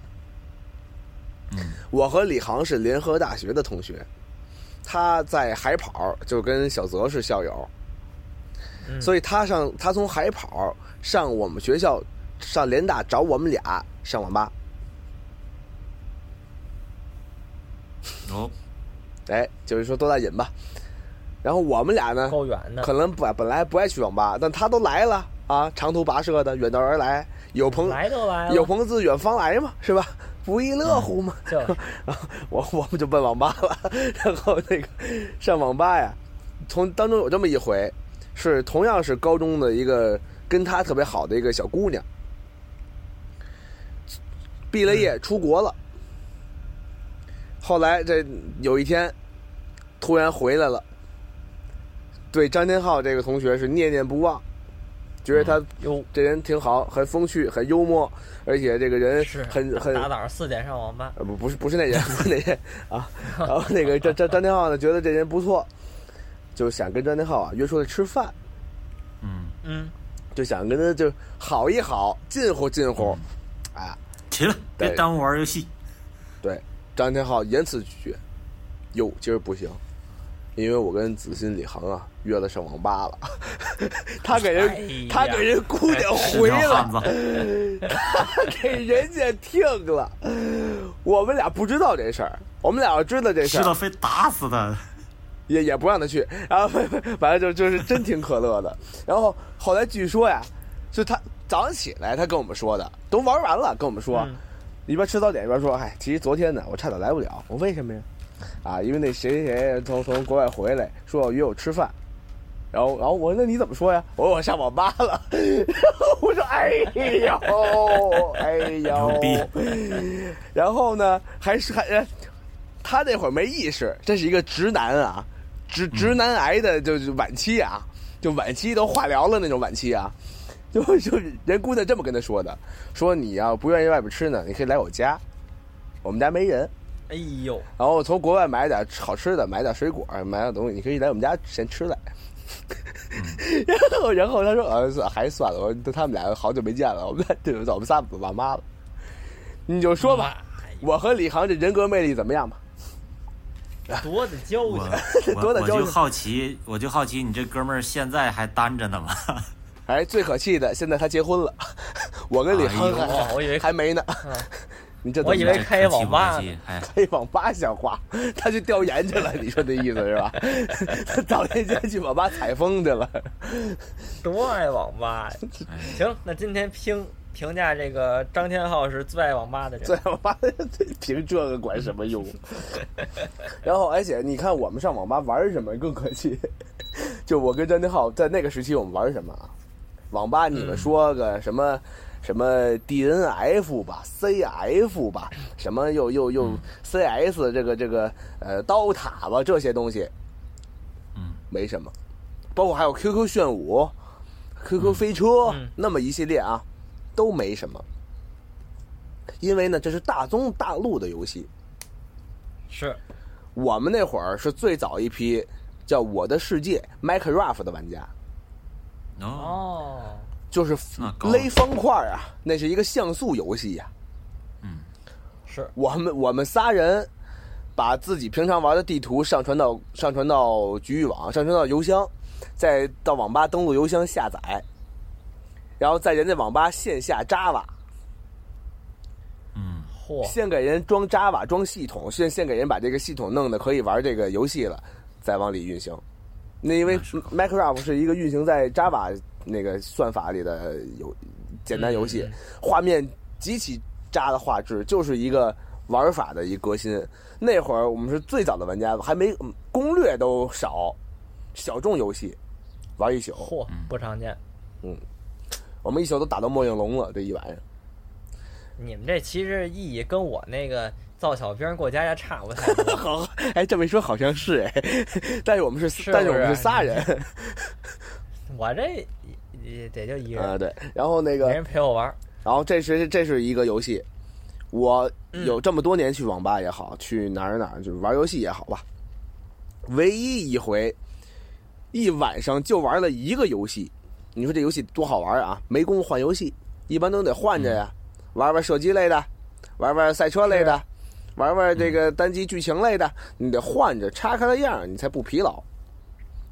Speaker 3: 我和李航是联合大学的同学，他在海跑就跟小泽是校友，
Speaker 2: 嗯
Speaker 3: 所以他上他从海跑上我们学校上联大找我们俩上网吧，
Speaker 4: 哦，
Speaker 3: 哎，就是说多大瘾吧。然后我们俩呢，
Speaker 2: 够远的，
Speaker 3: 可能本本来不爱去网吧，但他都来了啊，长途跋涉的，远道而来，有朋
Speaker 2: 来都来了，
Speaker 3: 有朋自远方来嘛，是吧？不亦乐乎嘛。
Speaker 2: 就
Speaker 3: 我我们就奔网吧了，然后那个上网吧呀，从当中有这么一回，是同样是高中的一个跟他特别好的一个小姑娘，毕了
Speaker 2: 嗯
Speaker 3: 业出国了，后来这有一天突然回来了，对张天浩这个同学是念念不忘，觉得他
Speaker 2: 有
Speaker 3: 这人挺好，很风趣，很幽默，而且这个人
Speaker 2: 是
Speaker 3: 很很
Speaker 2: 大早上四点上网吧，
Speaker 3: 呃，不，不是，不是那人，不是那人啊。然后那个张张张天浩呢，觉得这人不错，就想跟张天浩啊约出来吃饭，
Speaker 4: 嗯，
Speaker 2: 嗯，
Speaker 3: 就想跟他就好一好，近乎近乎，
Speaker 4: 嗯
Speaker 3: 啊，
Speaker 4: 起来，别耽误玩游戏。
Speaker 3: 对，张天浩严词拒绝。哟，今儿不行，因为我跟子欣、李恒啊约了上网吧了。 他给人，
Speaker 2: 哎呀
Speaker 3: 他给人姑娘回
Speaker 4: 哎是条
Speaker 3: 了
Speaker 4: 汉，子，
Speaker 3: 他给人家听了。我们俩不知道这事儿，我们俩要知道这事
Speaker 4: 知
Speaker 3: 儿
Speaker 4: 道，非打死他。
Speaker 3: 也也不让他去。然后 反正就就是真挺可乐的。然后后来据说呀，是他早上起来他跟我们说的，都玩完了跟我们说，
Speaker 2: 嗯
Speaker 3: 一边吃早点一边说，哎，其实昨天呢我差点来不了，我为什么呀？啊，因为那谁谁谁从从国外回来，说要约我吃饭。然后，然后我说那你怎么说呀？我说我上网吧了。 然后我说哎呦，哎
Speaker 4: 牛
Speaker 3: 呦，然后呢，还是还呃他那会儿没意识，这是一个直男啊，直直男癌的就是晚期啊，就晚期都化疗了那种晚期啊， 就就人姑娘这么跟他说的，说你要、不愿意外边吃呢，你可以来我家，我们家没人，
Speaker 2: 哎 呦，
Speaker 3: 然后从国外买点好吃的，买点水果，买点东西，你可以来我们家先吃来。
Speaker 2: 嗯
Speaker 3: 然后，然后他说：“呃、算还是算了，我他们俩好久没见了，我们俩对我们仨爸妈了。”你就说吧，我和李航这人格魅力怎么样吧？
Speaker 2: 多的交
Speaker 4: 我
Speaker 2: 情，
Speaker 4: 我
Speaker 3: 多
Speaker 4: 我
Speaker 3: 大交
Speaker 4: 就
Speaker 3: 情
Speaker 4: 好奇，我就好奇你这哥们儿现在还单着呢吗？
Speaker 3: 哎，最可气的，现在他结婚了， 我跟李航还、
Speaker 4: 哎
Speaker 2: 呦我以为嗯
Speaker 3: 还没呢。 你这怎么
Speaker 2: 我以为
Speaker 3: 办
Speaker 2: 开网吧
Speaker 4: 这可气不可气哎，
Speaker 3: 开网吧像话，他去调研去了，你说这意思是吧？他早年间去网吧采风去了。
Speaker 2: 多爱网 吧呀！行，那今天评评价这个张天浩是最爱网吧的人，
Speaker 3: 最网吧凭这个管什么用？ 然后，而且你看我们上网吧玩什么更可气，就我跟张天浩在那个时期我们玩什么啊？网吧你们说个什么、什么 DNF 吧，CF 吧，什么又又又
Speaker 4: 嗯
Speaker 3: CS 这个这个呃刀塔吧这些东西，
Speaker 4: 嗯，
Speaker 3: 没什么，包括还有 QQ 炫舞、QQ 飞车、
Speaker 2: 嗯
Speaker 3: 那么一系列啊，都没什么。因为呢，这是大宗大陆的游戏。
Speaker 2: 是
Speaker 3: 我们那会儿是最早一批叫《我的世界》Minecraft 的玩家，嗯
Speaker 4: 哦，
Speaker 2: 哦，
Speaker 3: 就是
Speaker 4: 那高
Speaker 3: 勒方块啊，那是一个像素游戏呀、
Speaker 4: 嗯，
Speaker 2: 是
Speaker 3: 我们我们仨人把自己平常玩的地图上传到上传到局域网，上传到邮箱，再到网吧登录邮箱下载，然后在人家网吧线下 Java，
Speaker 4: 嗯，
Speaker 2: 嚯，
Speaker 3: 先给人装 Java 装系统，先先给人把这个系统弄得可以玩这个游戏了，再往里运行。那因为 Minecraft 是一个运行在 Java 那个算法里的游简单游戏，
Speaker 2: 嗯
Speaker 3: 画面极其渣的画质，就是一个玩法的一革新。那会儿我们是最早的玩家，还没嗯攻略都少，小众游戏玩一宿，
Speaker 2: 嚯，不常见。
Speaker 3: 我们一宿都打到末影龙了，这一 晚上。
Speaker 2: 你们这其实意义跟我那个造小兵过家家差不太多。
Speaker 3: 好，哎，这么一说好像是哎， 但是我们是，
Speaker 2: 是
Speaker 3: 但是我
Speaker 2: 不是
Speaker 3: 们是仨人，
Speaker 2: 我这也得就一个
Speaker 3: 啊，
Speaker 2: 人，
Speaker 3: 对，然后那个
Speaker 2: 没，人陪我玩儿。
Speaker 3: 然后这是这是一个游戏，我有这么多年去网吧也好，去哪儿哪儿就是玩游戏也好吧，唯一一回一晚上就玩了一个游戏，你说这游戏多好玩啊！没工夫换游戏，一般都得换着呀，
Speaker 2: 嗯
Speaker 3: 玩玩射击类的，玩玩赛车类
Speaker 2: 啊
Speaker 3: 的，玩玩这个单机剧情类的，你得换着插开了样儿，你才不疲劳。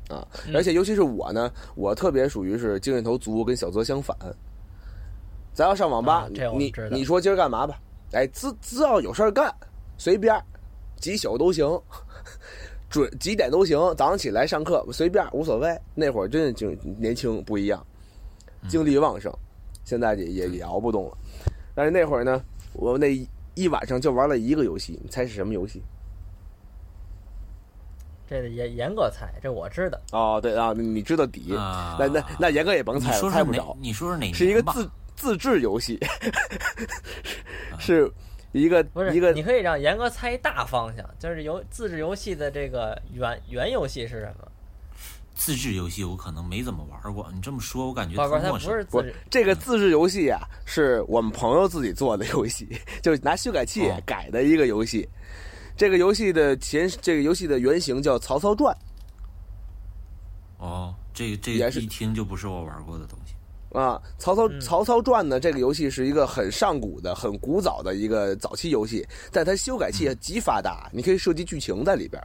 Speaker 3: 啊，而
Speaker 2: 嗯
Speaker 3: 且尤其是我呢，我特别属于是精神头足，跟小泽相反。咱要上网吧，
Speaker 2: 啊这我
Speaker 3: 你
Speaker 2: 知道
Speaker 3: 你说今儿干嘛吧？哎，只只要有事儿干，随便儿，几宿都行，准几点都行。早上起来上课随便儿无所谓。那会儿真是就年轻不一样，精力旺盛，现在也也也熬不动了。但是那会儿呢，我那一一晚上就玩了一个游戏，你猜是什么游戏？
Speaker 2: 这得严严格猜，这我知道。
Speaker 3: 哦，对啊，你知道底，
Speaker 4: 啊
Speaker 3: 那那那严哥也甭
Speaker 4: 你
Speaker 3: 猜
Speaker 4: 说
Speaker 3: 了，
Speaker 4: 说
Speaker 3: 猜不
Speaker 4: 哪
Speaker 3: 着？，
Speaker 4: 你说说哪年吧？
Speaker 3: 是一个自自制游戏， 是一个
Speaker 2: 不是
Speaker 3: 一个
Speaker 2: 你可以让严格猜一大方向，就是游自制游戏的这个原原游戏是什么？
Speaker 4: 自制游戏，我可能没怎么玩过。你这么说，我感觉
Speaker 2: 宝宝
Speaker 4: 挺
Speaker 2: 它
Speaker 4: 陌
Speaker 2: 不
Speaker 4: 生。
Speaker 2: 是自
Speaker 3: 不
Speaker 2: 制，，
Speaker 3: 这个自制游戏啊，是我们朋友自己做的游戏， 就是拿修改器
Speaker 4: 哦
Speaker 3: 改的一个游戏。这个游戏的前，这个游戏的原型叫《曹操传》，
Speaker 4: 哦，这这
Speaker 3: 也是
Speaker 4: 一听就不是我玩过的东西。
Speaker 3: 啊，《曹操曹操传》呢，这个游戏是一个很上古的、很古早的一个早期游戏，但它修改器极发达，你可以设计剧情在里边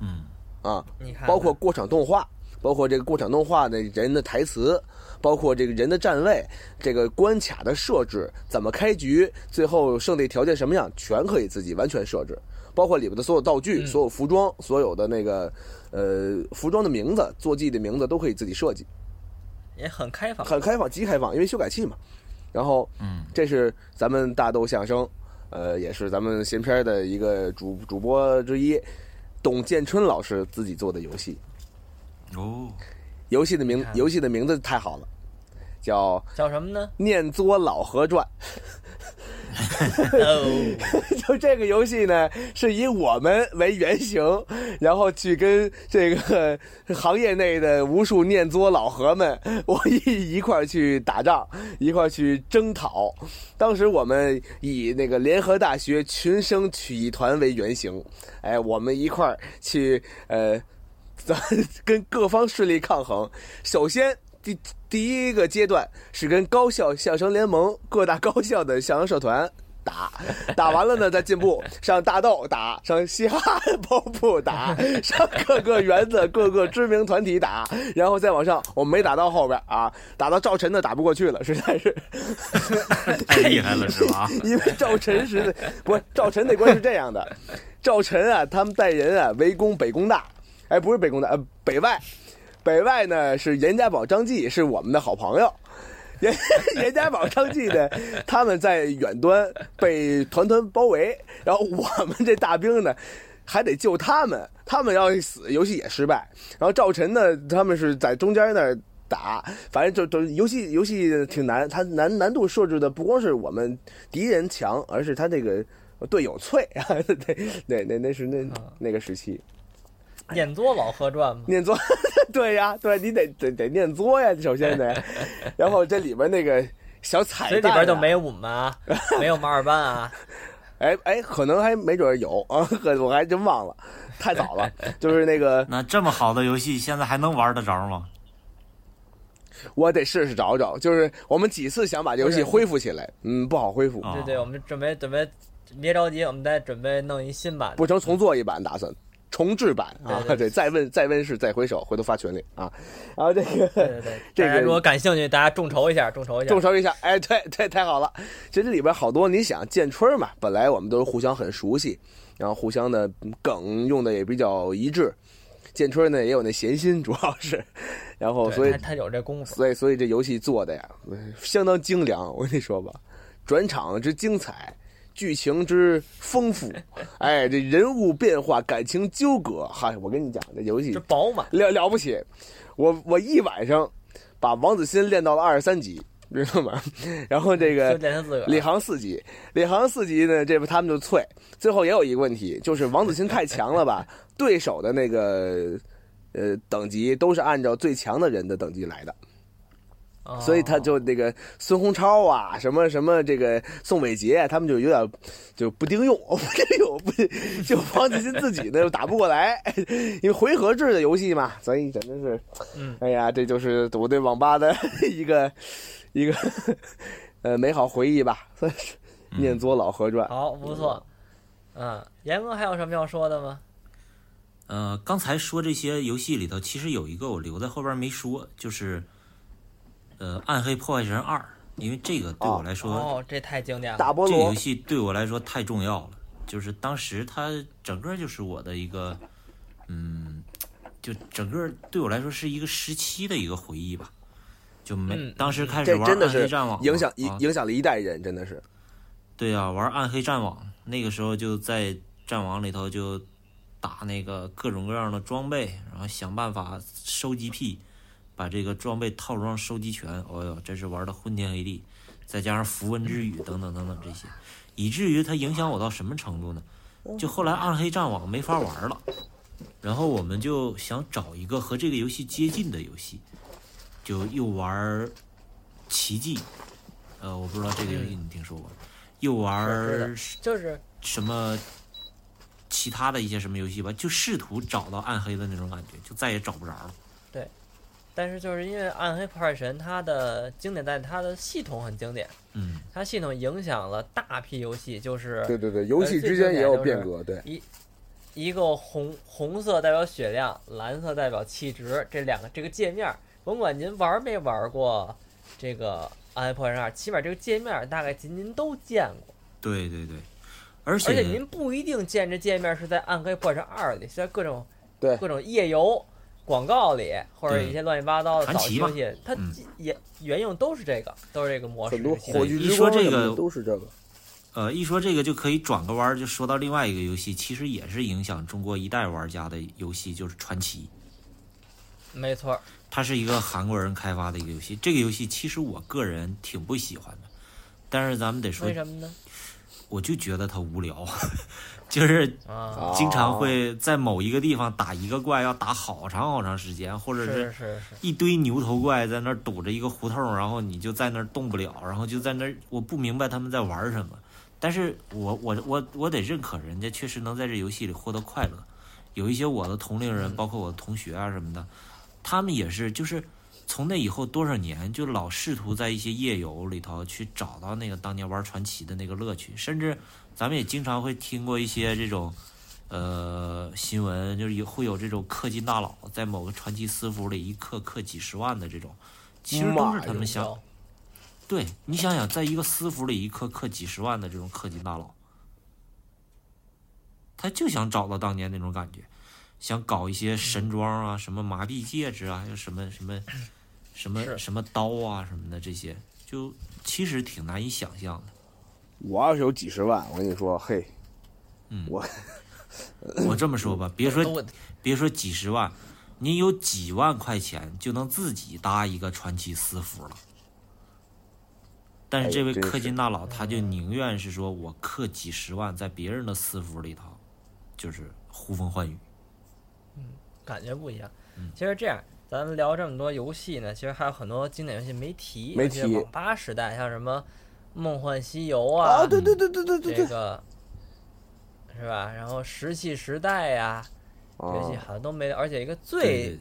Speaker 4: 嗯，
Speaker 3: 啊，
Speaker 2: 你看看，
Speaker 3: 包括过场动画，包括这个过场动画的人的台词，包括这个人的站位，这个关卡的设置，怎么开局，最后胜利条件什么样，全可以自己完全设置，包括里边的所有道具、所有服装、所有的那个呃服装的名字、坐骑的名字都可以自己设计。
Speaker 2: 也很开放，
Speaker 3: 很开放，极开放，因为修改器嘛。然后，嗯，这是咱们大豆相声，呃，也是咱们闲篇儿的一个主主播之一，董建春老师自己做的游戏。
Speaker 4: 哦，
Speaker 3: 游戏的名
Speaker 2: 你，看
Speaker 3: 游戏的名字太好了，叫《
Speaker 2: 叫什么 呢？
Speaker 3: 念作老何传》。
Speaker 2: 哦，
Speaker 3: 就这个游戏呢，是以我们为原型，然后去跟这个行业内的无数念作老何们，我一一块儿去打仗，一块儿去征讨。当时我们以那个联合大学群生曲艺团为原型，哎，我们一块儿去呃，咱 跟各方势力抗衡。首先。第第一个阶段是跟高校相声联盟各大高校的相声社团打，打完了呢再进步，上大豆打，上嘻哈包布打，上各个园子、各个知名团体打，然后再往上，我们没打到后边啊，打到赵晨的打不过去了，实在是。
Speaker 4: 太厉害了是吧？
Speaker 3: 因为赵晨实在不是赵晨那关是这样的，赵晨啊，他们带人啊围攻北工大，哎，不是北工大，呃，北外，北外呢是严家宝、张继是我们的好朋友。严严家宝、张继呢，他们在远端被团团包围，然后我们这大兵呢，还得救他们，他们要死，游戏也失败。然后赵晨呢，他们是在中间那儿打，反正就就游戏游戏挺难，它难难度设置的不光是我们敌人强，而是他这个队友脆 啊，对对，那那是那那个时期。
Speaker 2: 念作老贺传嘛，
Speaker 3: 念作，对呀，对你得得得念作呀，首 先得，然后这里边那个小彩
Speaker 2: 所以
Speaker 3: 蛋、
Speaker 2: 里边就没，我们 啊，没有马尔班啊，
Speaker 3: 哎哎，可能还没准有啊，可我还真忘了，太 早了，就是那个
Speaker 4: 那这么好的游戏，现在还能玩得着吗？
Speaker 3: 我得试试找找，就是我们几次想把这游戏恢复起来，嗯，不好恢复，
Speaker 4: 啊、
Speaker 2: 对对，我们准备准备，别着急，我们再准备弄一新版的。
Speaker 3: 不成重做一版打算。重制版啊，
Speaker 2: 对对
Speaker 3: 对，再问再问是再回首，回头发群里啊。然后这
Speaker 2: 对
Speaker 3: 个
Speaker 2: 对对，
Speaker 3: 这
Speaker 2: 大家
Speaker 3: 个
Speaker 2: 如果感兴趣，大家众筹一下，众筹一下
Speaker 3: 众。筹一下，哎，对对，太好了。这这里边好多，你想建春嘛，本来我们都互相很熟悉，然后互相的梗用的也比较一致。建春呢也有那闲心，主要是，然后
Speaker 2: 对
Speaker 3: 所以
Speaker 2: 他他有这功夫，
Speaker 3: 所以所以这游戏做的呀，嗯相当精良。我跟你说吧，转场之精彩，剧情之 丰富，哎，这人物变化、感情纠葛，嗨，我跟你讲，这游戏
Speaker 2: 这饱满。
Speaker 3: 了了不起！我我一晚上把王子欣练到了二十三级，知道吗？然后这
Speaker 2: 就
Speaker 3: 个
Speaker 2: 练他自个儿。
Speaker 3: 李航四级，李航四级呢，这不他们就脆。最后也有一个问题，就是王子欣太强了吧？ 对手的那个呃等级都是按照最强的人的等级来的，
Speaker 2: 哦
Speaker 3: 所以他就那个孙洪超啊，什么什么这个宋伟杰啊，他们就有点就不顶用， 不顶用，不就王子欣自己呢又打不过来， 因为回合制的游戏嘛，所以真的是，
Speaker 2: 嗯
Speaker 3: 哎呀，这就是我对网吧的 一个一个呃美好回忆吧，算是
Speaker 4: 嗯
Speaker 3: 念作老何传。
Speaker 2: 好，不错。嗯，严哥还有什么要说的吗？
Speaker 4: 呃，刚才说这些游戏里头，其实有一个我留在后边没说，就是呃，《暗黑破坏神二》，因为这个对我来说，
Speaker 2: 哦，这太经典了。
Speaker 3: 大菠
Speaker 4: 这个
Speaker 3: 萝
Speaker 4: 游戏对我来说太重要了，就是当时它整个就是我的一个，嗯，就整个对我来说是一个时期的一个回忆吧。就没、
Speaker 2: 嗯
Speaker 4: 当时开始
Speaker 3: 这
Speaker 4: 玩
Speaker 3: 真的
Speaker 4: 暗黑
Speaker 3: 是
Speaker 4: 战网嘛，
Speaker 3: 影响一
Speaker 4: 啊
Speaker 3: 影响了一代人，真的是
Speaker 4: 对啊，玩暗黑战网，那个时候就在战网里头就打那个各种各样的装备，然后想办法收集屁，把这个装备套装收集全。哦哟，真是玩的昏天黑地，再加上符文之语等等等等这些，以至于它影响我到什么程度呢？就后来暗黑战网没法玩了，然后我们就想找一个和这个游戏接近的游戏，就又玩奇迹。呃，我不知道这个游戏你听说过吗，又玩
Speaker 2: 就是
Speaker 4: 什么其他的一些什么游戏吧，就试图找到暗黑的那种感觉，就再也找不着了。
Speaker 2: 但是就是因为《暗黑破坏神》它的经典在于它的系统很经典，
Speaker 4: 嗯，
Speaker 2: 它系统影响了大批游戏，就是
Speaker 6: 对对对，
Speaker 4: 呃
Speaker 6: 游戏之间也有变革，对，
Speaker 2: 一个红红色代表血量，蓝色代表气值，这两个这个界面儿，甭管您玩没玩过这个《暗黑破坏神二》，起码这个界面儿大概您您都见过，
Speaker 4: 对对对，而且
Speaker 2: 而且您不一定见这界面是在《暗黑破坏神二》里，是在各种
Speaker 6: 对
Speaker 2: 各种页游广告里，或者
Speaker 4: 对
Speaker 2: 一些乱七八糟的
Speaker 4: 传
Speaker 2: 早期
Speaker 4: 奇嘛
Speaker 2: 游戏，它
Speaker 4: 嗯
Speaker 2: 也原用都是这个，都是这个模式。
Speaker 6: 很多
Speaker 2: 系
Speaker 6: 火
Speaker 2: 统
Speaker 6: 炬
Speaker 4: 一
Speaker 6: 之
Speaker 4: 说
Speaker 6: 光
Speaker 4: 这
Speaker 6: 什么
Speaker 4: 个
Speaker 6: 的都是这个，
Speaker 4: 呃，一说这个就可以转个弯儿，就说到另外一个游戏，其实也是影响中国一代玩家的游戏，就是《传奇》。
Speaker 2: 没错儿，
Speaker 4: 它是一个韩国人开发的一个游戏。这个游戏其实我个人挺不喜欢的，但是咱们得说
Speaker 2: 为，什么呢？
Speaker 4: 我就觉得它无聊， 就是
Speaker 2: 啊，
Speaker 6: 啊
Speaker 4: 经常会在某一个地方打一个怪，要打好长好长时间，或者
Speaker 2: 是
Speaker 4: 是
Speaker 2: 是是，
Speaker 4: 一堆牛头怪在那儿堵着一个胡同，然后你就在那儿动不了，然后就在那儿，我不明白他们在玩什么。但是我我我我得认可人家确实能在这游戏里获得快乐。有一些我的同龄人，包括我的同学啊什么的，他们也是，就是从那以后多少年，就老试图在一些夜游里头去找到那个当年玩传奇的那个乐趣。甚至咱们也经常会听过一些这种，呃，新闻就是有会有这种氪金大佬在某个传奇私服里一氪氪几十万的这种，其实都是他们想
Speaker 2: 有
Speaker 4: 对你想想，在一个私服里一氪氪几十万的这种氪金大佬，他就想找到当年那种感觉，想搞一些神装啊，什么麻痹戒指啊，又什么什么什么
Speaker 2: 是
Speaker 4: 什么刀啊什么的，这些就其实挺难以想象的。
Speaker 3: 我要是有几十万，我跟你说，嘿，
Speaker 4: 我这么说吧，别说
Speaker 2: 都
Speaker 4: 别说几十万，你有几万块钱就能自己搭一个传奇私服了。但是这位
Speaker 3: 哎真是
Speaker 4: 氪金大佬，他就宁愿是说我氪几十万在别人的私服里头，就是呼风唤雨。
Speaker 2: 感觉不一样。
Speaker 3: 嗯
Speaker 2: 其实这样，咱们聊这么多游戏呢，其实还有很多经典游戏没提，
Speaker 3: 没
Speaker 2: 尤其是
Speaker 3: 提
Speaker 2: 网吧时代，像什么《梦幻西游》啊，
Speaker 3: 啊，对对对对对
Speaker 2: 这
Speaker 3: 对对，
Speaker 2: 个是吧？然后《石器时代》呀，
Speaker 4: 哎
Speaker 2: 这
Speaker 3: 啊
Speaker 2: 游戏好像都没，而且一个
Speaker 4: 对
Speaker 2: 最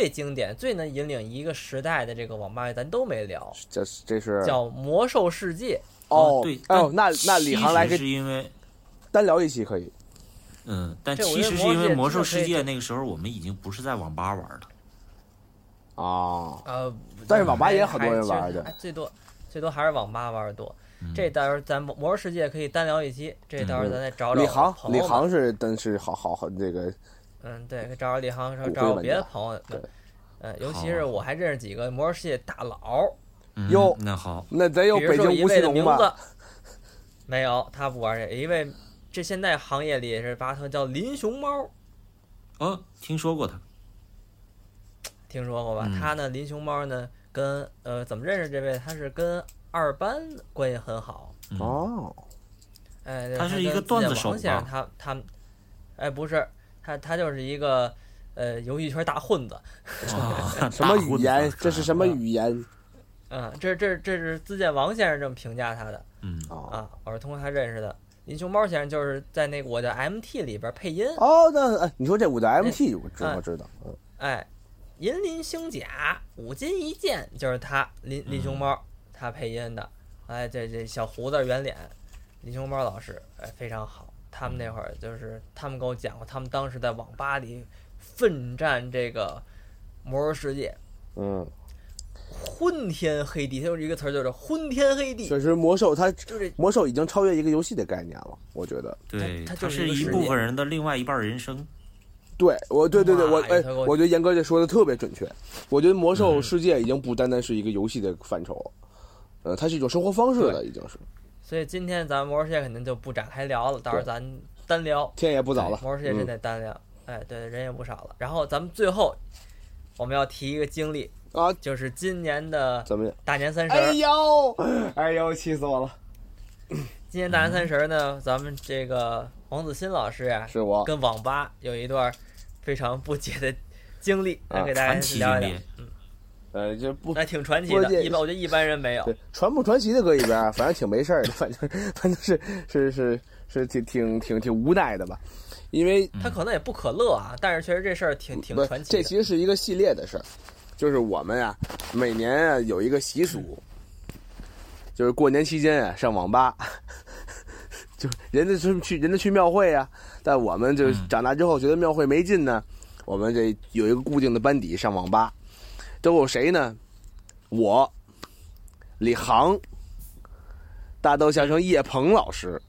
Speaker 2: 最经典、最能引领一个时代的这个网吧，咱都没聊，
Speaker 3: 这这是
Speaker 2: 叫《魔兽世界
Speaker 3: 哦
Speaker 4: 呃对，
Speaker 3: 哎呦，
Speaker 4: 但
Speaker 3: 那那李航来
Speaker 4: 其
Speaker 3: 个
Speaker 4: 实是因为，
Speaker 3: 单聊一期可以，
Speaker 4: 嗯，但
Speaker 2: 这我
Speaker 4: 其
Speaker 2: 觉得
Speaker 4: 实是因为《魔
Speaker 2: 魔
Speaker 4: 兽
Speaker 2: 兽
Speaker 4: 世
Speaker 2: 世界
Speaker 4: 界
Speaker 2: 这》
Speaker 4: 那个时候我们已经不是在网吧玩了，
Speaker 3: 啊》。
Speaker 2: 呃，
Speaker 3: 但是网吧也
Speaker 2: 还
Speaker 3: 很多人
Speaker 2: 还
Speaker 3: 玩的嗯
Speaker 2: 还最多最多还是网吧玩的多。这到时候咱《魔兽世界》可以单聊一期，这到时候咱再找找
Speaker 3: 李航，
Speaker 2: 朋
Speaker 3: 李
Speaker 2: 友们
Speaker 3: 航是真是好好好这个
Speaker 2: 嗯，对，找找李航，找
Speaker 3: 骨
Speaker 2: 找
Speaker 3: 灰
Speaker 2: 找
Speaker 3: 玩
Speaker 2: 别的
Speaker 3: 家
Speaker 2: 朋友
Speaker 3: 对
Speaker 2: 们，嗯，尤
Speaker 4: 好
Speaker 2: 其是我还认识几个魔兽世界大佬，
Speaker 4: 嗯
Speaker 3: 哟
Speaker 4: 那好，
Speaker 3: 那得有
Speaker 2: 比如
Speaker 3: 北
Speaker 2: 说
Speaker 3: 京
Speaker 2: 一
Speaker 3: 吴
Speaker 2: 位
Speaker 3: 奇
Speaker 2: 的
Speaker 3: 隆
Speaker 2: 名
Speaker 3: 吧？
Speaker 2: 字，没有，他不玩这，一位这现在行业里也是巴特叫林熊猫，
Speaker 4: 哦，听说过他，
Speaker 2: 听说过吧？
Speaker 4: 嗯
Speaker 2: 他呢，林熊猫呢，跟呃怎么认识这位？他是跟二班关系很好，
Speaker 4: 嗯
Speaker 3: 哦，
Speaker 2: 哎，对
Speaker 4: 他
Speaker 2: 他
Speaker 4: 是一
Speaker 2: 跟
Speaker 4: 个
Speaker 2: 自
Speaker 4: 段
Speaker 2: 建
Speaker 4: 子手
Speaker 2: 王先生
Speaker 4: 吧
Speaker 2: 他他们，哎，不是，他他就是一个呃游戏圈大混子，
Speaker 4: 啊
Speaker 3: 什么
Speaker 4: 大
Speaker 3: 语
Speaker 4: 混
Speaker 3: 言
Speaker 4: 子？
Speaker 3: 这是什么语言？
Speaker 2: 嗯，这这这是自建王先生这么评价他的。
Speaker 4: 嗯，
Speaker 3: 哦
Speaker 2: 啊，我是通过他认识的。林熊猫先生就是在那个我的 MT 里边配音，
Speaker 3: 哦，那哎，你说这五代 MT 我知我知道，嗯
Speaker 2: 哎，银鳞星甲五金一剑就是他林林熊猫他配音的，哎，这这小胡子圆脸，林熊猫老师哎非常好。他们那会儿就是他们跟我讲过，他们当时在网吧里奋战这个魔兽世界，
Speaker 3: 嗯，
Speaker 2: 昏天黑地，他用一个词儿就是昏天黑地，
Speaker 3: 确实魔兽它
Speaker 2: 就是
Speaker 3: 魔兽已经超越一个游戏的概念了，我觉得。
Speaker 4: 对，
Speaker 2: 他他
Speaker 4: 他
Speaker 2: 就是一
Speaker 4: 一
Speaker 2: 个
Speaker 4: 部
Speaker 2: 世
Speaker 4: 分人的另外一半人生。
Speaker 3: 对我，对对对，我
Speaker 2: 妈呀
Speaker 3: 哎
Speaker 2: 他给，我嗯
Speaker 3: 我觉得严哥这说的特别准确。我觉得魔兽世界已经不单单是一个游戏的范畴了，呃，它是一种生活方式了，已经是。
Speaker 2: 所以今天咱魔兽世界肯定就不展开聊了，到时候
Speaker 3: 对
Speaker 2: 咱单聊。
Speaker 3: 天也不早了，
Speaker 2: 魔兽世界真
Speaker 3: 嗯
Speaker 2: 得单量，哎，对，人也不少了。然后咱们最后我们要提一个经历，
Speaker 3: 啊，
Speaker 2: 就是今年的
Speaker 3: 怎么样？
Speaker 2: 大年三十儿。
Speaker 3: 哎呦，哎呦，气死我了！
Speaker 2: 今年大年三十儿呢，咱们这个黄子欣老师呀、
Speaker 3: 嗯是我
Speaker 2: 跟网吧有一段非常不解的经历，来
Speaker 3: 啊
Speaker 2: 给大家
Speaker 4: 传奇
Speaker 2: 聊
Speaker 4: 经
Speaker 2: 一
Speaker 4: 历
Speaker 2: 聊，，
Speaker 3: 呃，这不
Speaker 2: 那挺传奇
Speaker 3: 不
Speaker 2: 的，
Speaker 3: 解
Speaker 2: 一般我觉得一般人没有
Speaker 3: 对。传不传奇的搁一边儿，啊反正挺没事儿的，反正反正是是是是挺挺挺挺无奈的吧。因为
Speaker 2: 他可能也不可乐啊，但是确实这事儿挺挺
Speaker 3: 嗯不
Speaker 2: 传，奇
Speaker 3: 这
Speaker 2: 的。
Speaker 3: 其实是一个系列的事儿，就是我们啊，每年啊有一个习俗，就是过年期间啊上网吧， 就是人家是去人家去庙会啊，但我们就
Speaker 2: 嗯
Speaker 3: 长大之后觉得庙会没劲呢，我们这有一个固定的班底上网吧，都有谁呢？我，李航，大豆相声叶鹏老师，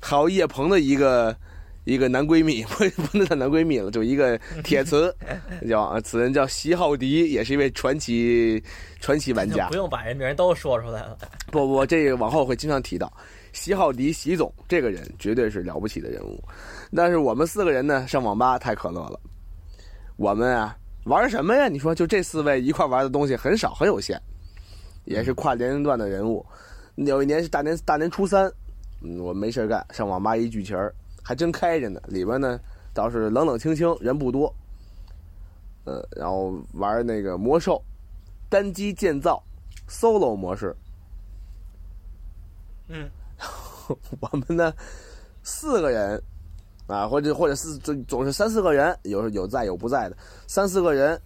Speaker 3: 还有叶鹏的一个一个男闺蜜， 不不能叫男闺蜜了，就一个铁词，叫呃此人叫席浩迪，也是一位传奇传奇玩
Speaker 2: 就
Speaker 3: 家
Speaker 2: 不。用把人名都说出来了。
Speaker 3: 不不，这个往后会经常提到。席浩迪，席总这个人绝对是了不起的人物，但是我们四个人呢上网吧太可乐了，我们啊玩什么呀？你说就这四位一块玩的东西很少，很有限，也是跨年龄段的人物。有一年是大年大年初三，嗯，我没事儿干，上网吧一聚群儿，还真开着呢，里边呢倒是冷冷清清，人不多。呃，然后玩那个魔兽，单机建造，solo 模式，
Speaker 2: 嗯，
Speaker 3: 我们呢四个人啊，或者或者是总总是三四个人，有有在有不在的，三四个人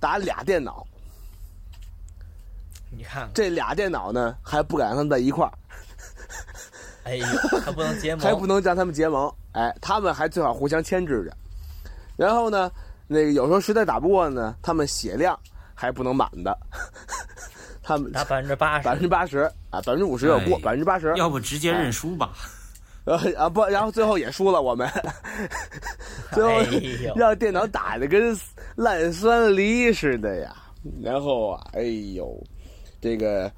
Speaker 3: 打俩电脑，
Speaker 2: 你看看，
Speaker 3: 这俩电脑呢还不敢让他们在一块儿，
Speaker 2: 哎呦，还不能结盟，
Speaker 3: 还不能让他们结盟，哎，他们还最好互相牵制着。然后呢，那个有时候实在打不过呢，他们血量还不能满的，他们
Speaker 2: 拿百分之八
Speaker 3: 百分
Speaker 2: 十，
Speaker 3: 之八十啊，百分之五十有过，
Speaker 4: 哎
Speaker 3: 百分之八十
Speaker 4: 要不直接认输吧？
Speaker 3: 呃啊不，然后最后也输了我们，最后
Speaker 2: 哎呦
Speaker 3: 让电脑打的跟烂酸梨似的呀。然后啊，哎呦，这个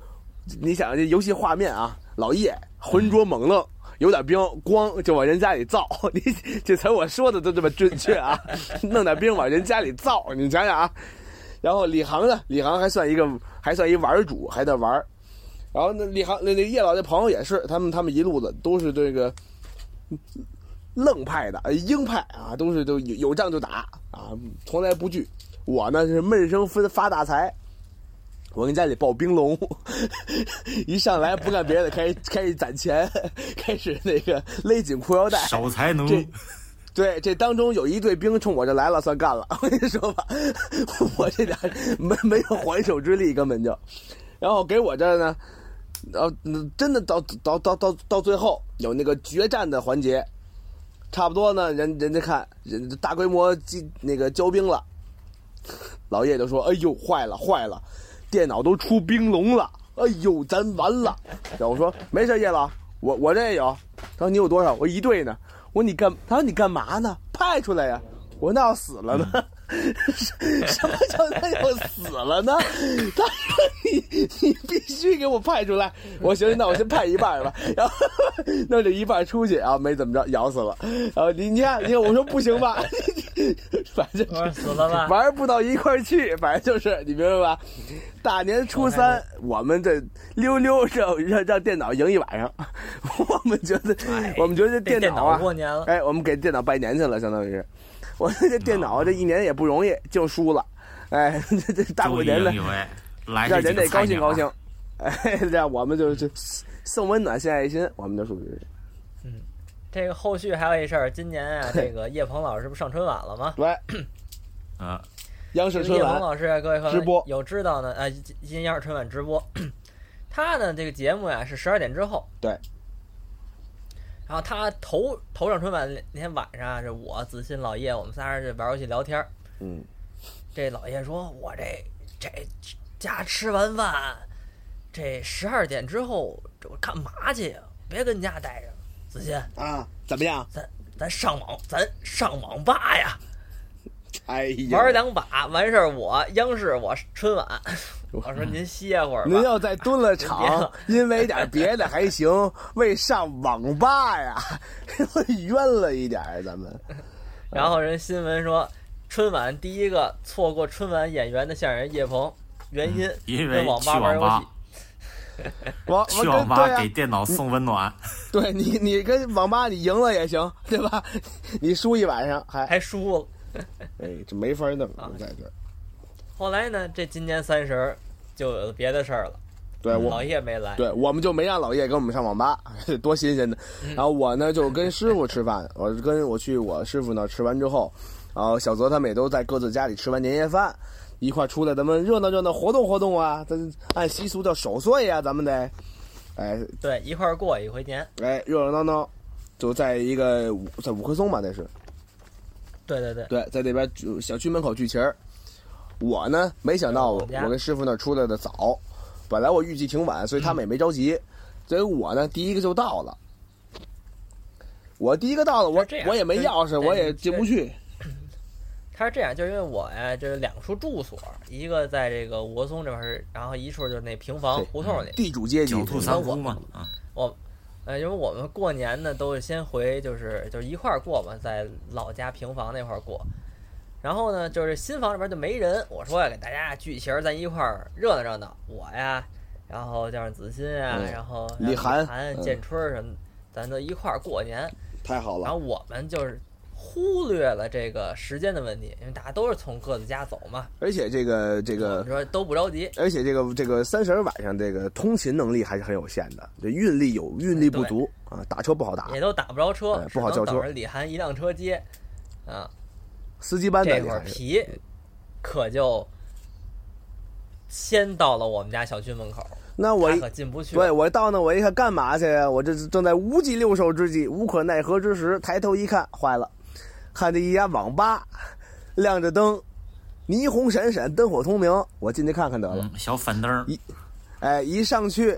Speaker 3: 你想这游戏画面啊，老叶浑浊猛愣。有点冰，咣就往人家里造， 你这词儿我说的都这么准确啊！ 弄点冰往人家里造，你想想啊。然后李航呢，李航还算一个，还算一玩儿主，还在玩儿。然后那李航那那叶老那朋友也是，他们他们一路子都是这个愣派的，呃，鹰派啊，都是都有有仗就打啊，从来不惧。我呢是闷声分发大财，我跟家里抱冰龙， 一上来不干别的，开始开始攒钱，开始那个勒紧裤腰带，
Speaker 4: 守财奴，
Speaker 3: 这对，这当中有一队兵冲我这来了，算干了。 我跟你说吧，我这点儿没没有还手之力，根本就。然后给我这儿呢，呃，嗯真的到到到到到最后有那个决战的环节，差不多呢，人人家看人大规模进那个交兵了，老叶就说：“哎呦，坏了坏了，电脑都出冰龙了，哎呦，咱完了。”然后我说：“没事，叶老，我我这也有。”他说：“你有多少？”我一对呢。我说：“你干？”他说：“你干嘛呢？派出来呀、我说：“那要死了呢？”什么叫那要死了呢？他说你 你必须给我派出来。我说行，那我先派一半吧。然后 弄这一半出去啊，没怎么着，咬死了。然后你你看你看，我说不行吧， 反正
Speaker 2: 我说死了吧？
Speaker 3: 玩不到一块儿去， 反正就是你明白吧？大年初三，我们这溜溜让让让电脑赢一晚上， 我们觉得、
Speaker 4: 哎
Speaker 3: 我们觉得
Speaker 2: 被
Speaker 3: 这
Speaker 2: 电
Speaker 3: 脑啊，
Speaker 2: 过年了，
Speaker 3: 哎，我们给电脑拜年去了，相当于是。 我说这电脑这一年也不容易，就输了。哎， 这这大过
Speaker 4: 终于
Speaker 3: 年的
Speaker 4: 赢一回，来
Speaker 3: 让
Speaker 4: 这
Speaker 3: 人
Speaker 4: 几个
Speaker 3: 得高
Speaker 4: 菜
Speaker 3: 兴
Speaker 4: 鸟啊
Speaker 3: 高兴。 哎，这样我们就是送温暖献爱心，我们就属于是。
Speaker 2: 这个后续还有一事儿，今年 啊，这个叶鹏老师不上春晚了吗？
Speaker 3: 来，
Speaker 4: 啊！
Speaker 3: 央视
Speaker 2: 这个
Speaker 3: 春
Speaker 2: 叶鹏
Speaker 3: 晚
Speaker 2: 老师啊，各位可能
Speaker 3: 直播
Speaker 2: 有知道呢，啊，今今天是春晚直播，他呢这个节目呀、是十二点之后，
Speaker 3: 对。
Speaker 2: 然后他头头上春晚那天晚上啊，是我子欣老叶，我们仨人就玩游戏聊天儿
Speaker 3: 嗯，
Speaker 2: 这老叶说：“我这这家吃完饭，这十二点之后这我干嘛去呀？别跟家待着，子欣，
Speaker 3: 啊，怎么样？
Speaker 2: 咱咱上网，咱上网吧呀。”
Speaker 3: 哎呀，
Speaker 2: 玩两把，完事儿我央视我春晚，我说您歇会儿吧。
Speaker 3: 您要再蹲了
Speaker 2: 别
Speaker 3: 场
Speaker 2: 了，
Speaker 3: 因为点别的还行，为上网吧呀， 冤了一点儿咱们。
Speaker 2: 然后人新闻说，春晚第一个错过春晚演员的相声人叶鹏，原因
Speaker 4: 嗯因
Speaker 2: 跟
Speaker 4: 为
Speaker 2: 网
Speaker 4: 去
Speaker 2: 吧玩
Speaker 4: 网
Speaker 2: 游
Speaker 4: 吧
Speaker 2: 戏，，
Speaker 3: 我我
Speaker 4: 去
Speaker 3: 跟
Speaker 4: 网
Speaker 3: 对啊
Speaker 4: 吧
Speaker 3: 呀、
Speaker 4: 给电脑送温暖，
Speaker 3: 对你你跟网吧你赢了也行，对吧？ 你输一晚上还
Speaker 2: 还输了。
Speaker 3: 哎，这没法弄，在这儿
Speaker 2: 后来呢，这今年三十儿就有别的事儿了，
Speaker 3: 对哎我
Speaker 2: 老叶没来，
Speaker 3: 对，我们就没让老叶跟我们上网吧， 多新鲜的。然后我呢就跟师傅吃饭，我是跟我去我师傅那儿吃完之后，然后小泽他们也都在各自家里吃完年夜饭，一块儿出来咱们热闹热闹，活动活动啊，咱按习俗叫守岁呀、咱们得，哎
Speaker 2: 对一块儿过一回年。
Speaker 3: 哎热热闹闹，就在一个五在五棵松吧，那是
Speaker 2: 对对对，
Speaker 3: 对，在那边聚小区门口聚齐儿。我呢，没想到
Speaker 2: 我
Speaker 3: 我
Speaker 2: 们家
Speaker 3: 跟师傅那儿出来的早，本来我预计挺晚，所以他们也没着
Speaker 2: 嗯
Speaker 3: 急。所以我呢，第一个就到了。我第一个到了，我
Speaker 2: 是这样
Speaker 3: 我也没
Speaker 2: 就是
Speaker 3: 钥匙，
Speaker 2: 哎
Speaker 3: 我也
Speaker 2: 你
Speaker 3: 进不
Speaker 2: 这
Speaker 3: 去。
Speaker 2: 他是这样，就是因为我呀，这两处住所，一个在这个五棵松这边儿，然后一处就是那平房
Speaker 3: 对嗯
Speaker 2: 胡同里。
Speaker 3: 地主阶级
Speaker 5: 狡，兔三窟嘛啊，
Speaker 2: 呃，因为我们过年呢都是先回，就是就是一块儿过嘛，在老家平房那块儿过。然后呢，就是新房里边就没人，我说呀，给大家聚齐儿，咱一块儿热闹热闹。我呀，然后加上子欣啊，
Speaker 3: 嗯
Speaker 2: 然后
Speaker 3: 李
Speaker 2: 涵、
Speaker 3: 涵
Speaker 2: 李涵、
Speaker 3: 嗯
Speaker 2: 建春儿什么，咱都一块儿过年。
Speaker 3: 太好
Speaker 2: 然
Speaker 3: 了。
Speaker 2: 后我们就是忽略了这个时间的问题，因为大家都是从各自家走嘛，
Speaker 3: 而且这个这
Speaker 2: 我
Speaker 3: 个
Speaker 2: 们，说都不着急。
Speaker 3: 而且这个这个三十儿晚上这个通勤能力还是很有限的，这运力有运力不足啊，打车不好打
Speaker 2: 也，都打不着车，
Speaker 3: 哎不好
Speaker 2: 只能
Speaker 3: 叫车
Speaker 2: 等着李涵一辆车接，啊，
Speaker 3: 司机班的
Speaker 2: 这
Speaker 3: 你
Speaker 2: 会儿
Speaker 3: 看是
Speaker 2: 皮可就先到了我们家小区门口，
Speaker 3: 那我
Speaker 2: 他
Speaker 3: 一
Speaker 2: 可进不去。
Speaker 3: 对，我到那我一看干嘛去呀？我这正在无计六兽之际，无可奈何之时，抬头一看，坏了，看见一家网吧，亮着灯，霓虹闪闪，灯火通明，我进去看看得了。
Speaker 5: 嗯，小反灯儿
Speaker 3: 一哎，一上去，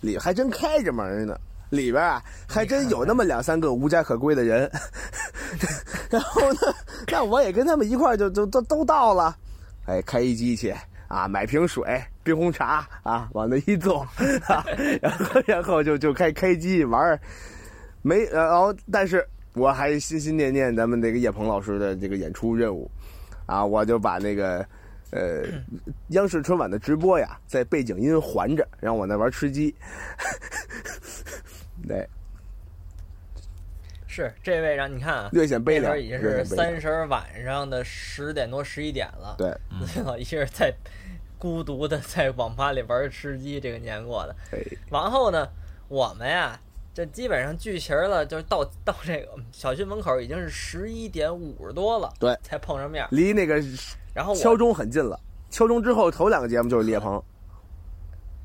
Speaker 3: 里还真开着门呢，里边啊还真有那么两三个无家可归的人。 然后呢，那我也跟他们一块儿就就都都到了，哎，开一机器啊，买瓶水、冰红茶啊，往那一坐，啊、然后然后就就开开机玩儿，没呃然后但是我还心心念念咱们这个叶鹏老师的这个演出任务，啊，我就把那个。 呃，央视春晚的直播呀，在背景音环着，让我那玩吃鸡。 对，
Speaker 2: 是这位让你看啊，
Speaker 3: 略显悲
Speaker 2: 那会儿
Speaker 3: 凉，
Speaker 2: 已经是
Speaker 3: 略显悲凉
Speaker 2: 三十儿晚上的十点多十一点了，
Speaker 3: 对，
Speaker 2: 老一个人在孤独的在网吧里玩吃鸡，这个年过的。
Speaker 3: 哎，
Speaker 2: 然后呢，我们呀，这基本上聚齐儿了，就是到到这个小区门口已经是十一点五十多了，
Speaker 3: 对
Speaker 2: 才碰上面儿。
Speaker 3: 离那个
Speaker 2: 然后
Speaker 3: 敲
Speaker 2: 我
Speaker 3: 钟很近了。敲钟之后，头两个节目 就是列鹏，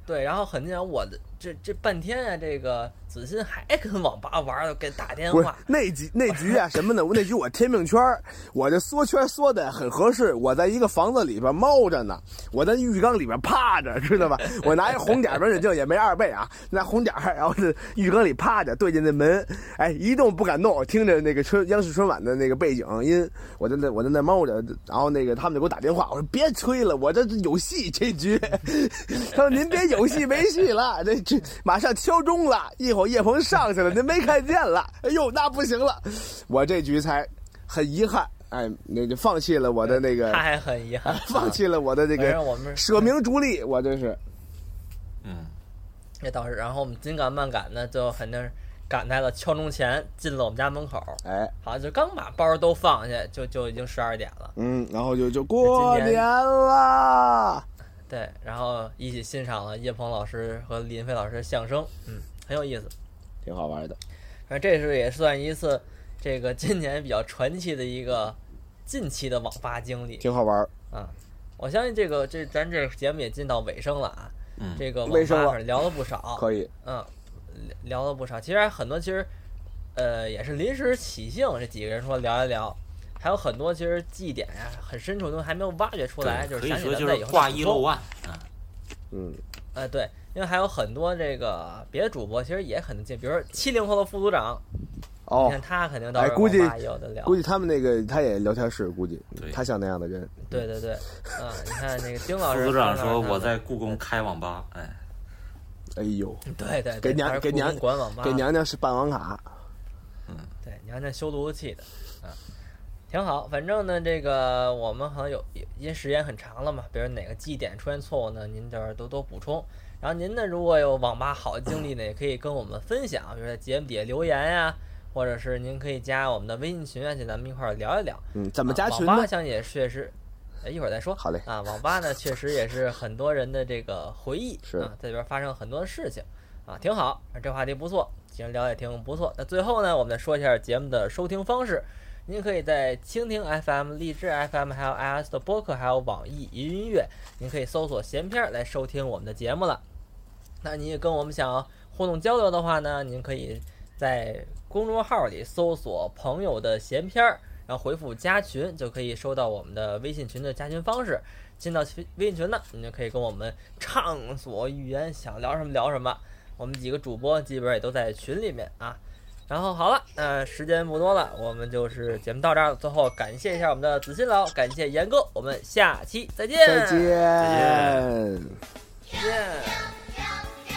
Speaker 2: 对，然后很紧张，我的这这半天啊，这个子欣还跟网吧玩儿，给打电
Speaker 3: 不是
Speaker 2: 话。
Speaker 3: 那局那局啊什么呢？我那局我天命圈儿，我这缩圈缩的很合适。我在一个房子里边猫着呢，我在浴缸里边趴着，知道吧？我拿一红点儿望远镜，也没二倍啊，拿红点儿，然后是浴缸里趴着，对着那门，哎，一动不敢动，听着那个春央视春晚的那个背景音，我在那我在那猫着，然后那个他们就给我打电话，我说别吹了，我这有戏这 局。他说您别有戏没戏了，这这马上敲钟了，一会儿叶鹏上去了，您没看见了，哎呦那不行了，我这局才很遗憾，哎，那就放弃了我的那 个
Speaker 2: 他。还很遗憾，
Speaker 3: 啊放弃了我的这
Speaker 2: 反正
Speaker 3: 个
Speaker 2: 我们
Speaker 3: 舍名逐利，我这是
Speaker 4: 嗯
Speaker 2: 这倒是。然后我们紧赶慢赶的，就肯定是赶在了敲钟前进了我们家门口。
Speaker 3: 哎，
Speaker 2: 好，就刚把包都放下，就就已经十二点了。
Speaker 3: 嗯，然后就就过年啦，
Speaker 2: 对，然后一起欣赏了叶鹏老师和林飞老师的相声，嗯，很有意思。
Speaker 3: 挺好玩的。
Speaker 2: 反正这是也算一次这个今年比较传奇的一个近期的网吧经历。
Speaker 3: 挺好玩儿。
Speaker 2: 我相信这个这咱这个节目也进到尾声了啊，
Speaker 5: 嗯
Speaker 2: 这个
Speaker 3: 尾
Speaker 2: 网
Speaker 3: 声了
Speaker 2: 吧是聊了不少，
Speaker 3: 可以，
Speaker 2: 嗯，聊聊了不少。其实还很多，其实呃也是临时起兴，这几个人说聊一聊，还有很多其实记忆点呀、很深处的东西还没有挖掘出来，
Speaker 5: 对
Speaker 2: 就是
Speaker 5: 可以
Speaker 2: 想起
Speaker 5: 说
Speaker 2: 来
Speaker 5: 就
Speaker 2: 咱们
Speaker 5: 是
Speaker 2: 以后
Speaker 5: 挂
Speaker 2: 再
Speaker 5: 一
Speaker 2: 说
Speaker 5: 漏万啊，
Speaker 3: 嗯，
Speaker 2: 呃，对，因为还有很多这个别的主播其实也很能进，比如说七零后的副组长，你
Speaker 3: 哦
Speaker 2: 看，他肯定到
Speaker 3: 哎
Speaker 2: 时候
Speaker 3: 估计
Speaker 2: 网吧也有的聊，
Speaker 3: 估计他们那个他也聊天室，估计
Speaker 5: 对
Speaker 3: 他像那样的人，
Speaker 2: 对对对，啊，你看那个丁老
Speaker 5: 副
Speaker 2: 师，
Speaker 5: 组
Speaker 2: 张
Speaker 5: 长
Speaker 2: 老
Speaker 5: 说
Speaker 2: 师他
Speaker 5: 我在
Speaker 2: 们，
Speaker 5: 故宫开网吧，哎，
Speaker 3: 哎呦，
Speaker 2: 对对对，
Speaker 3: 给娘
Speaker 2: 他是
Speaker 3: 给
Speaker 2: 故
Speaker 3: 娘
Speaker 2: 宫管网吧，
Speaker 3: 给娘娘是办网卡，
Speaker 2: 对，你看那修路由器的，啊，挺好。反正呢，这个我们好像有因时间很长了嘛，比如哪个记忆点出现错误呢，您就是多多补充。然后您呢，如果有网吧好的经历呢，也可以跟我们分享，比如在节目底下留言呀、或者是您可以加我们的微信群啊，去咱们一块儿聊一聊。
Speaker 3: 嗯，怎么加群
Speaker 2: 啊、网
Speaker 3: 呢
Speaker 2: 吧？相信也确实，呃一会儿再说。
Speaker 7: 好嘞
Speaker 2: 啊，网吧呢确实也是很多人的这个回忆，
Speaker 7: 是
Speaker 2: 啊，在里边发生很多的事情，啊，挺好，这话题不错，行，聊也挺不错。那最后呢，我们再说一下节目的收听方式。您可以在蜻蜓 FM、荔枝 FM，还有 iOS 的播客，还有网易云音乐，您可以搜索“闲篇”儿来收听我们的节目了。那您也跟我们想互动交流的话呢，您可以在公众号里搜索“朋友的闲篇儿”，然后回复“加群”，就可以收到我们的微信群的加群方式。进到群微信群呢，你就可以跟我们畅所欲言，想聊什么聊什么。我们几个主播基本上也都在群里面啊。然后好了，呃，时间不多了，我们就是节目到这儿了。最后感谢一下我们的子欣老，感谢严哥，我们下期再见，
Speaker 7: 再见。
Speaker 2: 再见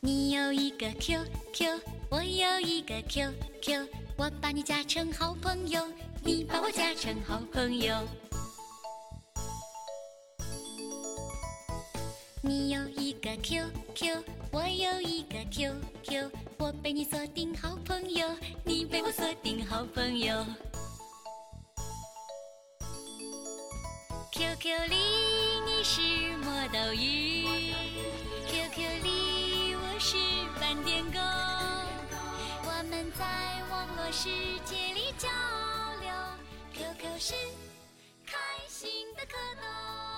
Speaker 8: 你有一个 QQ，我有一个 QQ，我把你加成好朋友，你把我加成好朋友。你有一个 QQ，我有一个 QQ，我被你锁定好朋友，你被我锁定好朋友。QQ 里你是磨豆鱼，QQ 里我是斑点狗，我们在网络世界里交流，QQ 是开心的可能。